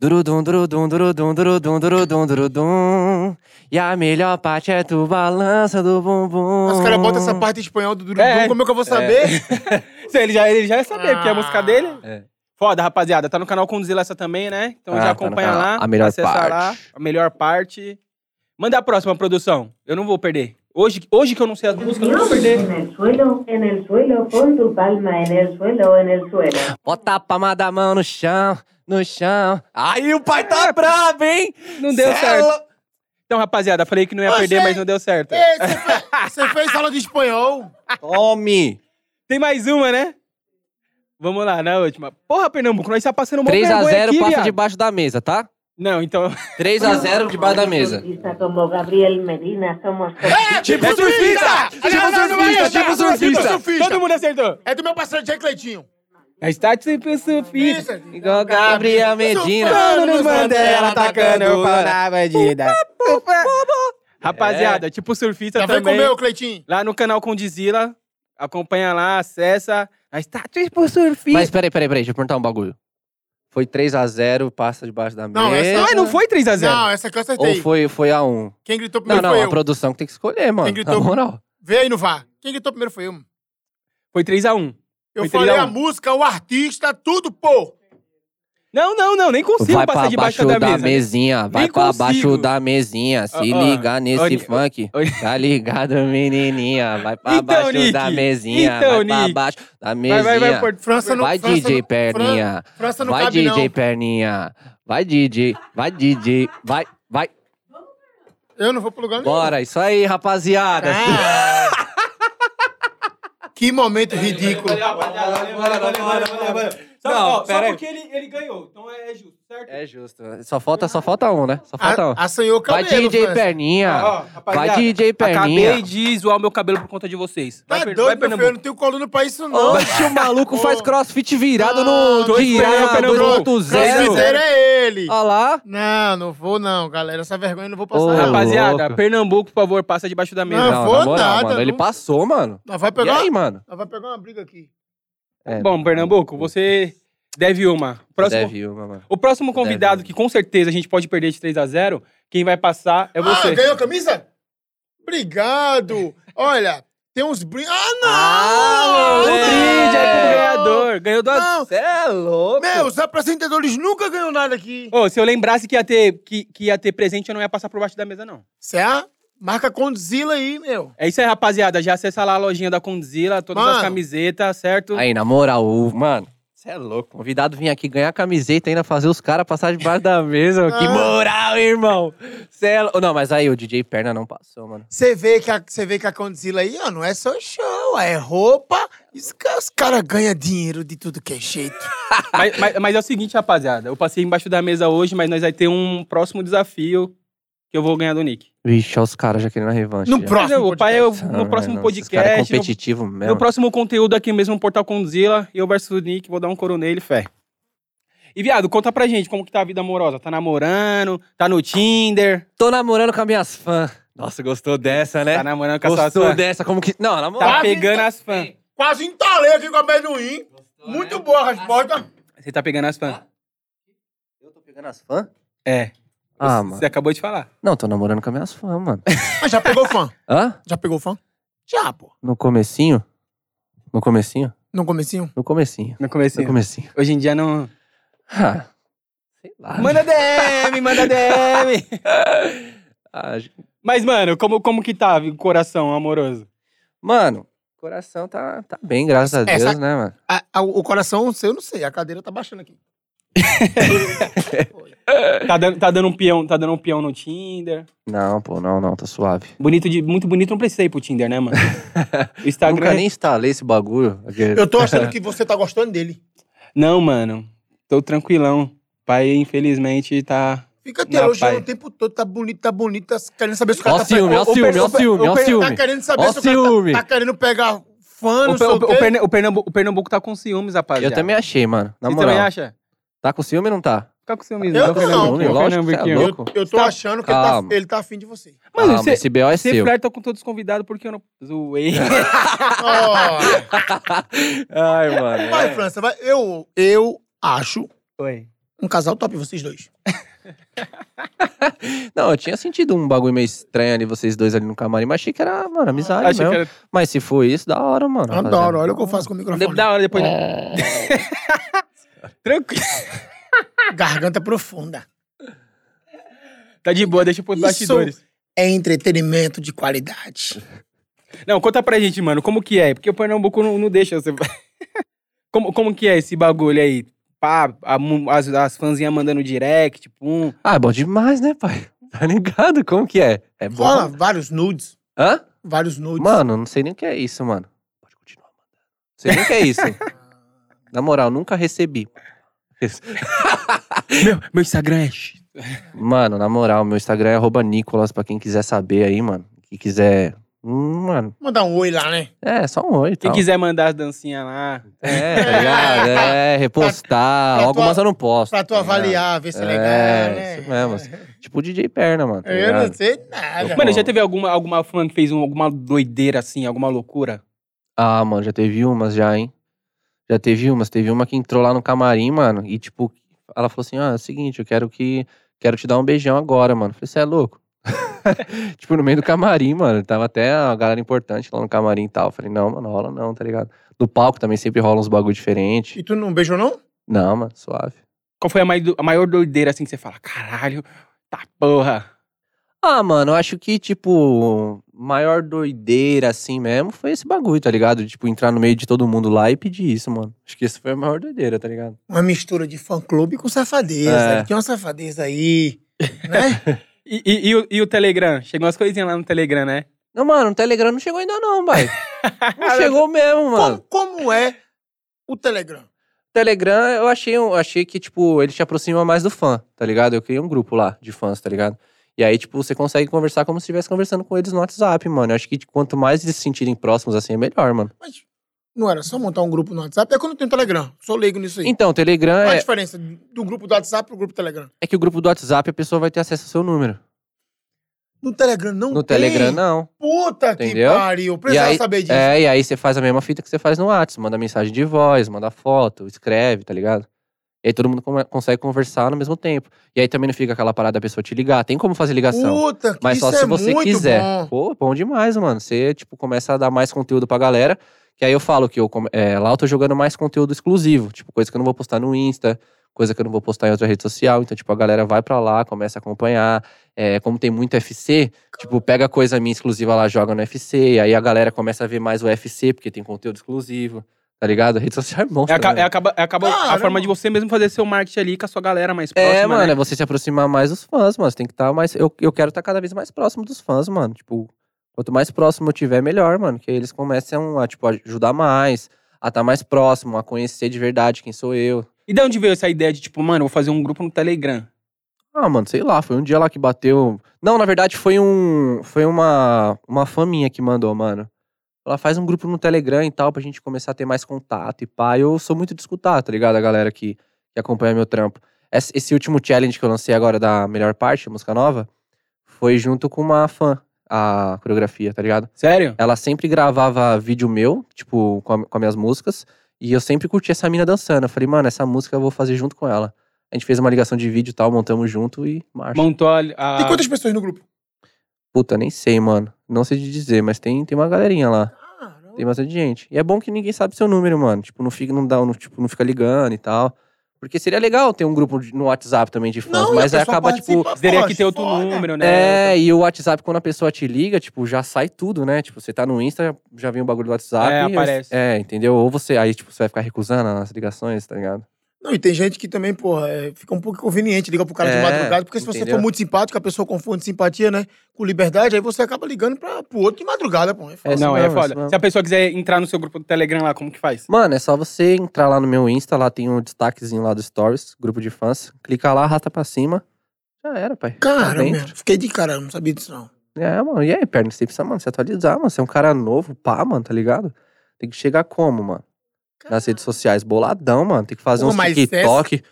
[SPEAKER 3] Durudum, durudum, durudum, durudum, durudum, durudum. E a melhor parte é tu balança do bumbum.
[SPEAKER 2] Os caras botam essa parte em espanhol do Durudum,
[SPEAKER 1] Hum. É.
[SPEAKER 2] como é que eu vou saber?
[SPEAKER 1] Se Ele já, ele já ia saber, porque é a música dele.
[SPEAKER 3] É.
[SPEAKER 1] Foda, rapaziada. Tá no canal Conduzila essa também, né? Então
[SPEAKER 3] Ah,
[SPEAKER 1] já
[SPEAKER 3] tá
[SPEAKER 1] acompanha
[SPEAKER 3] no
[SPEAKER 1] lá.
[SPEAKER 3] canal. A melhor
[SPEAKER 1] acessa
[SPEAKER 3] parte.
[SPEAKER 1] lá. A melhor parte. Manda a próxima, produção. Eu não vou perder. Hoje, hoje que eu não sei as músicas, eu não vou perder.
[SPEAKER 4] En el suelo, en el suelo, pon tu palma en el suelo, en el suelo.
[SPEAKER 3] Bota a palma da mão no chão, no chão. Aí o pai tá bravo, hein?
[SPEAKER 1] É. Não deu
[SPEAKER 3] Cê é
[SPEAKER 1] certo.
[SPEAKER 3] lou-
[SPEAKER 1] Então, rapaziada, falei que não ia
[SPEAKER 2] Eu
[SPEAKER 1] perder,
[SPEAKER 2] sei.
[SPEAKER 1] mas não deu certo.
[SPEAKER 2] Ei, você fez, você fez aula de espanhol?
[SPEAKER 3] Tome!
[SPEAKER 1] Tem mais uma, né? Vamos lá, na última. Porra, Pernambuco, nós tá passando uma
[SPEAKER 3] 3x0
[SPEAKER 1] aqui,
[SPEAKER 3] passa
[SPEAKER 1] viado.
[SPEAKER 3] debaixo da mesa, tá?
[SPEAKER 1] Não, então...
[SPEAKER 3] 3x0 debaixo da mesa.
[SPEAKER 4] Artista como Gabriel Medina, somos
[SPEAKER 2] É,
[SPEAKER 4] todos.
[SPEAKER 1] Tipo surfista! Tipo surfista! Tipo surfista! Todo mundo acertou!
[SPEAKER 2] É do meu parceiro Jay Cleitinho.
[SPEAKER 1] Está tipo surfista!
[SPEAKER 2] Isso.
[SPEAKER 3] Igual Gabriel Medina.
[SPEAKER 1] Mano, nos Mandela tá atacando o pau na bandida.
[SPEAKER 3] É.
[SPEAKER 1] Rapaziada, tipo surfista
[SPEAKER 2] Já vem com o
[SPEAKER 1] também.
[SPEAKER 2] meu, Cleitinho.
[SPEAKER 1] Lá no canal Condizila. Acompanha lá, acessa. Nós tá tipo surfista.
[SPEAKER 3] Mas peraí, peraí, peraí, deixa eu perguntar um bagulho. Foi 3x0, passa debaixo da mesa.
[SPEAKER 2] Não, essa-
[SPEAKER 1] Mas não foi 3x0.
[SPEAKER 2] Não, essa aqui eu
[SPEAKER 3] Ou
[SPEAKER 2] acertei.
[SPEAKER 3] foi, foi a 1?
[SPEAKER 2] Quem gritou
[SPEAKER 3] Não,
[SPEAKER 2] primeiro
[SPEAKER 3] não,
[SPEAKER 2] foi
[SPEAKER 3] a
[SPEAKER 2] eu.
[SPEAKER 3] produção que tem que escolher, mano.
[SPEAKER 2] Quem gritou?
[SPEAKER 3] Na moral.
[SPEAKER 2] Vê aí no VAR. Quem gritou primeiro foi eu. mano.
[SPEAKER 1] Foi 3x1.
[SPEAKER 2] Eu
[SPEAKER 1] Foi
[SPEAKER 2] falei a
[SPEAKER 1] 3x1.
[SPEAKER 2] música, o artista, tudo, pô.
[SPEAKER 1] Não, não, não. Nem consigo
[SPEAKER 3] Vai
[SPEAKER 1] passar
[SPEAKER 3] pra
[SPEAKER 1] debaixo
[SPEAKER 3] baixo
[SPEAKER 1] da,
[SPEAKER 3] da,
[SPEAKER 1] mesa.
[SPEAKER 3] mesinha, vai
[SPEAKER 1] Nem
[SPEAKER 3] pra
[SPEAKER 1] consigo.
[SPEAKER 3] baixo da mesinha, se
[SPEAKER 1] Ó, ó,
[SPEAKER 3] liga nesse
[SPEAKER 1] ó, Ni-
[SPEAKER 3] funk,
[SPEAKER 1] ó-
[SPEAKER 3] tá ligado menininha, vai pra
[SPEAKER 1] Então,
[SPEAKER 3] baixo
[SPEAKER 1] Nick,
[SPEAKER 3] da mesinha,
[SPEAKER 1] então,
[SPEAKER 3] vai pra
[SPEAKER 1] Nick.
[SPEAKER 3] baixo da mesinha,
[SPEAKER 1] Vai, vai, vai.
[SPEAKER 3] vai,
[SPEAKER 1] Porto.
[SPEAKER 2] França não França
[SPEAKER 3] DJ
[SPEAKER 2] não-
[SPEAKER 3] Perninha,
[SPEAKER 2] Fran- França não
[SPEAKER 3] vai
[SPEAKER 2] cabe,
[SPEAKER 3] DJ
[SPEAKER 2] não.
[SPEAKER 3] Perninha, vai DJ, vai DJ, vai, vai,
[SPEAKER 2] Eu não vou pro lugar nenhum.
[SPEAKER 3] bora, isso aí rapaziada.
[SPEAKER 1] É.
[SPEAKER 2] Que momento ridículo.
[SPEAKER 1] Só,
[SPEAKER 3] Não,
[SPEAKER 1] ó,
[SPEAKER 3] pera
[SPEAKER 1] só
[SPEAKER 3] aí.
[SPEAKER 1] porque ele, ele ganhou, então é justo, certo?
[SPEAKER 3] É justo, só falta, só falta um, né, só falta um.
[SPEAKER 2] A, assanhou o
[SPEAKER 3] Vai
[SPEAKER 2] cabelo,
[SPEAKER 3] DJ
[SPEAKER 2] França.
[SPEAKER 3] Perninha,
[SPEAKER 1] Ó,
[SPEAKER 3] vai
[SPEAKER 1] rapaziada,
[SPEAKER 3] DJ
[SPEAKER 1] Acabei
[SPEAKER 3] Perninha.
[SPEAKER 1] de zoar o meu cabelo por conta de vocês.
[SPEAKER 2] Tá
[SPEAKER 1] Vai, per- vai,
[SPEAKER 2] doido, meu filho? Eu
[SPEAKER 1] Pernambuco.
[SPEAKER 2] não tenho coluna pra isso, não.
[SPEAKER 3] Oxe, o maluco faz crossfit virado
[SPEAKER 2] Não,
[SPEAKER 3] no
[SPEAKER 1] tô esperando,
[SPEAKER 3] Diá
[SPEAKER 1] Pernambuco.
[SPEAKER 3] 2.0.
[SPEAKER 1] Crossfiteiro.
[SPEAKER 2] Crossfiteiro é ele.
[SPEAKER 3] Olha lá.
[SPEAKER 2] Não, não vou não, galera. Essa vergonha eu não vou passar,
[SPEAKER 3] Ô,
[SPEAKER 2] não.
[SPEAKER 1] Rapaziada,
[SPEAKER 3] louco.
[SPEAKER 1] Pernambuco, por favor, passa debaixo da mesa.
[SPEAKER 2] Não,
[SPEAKER 3] Não,
[SPEAKER 2] vou
[SPEAKER 3] na moral,
[SPEAKER 2] nada,
[SPEAKER 3] mano.
[SPEAKER 2] não.
[SPEAKER 3] Ele passou, mano.
[SPEAKER 2] Nós vai
[SPEAKER 3] E
[SPEAKER 2] pegar,
[SPEAKER 3] aí, mano?
[SPEAKER 2] nós vai pegar uma briga aqui.
[SPEAKER 3] É,
[SPEAKER 1] Bom, Pernambuco, você deve uma. Próximo-
[SPEAKER 3] Deve uma, mano.
[SPEAKER 1] O próximo convidado,
[SPEAKER 3] Deve.
[SPEAKER 1] que com certeza a gente pode perder de 3x0, quem vai passar é
[SPEAKER 2] Ah,
[SPEAKER 1] você.
[SPEAKER 2] ganhou a camisa? Obrigado. Olha, tem uns brindes. Ah, não!
[SPEAKER 3] Ah,
[SPEAKER 1] o
[SPEAKER 3] moleque!
[SPEAKER 1] brinde aí pro é ganhador. Ganhou do
[SPEAKER 3] Ah,
[SPEAKER 2] Não.
[SPEAKER 1] Você é louco.
[SPEAKER 2] Meu, os apresentadores nunca ganham nada aqui.
[SPEAKER 1] Ô, se eu lembrasse que ia, ter, que, que ia ter presente, eu não ia passar por baixo da mesa, não.
[SPEAKER 2] Cê é? Marca Condzilla aí, meu.
[SPEAKER 1] É isso aí, rapaziada. Já acessa lá a lojinha da Condzilla, todas as
[SPEAKER 2] Mano.
[SPEAKER 1] camisetas, certo?
[SPEAKER 3] Aí, na moral, o- mano. Você é louco. Convidado vir aqui ganhar camiseta e ainda fazer os caras passar debaixo da mesa. Que
[SPEAKER 2] Ah.
[SPEAKER 3] moral, irmão. Cê é lou- Não, mas aí o DJ Perna não passou, mano.
[SPEAKER 2] Você vê que a, cê vê que a Condzilla aí, ó, não é só show, é roupa. Os, ca- os caras ganham dinheiro de tudo que é jeito.
[SPEAKER 1] mas, mas- mas é o seguinte, rapaziada. Eu passei embaixo da mesa hoje, mas nós vai ter um próximo desafio que eu vou ganhar do Nick.
[SPEAKER 3] Vixe, olha os caras já querendo a revanche.
[SPEAKER 2] No
[SPEAKER 1] Mas
[SPEAKER 3] já.
[SPEAKER 1] eu-
[SPEAKER 2] próximo
[SPEAKER 1] o pai, eu,
[SPEAKER 3] Ah,
[SPEAKER 1] no próximo
[SPEAKER 3] mano, esses caras É
[SPEAKER 1] podcast, no-
[SPEAKER 3] competitivo
[SPEAKER 1] No
[SPEAKER 3] mesmo.
[SPEAKER 1] próximo conteúdo aqui mesmo no Portal Condzilla, eu versus o Nick, vou dar um coro nele, fé. E, viado, conta pra gente como que tá a vida amorosa. Tá namorando? Tá no Tinder?
[SPEAKER 3] Tô namorando com as minhas fãs. Nossa, gostou dessa, né?
[SPEAKER 1] Tá namorando com a sua
[SPEAKER 3] Gostou
[SPEAKER 1] fã?
[SPEAKER 3] dessa, como que. Não, na moral.
[SPEAKER 1] Tá
[SPEAKER 2] Quase
[SPEAKER 1] pegando as fãs.
[SPEAKER 2] Quase entalei aqui com amendoim. Muito boa a resposta.
[SPEAKER 1] Você tá pegando as fãs?
[SPEAKER 3] Eu tô pegando as fãs?
[SPEAKER 1] É. Você
[SPEAKER 3] Ah, mano.
[SPEAKER 1] acabou de falar.
[SPEAKER 3] Não, tô namorando com as minhas fãs, mano.
[SPEAKER 2] Mas já pegou fã?
[SPEAKER 3] Hã?
[SPEAKER 2] Já pegou fã? Já, pô.
[SPEAKER 3] No comecinho? No comecinho?
[SPEAKER 2] No comecinho?
[SPEAKER 3] No comecinho.
[SPEAKER 1] No começo.
[SPEAKER 3] No comecinho.
[SPEAKER 1] Hoje em dia não...
[SPEAKER 3] Ah, sei lá.
[SPEAKER 1] Manda DM, manda DM!
[SPEAKER 3] Ah, j-
[SPEAKER 1] Mas, mano, como, como que tá o coração amoroso?
[SPEAKER 3] mano, o coração tá, tá bem, graças
[SPEAKER 1] É,
[SPEAKER 3] a Deus,
[SPEAKER 2] Essa-
[SPEAKER 3] né, mano?
[SPEAKER 2] A- a- o coração seu, eu não sei. A cadeira tá baixando aqui.
[SPEAKER 1] Tá dando, tá dando um peão, tá dando um peão no Tinder.
[SPEAKER 3] Não, pô, não, não, tá suave.
[SPEAKER 1] Bonito de, muito bonito, não precisa ir pro Tinder, né, mano? O Instagram...
[SPEAKER 3] Nunca nem instalei esse bagulho.
[SPEAKER 2] Eu tô achando que você tá gostando dele.
[SPEAKER 1] Não, mano. Tô tranquilão. Pai, infelizmente, tá.
[SPEAKER 2] Fica te
[SPEAKER 1] Não,
[SPEAKER 2] elogiando
[SPEAKER 1] pai.
[SPEAKER 2] o tempo todo, tá bonito, tá bonito, tá querendo saber se o cara
[SPEAKER 3] Ó o
[SPEAKER 2] tá
[SPEAKER 3] ciúme, ó o
[SPEAKER 1] o- o
[SPEAKER 3] ciúme,
[SPEAKER 1] per-
[SPEAKER 3] ó o
[SPEAKER 1] o per-
[SPEAKER 3] ciúme, ó
[SPEAKER 1] o
[SPEAKER 3] o
[SPEAKER 1] per-
[SPEAKER 2] Tá
[SPEAKER 3] ciúme.
[SPEAKER 2] querendo saber
[SPEAKER 3] Ó
[SPEAKER 2] se
[SPEAKER 3] o
[SPEAKER 2] o cara
[SPEAKER 3] ciúme.
[SPEAKER 2] tá, tá querendo pegar fã, não
[SPEAKER 1] O,
[SPEAKER 2] sei
[SPEAKER 1] Pe-
[SPEAKER 2] o
[SPEAKER 1] o, Pe-
[SPEAKER 2] quê.
[SPEAKER 1] o Perne- o Pernambuco, o Pernambuco tá com ciúmes, rapaziada.
[SPEAKER 3] Eu também achei, mano. Na
[SPEAKER 1] Você
[SPEAKER 3] moral.
[SPEAKER 1] também acha?
[SPEAKER 3] Tá com ciúme ou não tá?
[SPEAKER 1] Fica com ciúmes,
[SPEAKER 2] Eu
[SPEAKER 1] não, Pernambuco.
[SPEAKER 3] não, lógico que
[SPEAKER 1] Pernambuquinho.
[SPEAKER 3] é
[SPEAKER 2] Eu,
[SPEAKER 3] louco.
[SPEAKER 2] eu tô
[SPEAKER 1] Tá-
[SPEAKER 2] achando que ele tá,
[SPEAKER 3] Calma.
[SPEAKER 2] ele tá afim de você.
[SPEAKER 1] Mano,
[SPEAKER 3] Calma,
[SPEAKER 1] você-
[SPEAKER 3] esse B.O. é
[SPEAKER 1] Você
[SPEAKER 3] seu.
[SPEAKER 1] flerta com todos os convidados porque eu não. Zoei.
[SPEAKER 2] Ó,
[SPEAKER 3] Ai, mano.
[SPEAKER 2] vai, França, vai. Eu, eu acho
[SPEAKER 1] Oi.
[SPEAKER 2] um casal top, vocês dois.
[SPEAKER 3] Não, eu tinha sentido um bagulho meio estranho ali, vocês dois ali no camarim, mas achei que era, mano, amizade
[SPEAKER 1] Achei
[SPEAKER 3] mesmo.
[SPEAKER 1] que era.
[SPEAKER 3] Mas se for isso, da hora, mano. rapaziada.
[SPEAKER 2] Adoro, olha o que eu faço com o
[SPEAKER 1] Deve
[SPEAKER 2] microfone.
[SPEAKER 1] da hora depois. Tranquilo.
[SPEAKER 2] Garganta é profunda.
[SPEAKER 1] Tá de boa, deixa pros
[SPEAKER 2] Isso.
[SPEAKER 1] bastidores.
[SPEAKER 2] é entretenimento de qualidade.
[SPEAKER 1] Não, conta pra gente, mano, como que é? Porque o Pernambuco não, não deixa você. como, como que é esse bagulho aí? Pá, a mu- as, as fãzinhas mandando direct, tipo, um. pum.
[SPEAKER 3] Ah, é bom demais, né, pai? Tá ligado? Como que é? É bom.
[SPEAKER 2] Rola vários nudes.
[SPEAKER 3] Hã?
[SPEAKER 2] Vários nudes.
[SPEAKER 3] Mano, não sei nem o que é isso, mano. Pode continuar, mano. Não sei nem o que é isso. Na moral, nunca recebi.
[SPEAKER 1] Meu, meu Instagram é. sh-
[SPEAKER 3] Mano, na moral, meu Instagram é arroba Nicolas, pra quem quiser saber aí, mano. Quem quiser. Hum, mano,
[SPEAKER 2] Mandar um oi lá, né?
[SPEAKER 3] é só um oi, e
[SPEAKER 1] Quem
[SPEAKER 3] tal.
[SPEAKER 1] quiser mandar as dancinhas lá.
[SPEAKER 3] É, tá ligado? É, repostar.
[SPEAKER 2] pra tua-
[SPEAKER 3] Algumas eu não posso.
[SPEAKER 2] Pra tu
[SPEAKER 3] tá ligado?
[SPEAKER 2] avaliar, ver se é legal,
[SPEAKER 3] É, isso
[SPEAKER 2] né? É,
[SPEAKER 3] mesmo. Tipo DJ Perna, mano. tá
[SPEAKER 2] Eu não
[SPEAKER 3] ligado?
[SPEAKER 2] sei nada.
[SPEAKER 1] Mano, já teve alguma, alguma fã que fez um- alguma doideira assim, alguma loucura?
[SPEAKER 3] Ah, mano, já teve umas já, hein? Já teve umas. Teve uma que entrou lá no camarim, mano, e tipo, ela falou assim: ah, é o seguinte, eu quero que. Quero te dar um beijão agora, mano. Eu Falei, você é louco? tipo, no meio do camarim, mano. Tava até a galera importante lá no camarim e tal. Eu Falei, não, mano, rola não, tá ligado? No palco também sempre rola uns bagulho diferente.
[SPEAKER 2] E tu não beijou, não?
[SPEAKER 3] Não, mano, suave.
[SPEAKER 1] Qual foi a, mai- a maior doideira assim que você fala? Caralho, tá porra.
[SPEAKER 3] Ah, mano, eu acho que, tipo, maior doideira, assim mesmo, foi esse bagulho, tá ligado? Tipo, entrar no meio de todo mundo lá e pedir isso, mano. Acho que isso foi a maior doideira, tá ligado?
[SPEAKER 2] Uma mistura de fã-clube com safadeza.
[SPEAKER 3] É.
[SPEAKER 2] Tinha uma safadeza aí, né?
[SPEAKER 1] E, e- e o, e o Telegram? Chegou umas coisinhas lá no Telegram, né?
[SPEAKER 3] Não, mano, o Telegram não chegou ainda não, pai. Não chegou mesmo, mano.
[SPEAKER 2] como, como é o Telegram?
[SPEAKER 3] Telegram, eu achei, eu achei que, tipo, ele te aproxima mais do fã, tá ligado? Eu criei um grupo lá de fãs, tá ligado? E aí, tipo, você consegue conversar como se estivesse conversando com eles no WhatsApp, mano. Eu acho que tipo, quanto mais eles se sentirem próximos, assim, é melhor, mano.
[SPEAKER 2] Mas não era só montar um grupo no WhatsApp? É quando tem o Telegram. Sou leigo nisso aí.
[SPEAKER 3] Então, o Telegram
[SPEAKER 2] Qual a
[SPEAKER 3] é,
[SPEAKER 2] diferença do grupo do WhatsApp pro grupo do Telegram?
[SPEAKER 3] é que o grupo do WhatsApp a pessoa vai ter acesso ao seu número.
[SPEAKER 2] No Telegram não
[SPEAKER 3] No
[SPEAKER 2] tem.
[SPEAKER 3] Telegram, não.
[SPEAKER 2] Puta
[SPEAKER 3] Entendeu?
[SPEAKER 2] que pariu. Precisava
[SPEAKER 3] aí-
[SPEAKER 2] saber disso.
[SPEAKER 3] É, e aí você faz a mesma fita que você faz no WhatsApp. Manda mensagem de voz, manda foto, escreve, tá ligado? E aí todo mundo come- consegue conversar no mesmo tempo. E aí também não fica aquela parada da pessoa te ligar. Tem como fazer ligação.
[SPEAKER 2] Puta que
[SPEAKER 3] mas só
[SPEAKER 2] isso
[SPEAKER 3] se
[SPEAKER 2] é
[SPEAKER 3] você
[SPEAKER 2] muito
[SPEAKER 3] quiser.
[SPEAKER 2] bom.
[SPEAKER 3] Pô, bom demais, mano. Você, tipo, começa a dar mais conteúdo pra galera. Que aí eu falo que eu, come- é, lá eu tô jogando mais conteúdo exclusivo. Tipo, coisa que eu não vou postar no Insta, coisa que eu não vou postar em outra rede social. Então, tipo, a galera vai pra lá, começa a acompanhar. É, como tem muito FC, tipo, pega coisa minha exclusiva lá, joga no FC. E aí a galera começa a ver mais o FC, porque tem conteúdo exclusivo. Tá ligado? A rede social é
[SPEAKER 1] É,
[SPEAKER 3] monstro.
[SPEAKER 1] aca- é
[SPEAKER 3] né?
[SPEAKER 1] acaba, é acaba a
[SPEAKER 2] Caramba.
[SPEAKER 1] forma de você mesmo fazer seu marketing ali com a sua galera mais
[SPEAKER 3] É,
[SPEAKER 1] próxima.
[SPEAKER 3] mano,
[SPEAKER 1] né?
[SPEAKER 3] é você se aproximar mais dos fãs, mano. Você tem que estar mais. Eu, eu quero estar cada vez mais próximo dos fãs, mano. Tipo, quanto mais próximo eu tiver, melhor, mano. Que aí eles começam a, tipo, ajudar mais, a estar mais próximo, a conhecer de verdade quem sou eu.
[SPEAKER 1] E de onde veio essa ideia de, tipo, mano, vou fazer um grupo no Telegram?
[SPEAKER 3] Ah, mano, sei lá, foi um dia lá que bateu. Não, na verdade, foi um. Foi uma, uma fã minha que mandou, mano. Ela faz um grupo no Telegram e tal, pra gente começar a ter mais contato e pá. Eu sou muito de escutar, tá ligado? A galera que, que acompanha meu trampo. Esse, esse último challenge que eu lancei agora da melhor parte, a música nova, foi junto com uma fã, a coreografia, tá ligado?
[SPEAKER 1] Sério?
[SPEAKER 3] Ela sempre gravava vídeo meu, tipo, com, a- com as minhas músicas. E eu sempre curti essa mina dançando. Eu falei, mano, essa música eu vou fazer junto com ela. A gente fez uma ligação de vídeo e tal, montamos junto e marcha.
[SPEAKER 1] Montou a. a-
[SPEAKER 2] Tem quantas pessoas no grupo?
[SPEAKER 3] Puta, nem sei, mano. Não sei te dizer, mas tem, tem uma galerinha lá.
[SPEAKER 2] Caramba.
[SPEAKER 3] Tem bastante gente. E é bom que ninguém sabe seu número, mano. Tipo, não fica, não dá, não, tipo, não fica ligando e tal. Porque seria legal ter um grupo de- no WhatsApp também de fãs,
[SPEAKER 2] Não,
[SPEAKER 3] mas
[SPEAKER 2] e a pessoa
[SPEAKER 3] aí acaba, tipo,
[SPEAKER 2] participa,
[SPEAKER 1] Teria que
[SPEAKER 2] poxa,
[SPEAKER 1] ter outro
[SPEAKER 2] foda.
[SPEAKER 1] número, né?
[SPEAKER 3] É, e o WhatsApp, quando a pessoa te liga, tipo, já sai tudo, né? Tipo, você tá no Insta, já vem o bagulho do
[SPEAKER 1] É,
[SPEAKER 3] WhatsApp. e aí-
[SPEAKER 1] aparece.
[SPEAKER 3] É, entendeu? Ou você, aí, tipo, você vai ficar recusando as ligações, tá ligado?
[SPEAKER 2] Não, e tem gente que também, porra, é, fica um pouco inconveniente ligar pro cara
[SPEAKER 3] É,
[SPEAKER 2] de madrugada, porque se você
[SPEAKER 3] entendeu?
[SPEAKER 2] for muito simpático, a pessoa confunde simpatia, né? Com liberdade, aí você acaba ligando pra, pro outro de madrugada, pô. É foda.
[SPEAKER 3] É,
[SPEAKER 1] não,
[SPEAKER 3] isso
[SPEAKER 1] é
[SPEAKER 3] mesmo, isso
[SPEAKER 1] foda.
[SPEAKER 3] mesmo.
[SPEAKER 1] Se a pessoa quiser entrar no seu grupo do Telegram lá, como que faz?
[SPEAKER 3] Mano, é só você entrar lá no meu Insta, lá tem um destaquezinho lá do Stories, grupo de fãs. Clica lá, arrasta pra cima. Já era, pai. Tá
[SPEAKER 2] Cara,
[SPEAKER 3] dentro.
[SPEAKER 2] mesmo, fiquei de cara, eu não sabia disso, não.
[SPEAKER 3] É, mano. E aí, perna, você precisa, mano, se atualizar, mano. Você é um cara novo, pá, mano, tá ligado? Tem que chegar como, mano? Nas redes sociais, boladão, mano. Tem que fazer
[SPEAKER 2] Pô,
[SPEAKER 3] uns
[SPEAKER 2] mas
[SPEAKER 3] TikTok.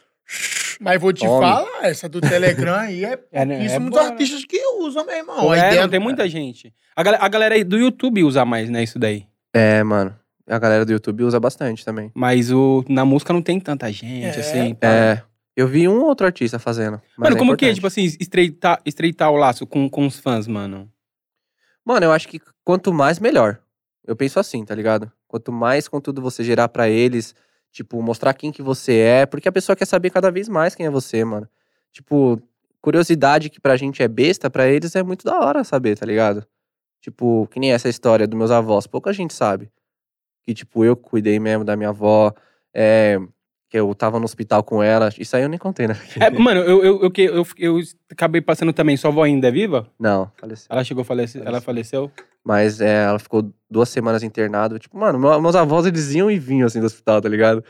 [SPEAKER 2] Mas vou te
[SPEAKER 3] Homem.
[SPEAKER 2] falar, essa do Telegram aí é.
[SPEAKER 1] É, né?
[SPEAKER 2] Isso
[SPEAKER 1] É
[SPEAKER 2] muitos
[SPEAKER 1] boa, né?
[SPEAKER 2] artistas que usam, meu irmão.
[SPEAKER 1] Pô,
[SPEAKER 2] a
[SPEAKER 1] é,
[SPEAKER 2] ideia
[SPEAKER 1] não tem muita gente. A, gal- a galera aí do YouTube usa mais, né, isso daí.
[SPEAKER 3] É, mano. A galera do YouTube usa bastante também.
[SPEAKER 1] Mas o, na música não tem tanta gente,
[SPEAKER 2] É.
[SPEAKER 1] assim. pá.
[SPEAKER 3] É. Eu vi um outro artista fazendo. mas
[SPEAKER 1] Mano,
[SPEAKER 3] é
[SPEAKER 1] como que é,
[SPEAKER 3] importante.
[SPEAKER 1] tipo assim, estreitar, estreitar o laço com, com os fãs, mano?
[SPEAKER 3] Mano, eu acho que quanto mais, melhor. Eu penso assim, tá ligado? Quanto mais conteúdo você gerar pra eles, tipo, mostrar quem que você é, porque a pessoa quer saber cada vez mais quem é você, mano. Tipo, curiosidade que pra gente é besta, pra eles é muito da hora saber, tá ligado? Tipo, que nem essa história dos meus avós, pouca gente sabe. Que, tipo, eu cuidei mesmo da minha avó, é, que eu tava no hospital com ela. Isso aí eu nem contei, né?
[SPEAKER 1] É, mano, eu, eu, eu, que- eu, eu acabei passando também. Sua avó ainda é viva?
[SPEAKER 3] Não, faleceu.
[SPEAKER 1] Ela chegou a falecer? Ela faleceu?
[SPEAKER 3] Mas é, ela ficou duas semanas internada. Tipo, mano, meu- meus avós eles iam e vinham assim do hospital, tá ligado?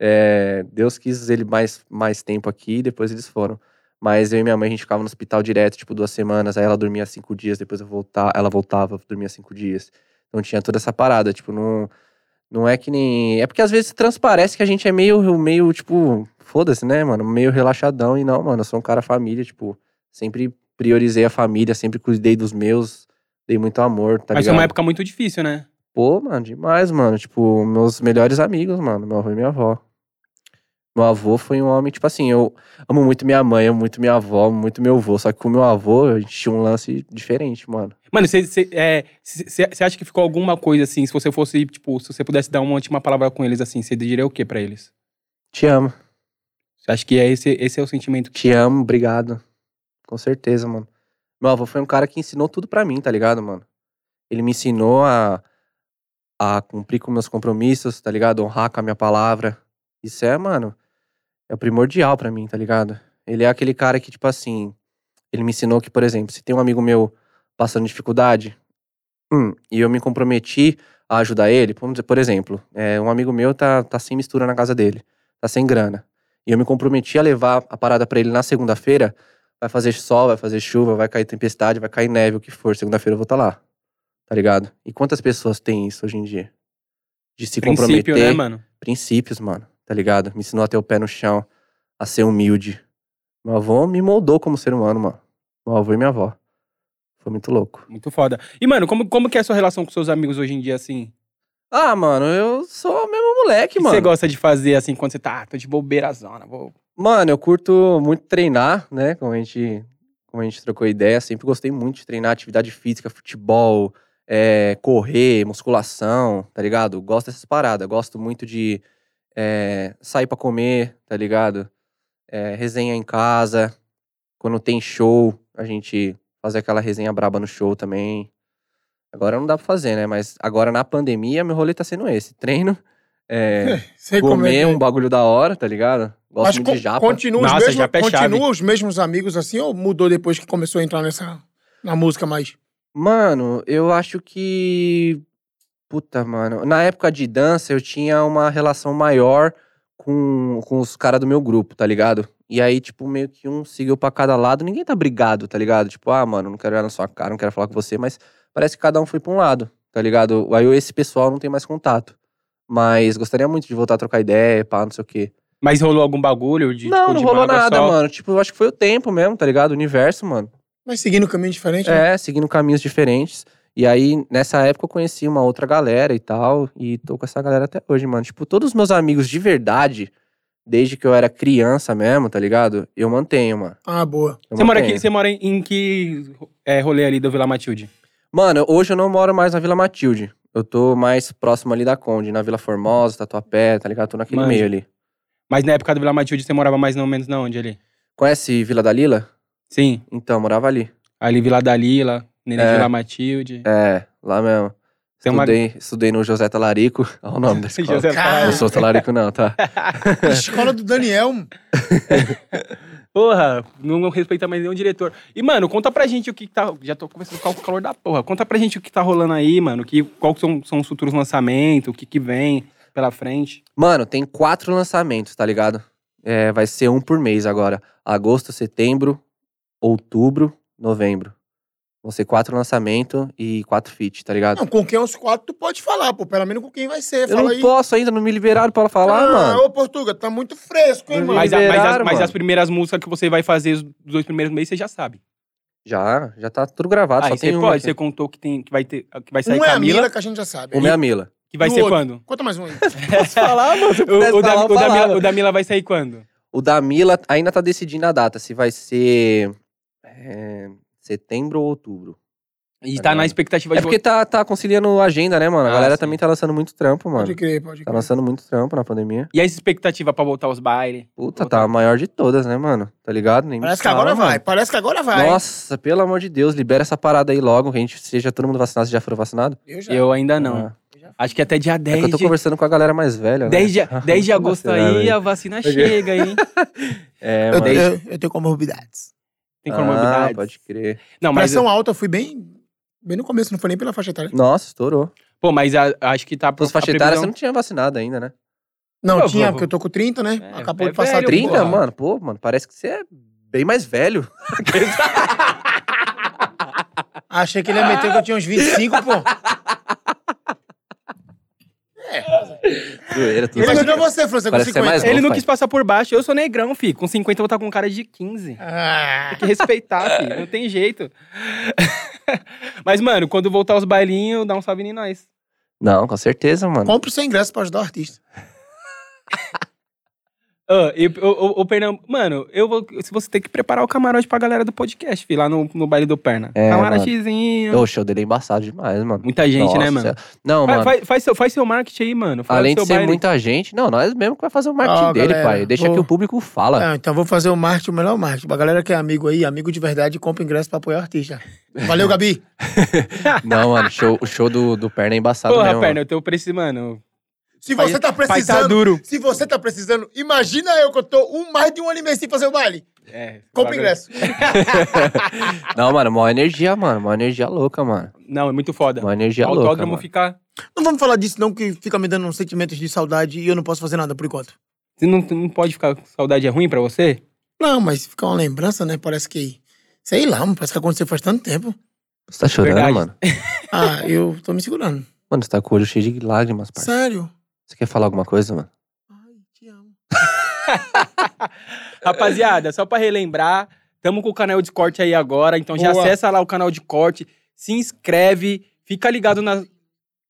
[SPEAKER 3] É, Deus quis ele mais, mais tempo aqui e depois eles foram. Mas eu e minha mãe, a gente ficava no hospital direto, tipo, duas semanas. Aí ela dormia cinco dias, depois eu voltava, ela voltava, dormia cinco dias. Então tinha toda essa parada, tipo, não, não é que nem. É porque às vezes transparece que a gente é meio, meio tipo, foda-se, né, mano? Meio relaxadão. E não, mano, eu sou um cara família, tipo, sempre priorizei a família, sempre cuidei dos meus, dei muito amor, tá
[SPEAKER 1] Mas foi
[SPEAKER 3] ligado?
[SPEAKER 1] uma época muito difícil, né?
[SPEAKER 3] Pô, mano, demais, mano. Tipo, meus melhores amigos, mano. Meu avô e minha avó. Meu avô foi um homem, tipo assim, eu amo muito minha mãe, amo muito minha avó, amo muito meu avô. Só que com meu avô, a gente tinha um lance diferente, mano.
[SPEAKER 1] Mano, você é, cê- cê- cê acha que ficou alguma coisa assim? Se você fosse, tipo, se você pudesse dar uma última palavra com eles assim, você diria o que pra eles?
[SPEAKER 3] Te amo.
[SPEAKER 1] Você acha que é esse, esse é o sentimento que.
[SPEAKER 3] Te amo, obrigado. Com certeza, mano. Meu avô foi um cara que ensinou tudo pra mim, tá ligado, mano? Ele me ensinou a, a cumprir com meus compromissos, tá ligado? Honrar com a minha palavra. Isso é, mano, é o primordial pra mim, tá ligado? Ele é aquele cara que, tipo assim, ele me ensinou que, por exemplo, se tem um amigo meu passando dificuldade, hum, e eu me comprometi a ajudar ele, vamos dizer, por exemplo, é, um amigo meu tá, tá sem mistura na casa dele, tá sem grana e eu me comprometi a levar a parada pra ele na segunda-feira, vai fazer sol, vai fazer chuva, vai cair tempestade, vai cair neve, o que for, segunda-feira eu vou estar lá. Tá ligado? E quantas pessoas têm isso hoje em dia? De se
[SPEAKER 1] Princípio,
[SPEAKER 3] comprometer,
[SPEAKER 1] né, mano?
[SPEAKER 3] princípios, mano, tá ligado? Me ensinou a ter o pé no chão, a ser humilde. Meu avô me moldou como ser humano, mano. Meu avô e minha avó. Foi muito louco.
[SPEAKER 1] Muito foda. E, mano, como, como que é a sua relação com seus amigos hoje em dia, assim?
[SPEAKER 3] Ah, mano, eu sou o mesmo
[SPEAKER 1] O que
[SPEAKER 3] moleque, mano.
[SPEAKER 1] você gosta de fazer, assim, quando você tá, ah, tô de bobeirazona, vou.
[SPEAKER 3] Mano, eu curto muito treinar, né? Como a gente, como a gente trocou ideia, sempre gostei muito de treinar atividade física, futebol, é, correr, musculação, tá ligado? Gosto dessas paradas. Gosto muito de é, sair pra comer, tá ligado? É, resenha em casa. Quando tem show, a gente fazer aquela resenha braba no show também. Agora não dá pra fazer, né? Mas agora na pandemia, meu rolê tá sendo esse: treino, é,
[SPEAKER 2] Sei como é que
[SPEAKER 3] comer
[SPEAKER 2] é.
[SPEAKER 3] um bagulho da hora, tá ligado? Gosto
[SPEAKER 2] Mas
[SPEAKER 3] muito
[SPEAKER 2] con-
[SPEAKER 3] de japa.
[SPEAKER 2] Continua, os
[SPEAKER 1] Nossa,
[SPEAKER 2] mesmos,
[SPEAKER 1] japa é chave.
[SPEAKER 2] continua os mesmos amigos assim ou mudou depois que começou a entrar nessa na música mais?
[SPEAKER 3] Mano, eu acho que. Puta, mano. Na época de dança, eu tinha uma relação maior com, com os caras do meu grupo, tá ligado? E aí, tipo, meio que um seguiu pra cada lado. Ninguém tá brigado, tá ligado? Tipo, ah, mano, não quero olhar na sua cara, não quero falar com você, mas parece que cada um foi pra um lado, tá ligado? Aí eu- esse pessoal não tem mais contato. Mas gostaria muito de voltar a trocar ideia, pá, não sei o quê.
[SPEAKER 1] Mas rolou algum bagulho de.
[SPEAKER 3] não,
[SPEAKER 1] tipo,
[SPEAKER 3] não
[SPEAKER 1] de
[SPEAKER 3] rolou
[SPEAKER 1] mágoa
[SPEAKER 3] nada,
[SPEAKER 1] só?
[SPEAKER 3] mano. Tipo, eu acho que foi o tempo mesmo, tá ligado? O universo, mano.
[SPEAKER 2] Mas seguindo um caminho diferente? né?
[SPEAKER 3] É, seguindo caminhos diferentes. E aí, nessa época, eu conheci uma outra galera e tal. E tô com essa galera até hoje, mano. Tipo, todos os meus amigos de verdade, desde que eu era criança mesmo, tá ligado? Eu mantenho, mano.
[SPEAKER 2] Ah, boa.
[SPEAKER 3] Eu
[SPEAKER 1] Você mora, aqui,
[SPEAKER 3] mantenho.
[SPEAKER 1] você mora em, em que é, rolê ali do Vila Matilde?
[SPEAKER 3] Mano, hoje eu não moro mais na Vila Matilde. Eu tô mais próximo ali da Conde, na Vila Formosa, Tatuapé, tá ligado? Tô naquele
[SPEAKER 1] Manja.
[SPEAKER 3] meio ali.
[SPEAKER 1] Mas na época do Vila Matilde você morava mais ou menos na onde ali?
[SPEAKER 3] Conhece Vila da Lila?
[SPEAKER 1] Sim.
[SPEAKER 3] Então, eu morava ali.
[SPEAKER 1] Ali Vila Dalila, Nenê
[SPEAKER 3] É.
[SPEAKER 1] Vila Matilde.
[SPEAKER 3] É, lá mesmo.
[SPEAKER 1] Tem uma-
[SPEAKER 3] Estudei, estudei no José Talarico. Olha o nome da É, escola.
[SPEAKER 1] José
[SPEAKER 2] Cara.
[SPEAKER 3] Não
[SPEAKER 1] Paulo.
[SPEAKER 3] sou Talarico não, tá?
[SPEAKER 2] Escola do Daniel. mano.
[SPEAKER 1] Porra, não respeita mais nenhum diretor. E, mano, conta pra gente o que que tá. Já tô começando a ficar com o calor da porra. Conta pra gente o que tá rolando aí, mano. Que, qual que são, são os futuros lançamentos, o que, que vem pela frente.
[SPEAKER 3] Mano, tem quatro lançamentos, tá ligado? É, vai ser um por mês agora. Agosto, setembro, outubro, novembro. Vão ser quatro lançamentos e quatro feats, tá ligado?
[SPEAKER 2] Não, com quem é os quatro tu pode falar, pô. Pelo menos com quem vai ser.
[SPEAKER 3] eu
[SPEAKER 2] Fala
[SPEAKER 3] não
[SPEAKER 2] aí.
[SPEAKER 3] posso ainda, não me liberaram pra falar,
[SPEAKER 2] ah,
[SPEAKER 3] mano.
[SPEAKER 2] Ô, Portuga, tá muito fresco, hein,
[SPEAKER 3] Mas
[SPEAKER 2] mano?
[SPEAKER 1] Mas, a- mas as,
[SPEAKER 3] liberaram,
[SPEAKER 1] mas
[SPEAKER 3] mano.
[SPEAKER 1] as primeiras músicas que você vai fazer os dois primeiros meses, você já sabe.
[SPEAKER 3] Já, já tá tudo gravado,
[SPEAKER 1] aí
[SPEAKER 3] só tem
[SPEAKER 1] Ah, você
[SPEAKER 3] um
[SPEAKER 1] pode,
[SPEAKER 3] aqui.
[SPEAKER 1] você contou que, tem, que, vai, ter, que vai sair
[SPEAKER 2] um é a
[SPEAKER 1] Camila,
[SPEAKER 2] Mila, que a gente já sabe.
[SPEAKER 3] Uma é a Mila.
[SPEAKER 1] que vai
[SPEAKER 2] E o
[SPEAKER 1] ser
[SPEAKER 2] outro? é
[SPEAKER 1] quando?
[SPEAKER 2] Conta mais um aí.
[SPEAKER 3] Posso falar, mano?
[SPEAKER 1] O, o da, o, da Mila, o da Mila vai sair quando?
[SPEAKER 3] O da Mila ainda tá decidindo a data, se vai ser é, setembro ou outubro.
[SPEAKER 1] E tá na expectativa
[SPEAKER 3] É
[SPEAKER 1] de
[SPEAKER 3] porque tá, tá conciliando a agenda, né, mano? A
[SPEAKER 1] Ah,
[SPEAKER 3] galera
[SPEAKER 1] sim.
[SPEAKER 3] também tá lançando muito trampo, mano.
[SPEAKER 2] Pode crer, pode
[SPEAKER 3] Tá
[SPEAKER 2] crer.
[SPEAKER 3] lançando muito trampo na pandemia.
[SPEAKER 1] E a expectativa pra voltar aos bailes?
[SPEAKER 3] Puta,
[SPEAKER 1] Voltar.
[SPEAKER 3] tá a maior de todas, né, mano? Tá ligado? Nem me
[SPEAKER 2] Parece que
[SPEAKER 3] fala,
[SPEAKER 2] agora
[SPEAKER 3] mano.
[SPEAKER 2] vai, parece que agora vai.
[SPEAKER 3] Nossa, pelo amor de Deus, libera essa parada aí logo, que a gente seja todo mundo vacinado, se já foram vacinado.
[SPEAKER 2] Eu já.
[SPEAKER 1] Eu ainda não.
[SPEAKER 3] Ah,
[SPEAKER 1] Acho que até dia
[SPEAKER 3] É,
[SPEAKER 1] 10
[SPEAKER 3] que eu tô
[SPEAKER 1] de...
[SPEAKER 3] conversando com a galera mais velha, né?
[SPEAKER 1] 10 de, 10 de
[SPEAKER 3] Tô
[SPEAKER 1] agosto
[SPEAKER 3] vacinado
[SPEAKER 1] aí, a vacina chega, hein?
[SPEAKER 3] É,
[SPEAKER 2] eu,
[SPEAKER 3] mano.
[SPEAKER 2] eu- eu tenho comorbidades.
[SPEAKER 1] Tem comorbidade.
[SPEAKER 3] Ah, pode crer.
[SPEAKER 1] Não, mas,
[SPEAKER 2] Pressão alta, eu fui bem. Bem no começo, não foi nem pela faixa etária.
[SPEAKER 3] Nossa, estourou.
[SPEAKER 1] pô, mas a- acho que tá... a
[SPEAKER 3] Os
[SPEAKER 1] previsão-
[SPEAKER 3] fachetários, você não tinha vacinado ainda, né?
[SPEAKER 2] Não,
[SPEAKER 1] Pô,
[SPEAKER 2] tinha,
[SPEAKER 1] pô,
[SPEAKER 2] porque eu tô com 30, né?
[SPEAKER 1] É,
[SPEAKER 2] Acabou
[SPEAKER 1] é
[SPEAKER 2] de passar
[SPEAKER 1] velho,
[SPEAKER 3] 30,
[SPEAKER 2] 30,
[SPEAKER 3] mano? Pô, mano, parece que você é bem mais velho.
[SPEAKER 2] Achei que ele ia meter que eu tinha uns 25, pô.
[SPEAKER 3] Zoeira, tudo
[SPEAKER 2] Ele
[SPEAKER 3] mais-
[SPEAKER 2] mandou você, França, com
[SPEAKER 3] Parece que é
[SPEAKER 2] 50.
[SPEAKER 3] mais
[SPEAKER 1] Ele
[SPEAKER 3] novo,
[SPEAKER 1] não
[SPEAKER 3] pai.
[SPEAKER 1] quis passar por baixo. Eu sou negrão, fi. Com 50 eu vou estar com cara de 15.
[SPEAKER 2] Ah,
[SPEAKER 1] Tem que respeitar, fi. Não tem jeito. Mas, mano, quando voltar aos bailinhos, dá um salve em nós.
[SPEAKER 3] Não, com certeza, mano.
[SPEAKER 2] compra o seu ingresso pra ajudar o artista.
[SPEAKER 1] Ah, e, o, o, o Pernambuco. Mano, eu vou. Se você tem que preparar o camarote pra galera do podcast, fi, lá no, no baile do Perna.
[SPEAKER 3] É,
[SPEAKER 1] Camarotezinho.
[SPEAKER 3] Oxe, eu dei embaçado demais, mano.
[SPEAKER 1] Muita gente, né,
[SPEAKER 3] Nossa,
[SPEAKER 1] mano?
[SPEAKER 3] Não,
[SPEAKER 1] Vai-
[SPEAKER 3] mano.
[SPEAKER 1] faz, faz seu, faz seu marketing aí, mano. Faz
[SPEAKER 3] Além
[SPEAKER 1] seu
[SPEAKER 3] de ser
[SPEAKER 1] baile.
[SPEAKER 3] muita gente, não, nós mesmo que vai fazer o marketing
[SPEAKER 2] Ó,
[SPEAKER 3] dele,
[SPEAKER 2] galera,
[SPEAKER 3] pai. Deixa
[SPEAKER 2] vou-
[SPEAKER 3] que o público fala.
[SPEAKER 2] Ah, então vou fazer o marketing, o melhor marketing. Pra galera que é amigo aí, amigo de verdade, compra ingresso pra apoiar o artista. Valeu, Gabi.
[SPEAKER 3] Não, mano, show, o show do, do Perna é embaçado
[SPEAKER 1] Porra,
[SPEAKER 3] mesmo.
[SPEAKER 1] Perna, eu tô precisando, mano.
[SPEAKER 2] Se
[SPEAKER 1] Pai-
[SPEAKER 2] você tá
[SPEAKER 1] Pai tá
[SPEAKER 2] precisando,
[SPEAKER 1] duro.
[SPEAKER 2] se você tá precisando, imagina eu que eu tô um, mais de um ano e meio sem fazer o baile.
[SPEAKER 1] É,
[SPEAKER 2] Compra o ingresso.
[SPEAKER 3] mano. Não, mano, maior energia, mano. Maior energia louca, mano.
[SPEAKER 1] Não, é muito foda.
[SPEAKER 3] Maior energia louca,
[SPEAKER 1] Autódromo
[SPEAKER 3] mano.
[SPEAKER 1] ficar.
[SPEAKER 2] Não vamos falar disso não, que fica me dando uns sentimentos de saudade e eu não posso fazer nada por enquanto.
[SPEAKER 1] Você não, não pode ficar com saudade é ruim pra você?
[SPEAKER 2] Não, mas fica uma lembrança, né? Parece que... Sei lá, mano, parece que aconteceu faz tanto tempo.
[SPEAKER 3] Você tá chorando,
[SPEAKER 1] Verdade.
[SPEAKER 3] mano?
[SPEAKER 2] Ah, eu tô me segurando.
[SPEAKER 3] Mano, você tá com o olho cheio de lágrimas, parceiro.
[SPEAKER 2] Sério?
[SPEAKER 3] Você quer falar alguma coisa, mano?
[SPEAKER 2] Ai, te amo.
[SPEAKER 1] Rapaziada, só pra relembrar, tamo com o canal de corte aí agora, então já
[SPEAKER 2] Boa.
[SPEAKER 1] acessa lá o canal de corte, se inscreve, fica ligado na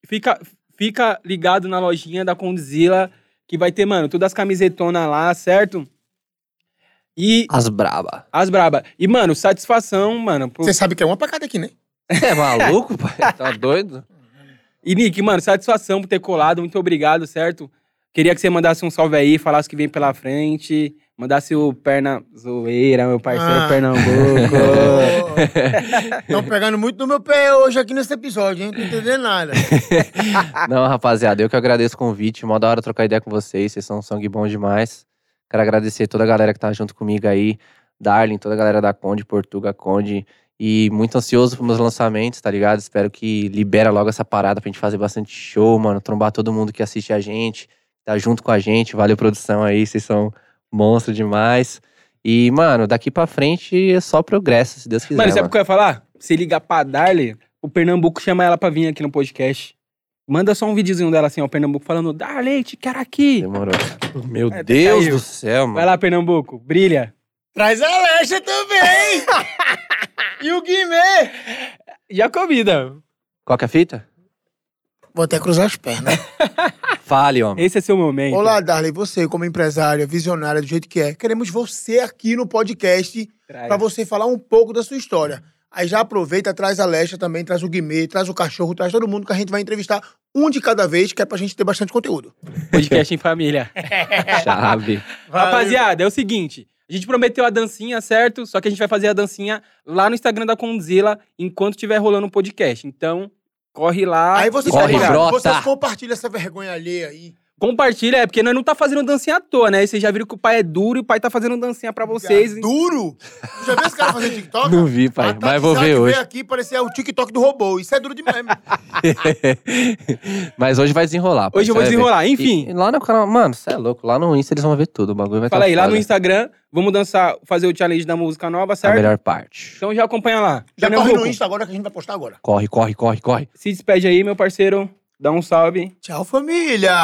[SPEAKER 1] fica fica ligado na lojinha da Condzilla que vai ter, mano, todas as camisetonas lá, certo? E
[SPEAKER 3] As braba.
[SPEAKER 1] as braba. E mano, satisfação, mano. pro-
[SPEAKER 2] Você sabe que é uma pra cada aqui, né?
[SPEAKER 3] Você é maluco, pai? Tá doido?
[SPEAKER 1] E Nick, mano, satisfação por ter colado, muito obrigado, certo? Queria que você mandasse um salve aí, falasse o que vem pela frente, mandasse o perna zoeira, meu parceiro
[SPEAKER 2] Ah.
[SPEAKER 1] Pernambuco.
[SPEAKER 2] Estão pegando muito no meu pé hoje aqui nesse episódio, hein? Não tô entendendo nada.
[SPEAKER 3] Não, rapaziada, eu que agradeço o convite. Mó da hora trocar ideia com vocês. Vocês são um sangue bom demais. Quero agradecer toda a galera que tá junto comigo aí. Darling, toda a galera da Conde, Portuga, Conde. E muito ansioso pros meus lançamentos, tá ligado? Espero que libera logo essa parada pra gente fazer bastante show, mano. Trombar todo mundo que assiste a gente, tá junto com a gente. Valeu, produção aí. Vocês são monstro demais. E, mano, daqui pra frente é só progresso, se Deus quiser.
[SPEAKER 1] Mano, é sabe
[SPEAKER 3] mano.
[SPEAKER 1] o que eu ia falar? Se ligar pra Darley, o Pernambuco chama ela pra vir aqui no podcast. Manda só um videozinho dela assim, ó, Pernambuco falando, Darley, te quero aqui.
[SPEAKER 3] Demorou. Meu
[SPEAKER 1] É,
[SPEAKER 3] Deus
[SPEAKER 1] caiu.
[SPEAKER 3] do céu, mano.
[SPEAKER 1] Vai lá, Pernambuco, brilha.
[SPEAKER 2] Traz a Alexa também! e o Guimê!
[SPEAKER 1] E a comida?
[SPEAKER 3] Qual que é a fita?
[SPEAKER 2] Vou até cruzar as pernas.
[SPEAKER 3] Fale, homem.
[SPEAKER 1] Esse é seu momento.
[SPEAKER 2] Olá, Darley, você como empresária, visionária, do jeito que é. Queremos você aqui no podcast
[SPEAKER 3] É.
[SPEAKER 1] Traz.
[SPEAKER 2] pra você falar um pouco da sua história. Aí já aproveita, traz a Alexa também, traz o Guimê, traz o cachorro, traz todo mundo que a gente vai entrevistar um de cada vez, que é pra gente ter bastante conteúdo.
[SPEAKER 1] Podcast em família.
[SPEAKER 3] Chave.
[SPEAKER 1] Rapaziada, é o seguinte. A gente prometeu a dancinha, certo? Só que a gente vai fazer a dancinha lá no Instagram da Condzilla enquanto tiver rolando o podcast. Então, corre lá.
[SPEAKER 2] Aí vocês,
[SPEAKER 3] Corre,
[SPEAKER 2] compartilham-
[SPEAKER 3] brota.
[SPEAKER 2] vocês compartilham essa vergonha alheia aí.
[SPEAKER 1] Compartilha, é, porque nós não tá fazendo dancinha à toa, né? Vocês já viram que o pai é duro e o pai tá fazendo dancinha pra vocês.
[SPEAKER 2] Duro? Já viu esse cara fazer TikTok?
[SPEAKER 3] Não vi, pai,
[SPEAKER 2] A Tati
[SPEAKER 3] mas vou
[SPEAKER 2] Zaki
[SPEAKER 3] ver
[SPEAKER 2] veio
[SPEAKER 3] hoje.
[SPEAKER 2] aqui parecia o TikTok do robô. Isso é duro demais. meu.
[SPEAKER 3] Mas hoje vai desenrolar. pai,
[SPEAKER 1] Hoje eu vou
[SPEAKER 3] você vai ver.
[SPEAKER 1] desenrolar, enfim.
[SPEAKER 3] É, E- e lá no canal, mano, você é louco. Lá no Insta eles vão ver tudo. O bagulho vai
[SPEAKER 1] Fala
[SPEAKER 3] tá
[SPEAKER 1] aí, lá no
[SPEAKER 3] foda.
[SPEAKER 1] Instagram, vamos dançar, fazer o challenge da música nova,
[SPEAKER 3] A
[SPEAKER 1] certo?
[SPEAKER 3] melhor parte.
[SPEAKER 1] Então já acompanha lá.
[SPEAKER 3] é
[SPEAKER 2] Já
[SPEAKER 3] um
[SPEAKER 2] corre
[SPEAKER 1] Pernambuco,
[SPEAKER 2] no Insta agora que a gente vai postar agora.
[SPEAKER 3] Corre, corre, corre, corre.
[SPEAKER 1] Se despede aí, meu parceiro. Dá um salve.
[SPEAKER 2] Tchau, família!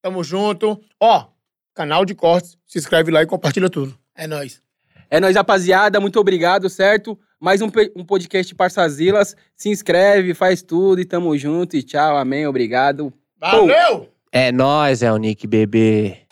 [SPEAKER 2] Tamo junto. Ó, canal de cortes. Se inscreve lá e compartilha tudo. É nóis.
[SPEAKER 1] É nóis, rapaziada. Muito obrigado, certo? Mais um, pe- um podcast Parçazilas. Se inscreve, faz tudo e tamo junto. E tchau, amém, obrigado.
[SPEAKER 2] Valeu!
[SPEAKER 3] É nóis, é o Nick, bebê.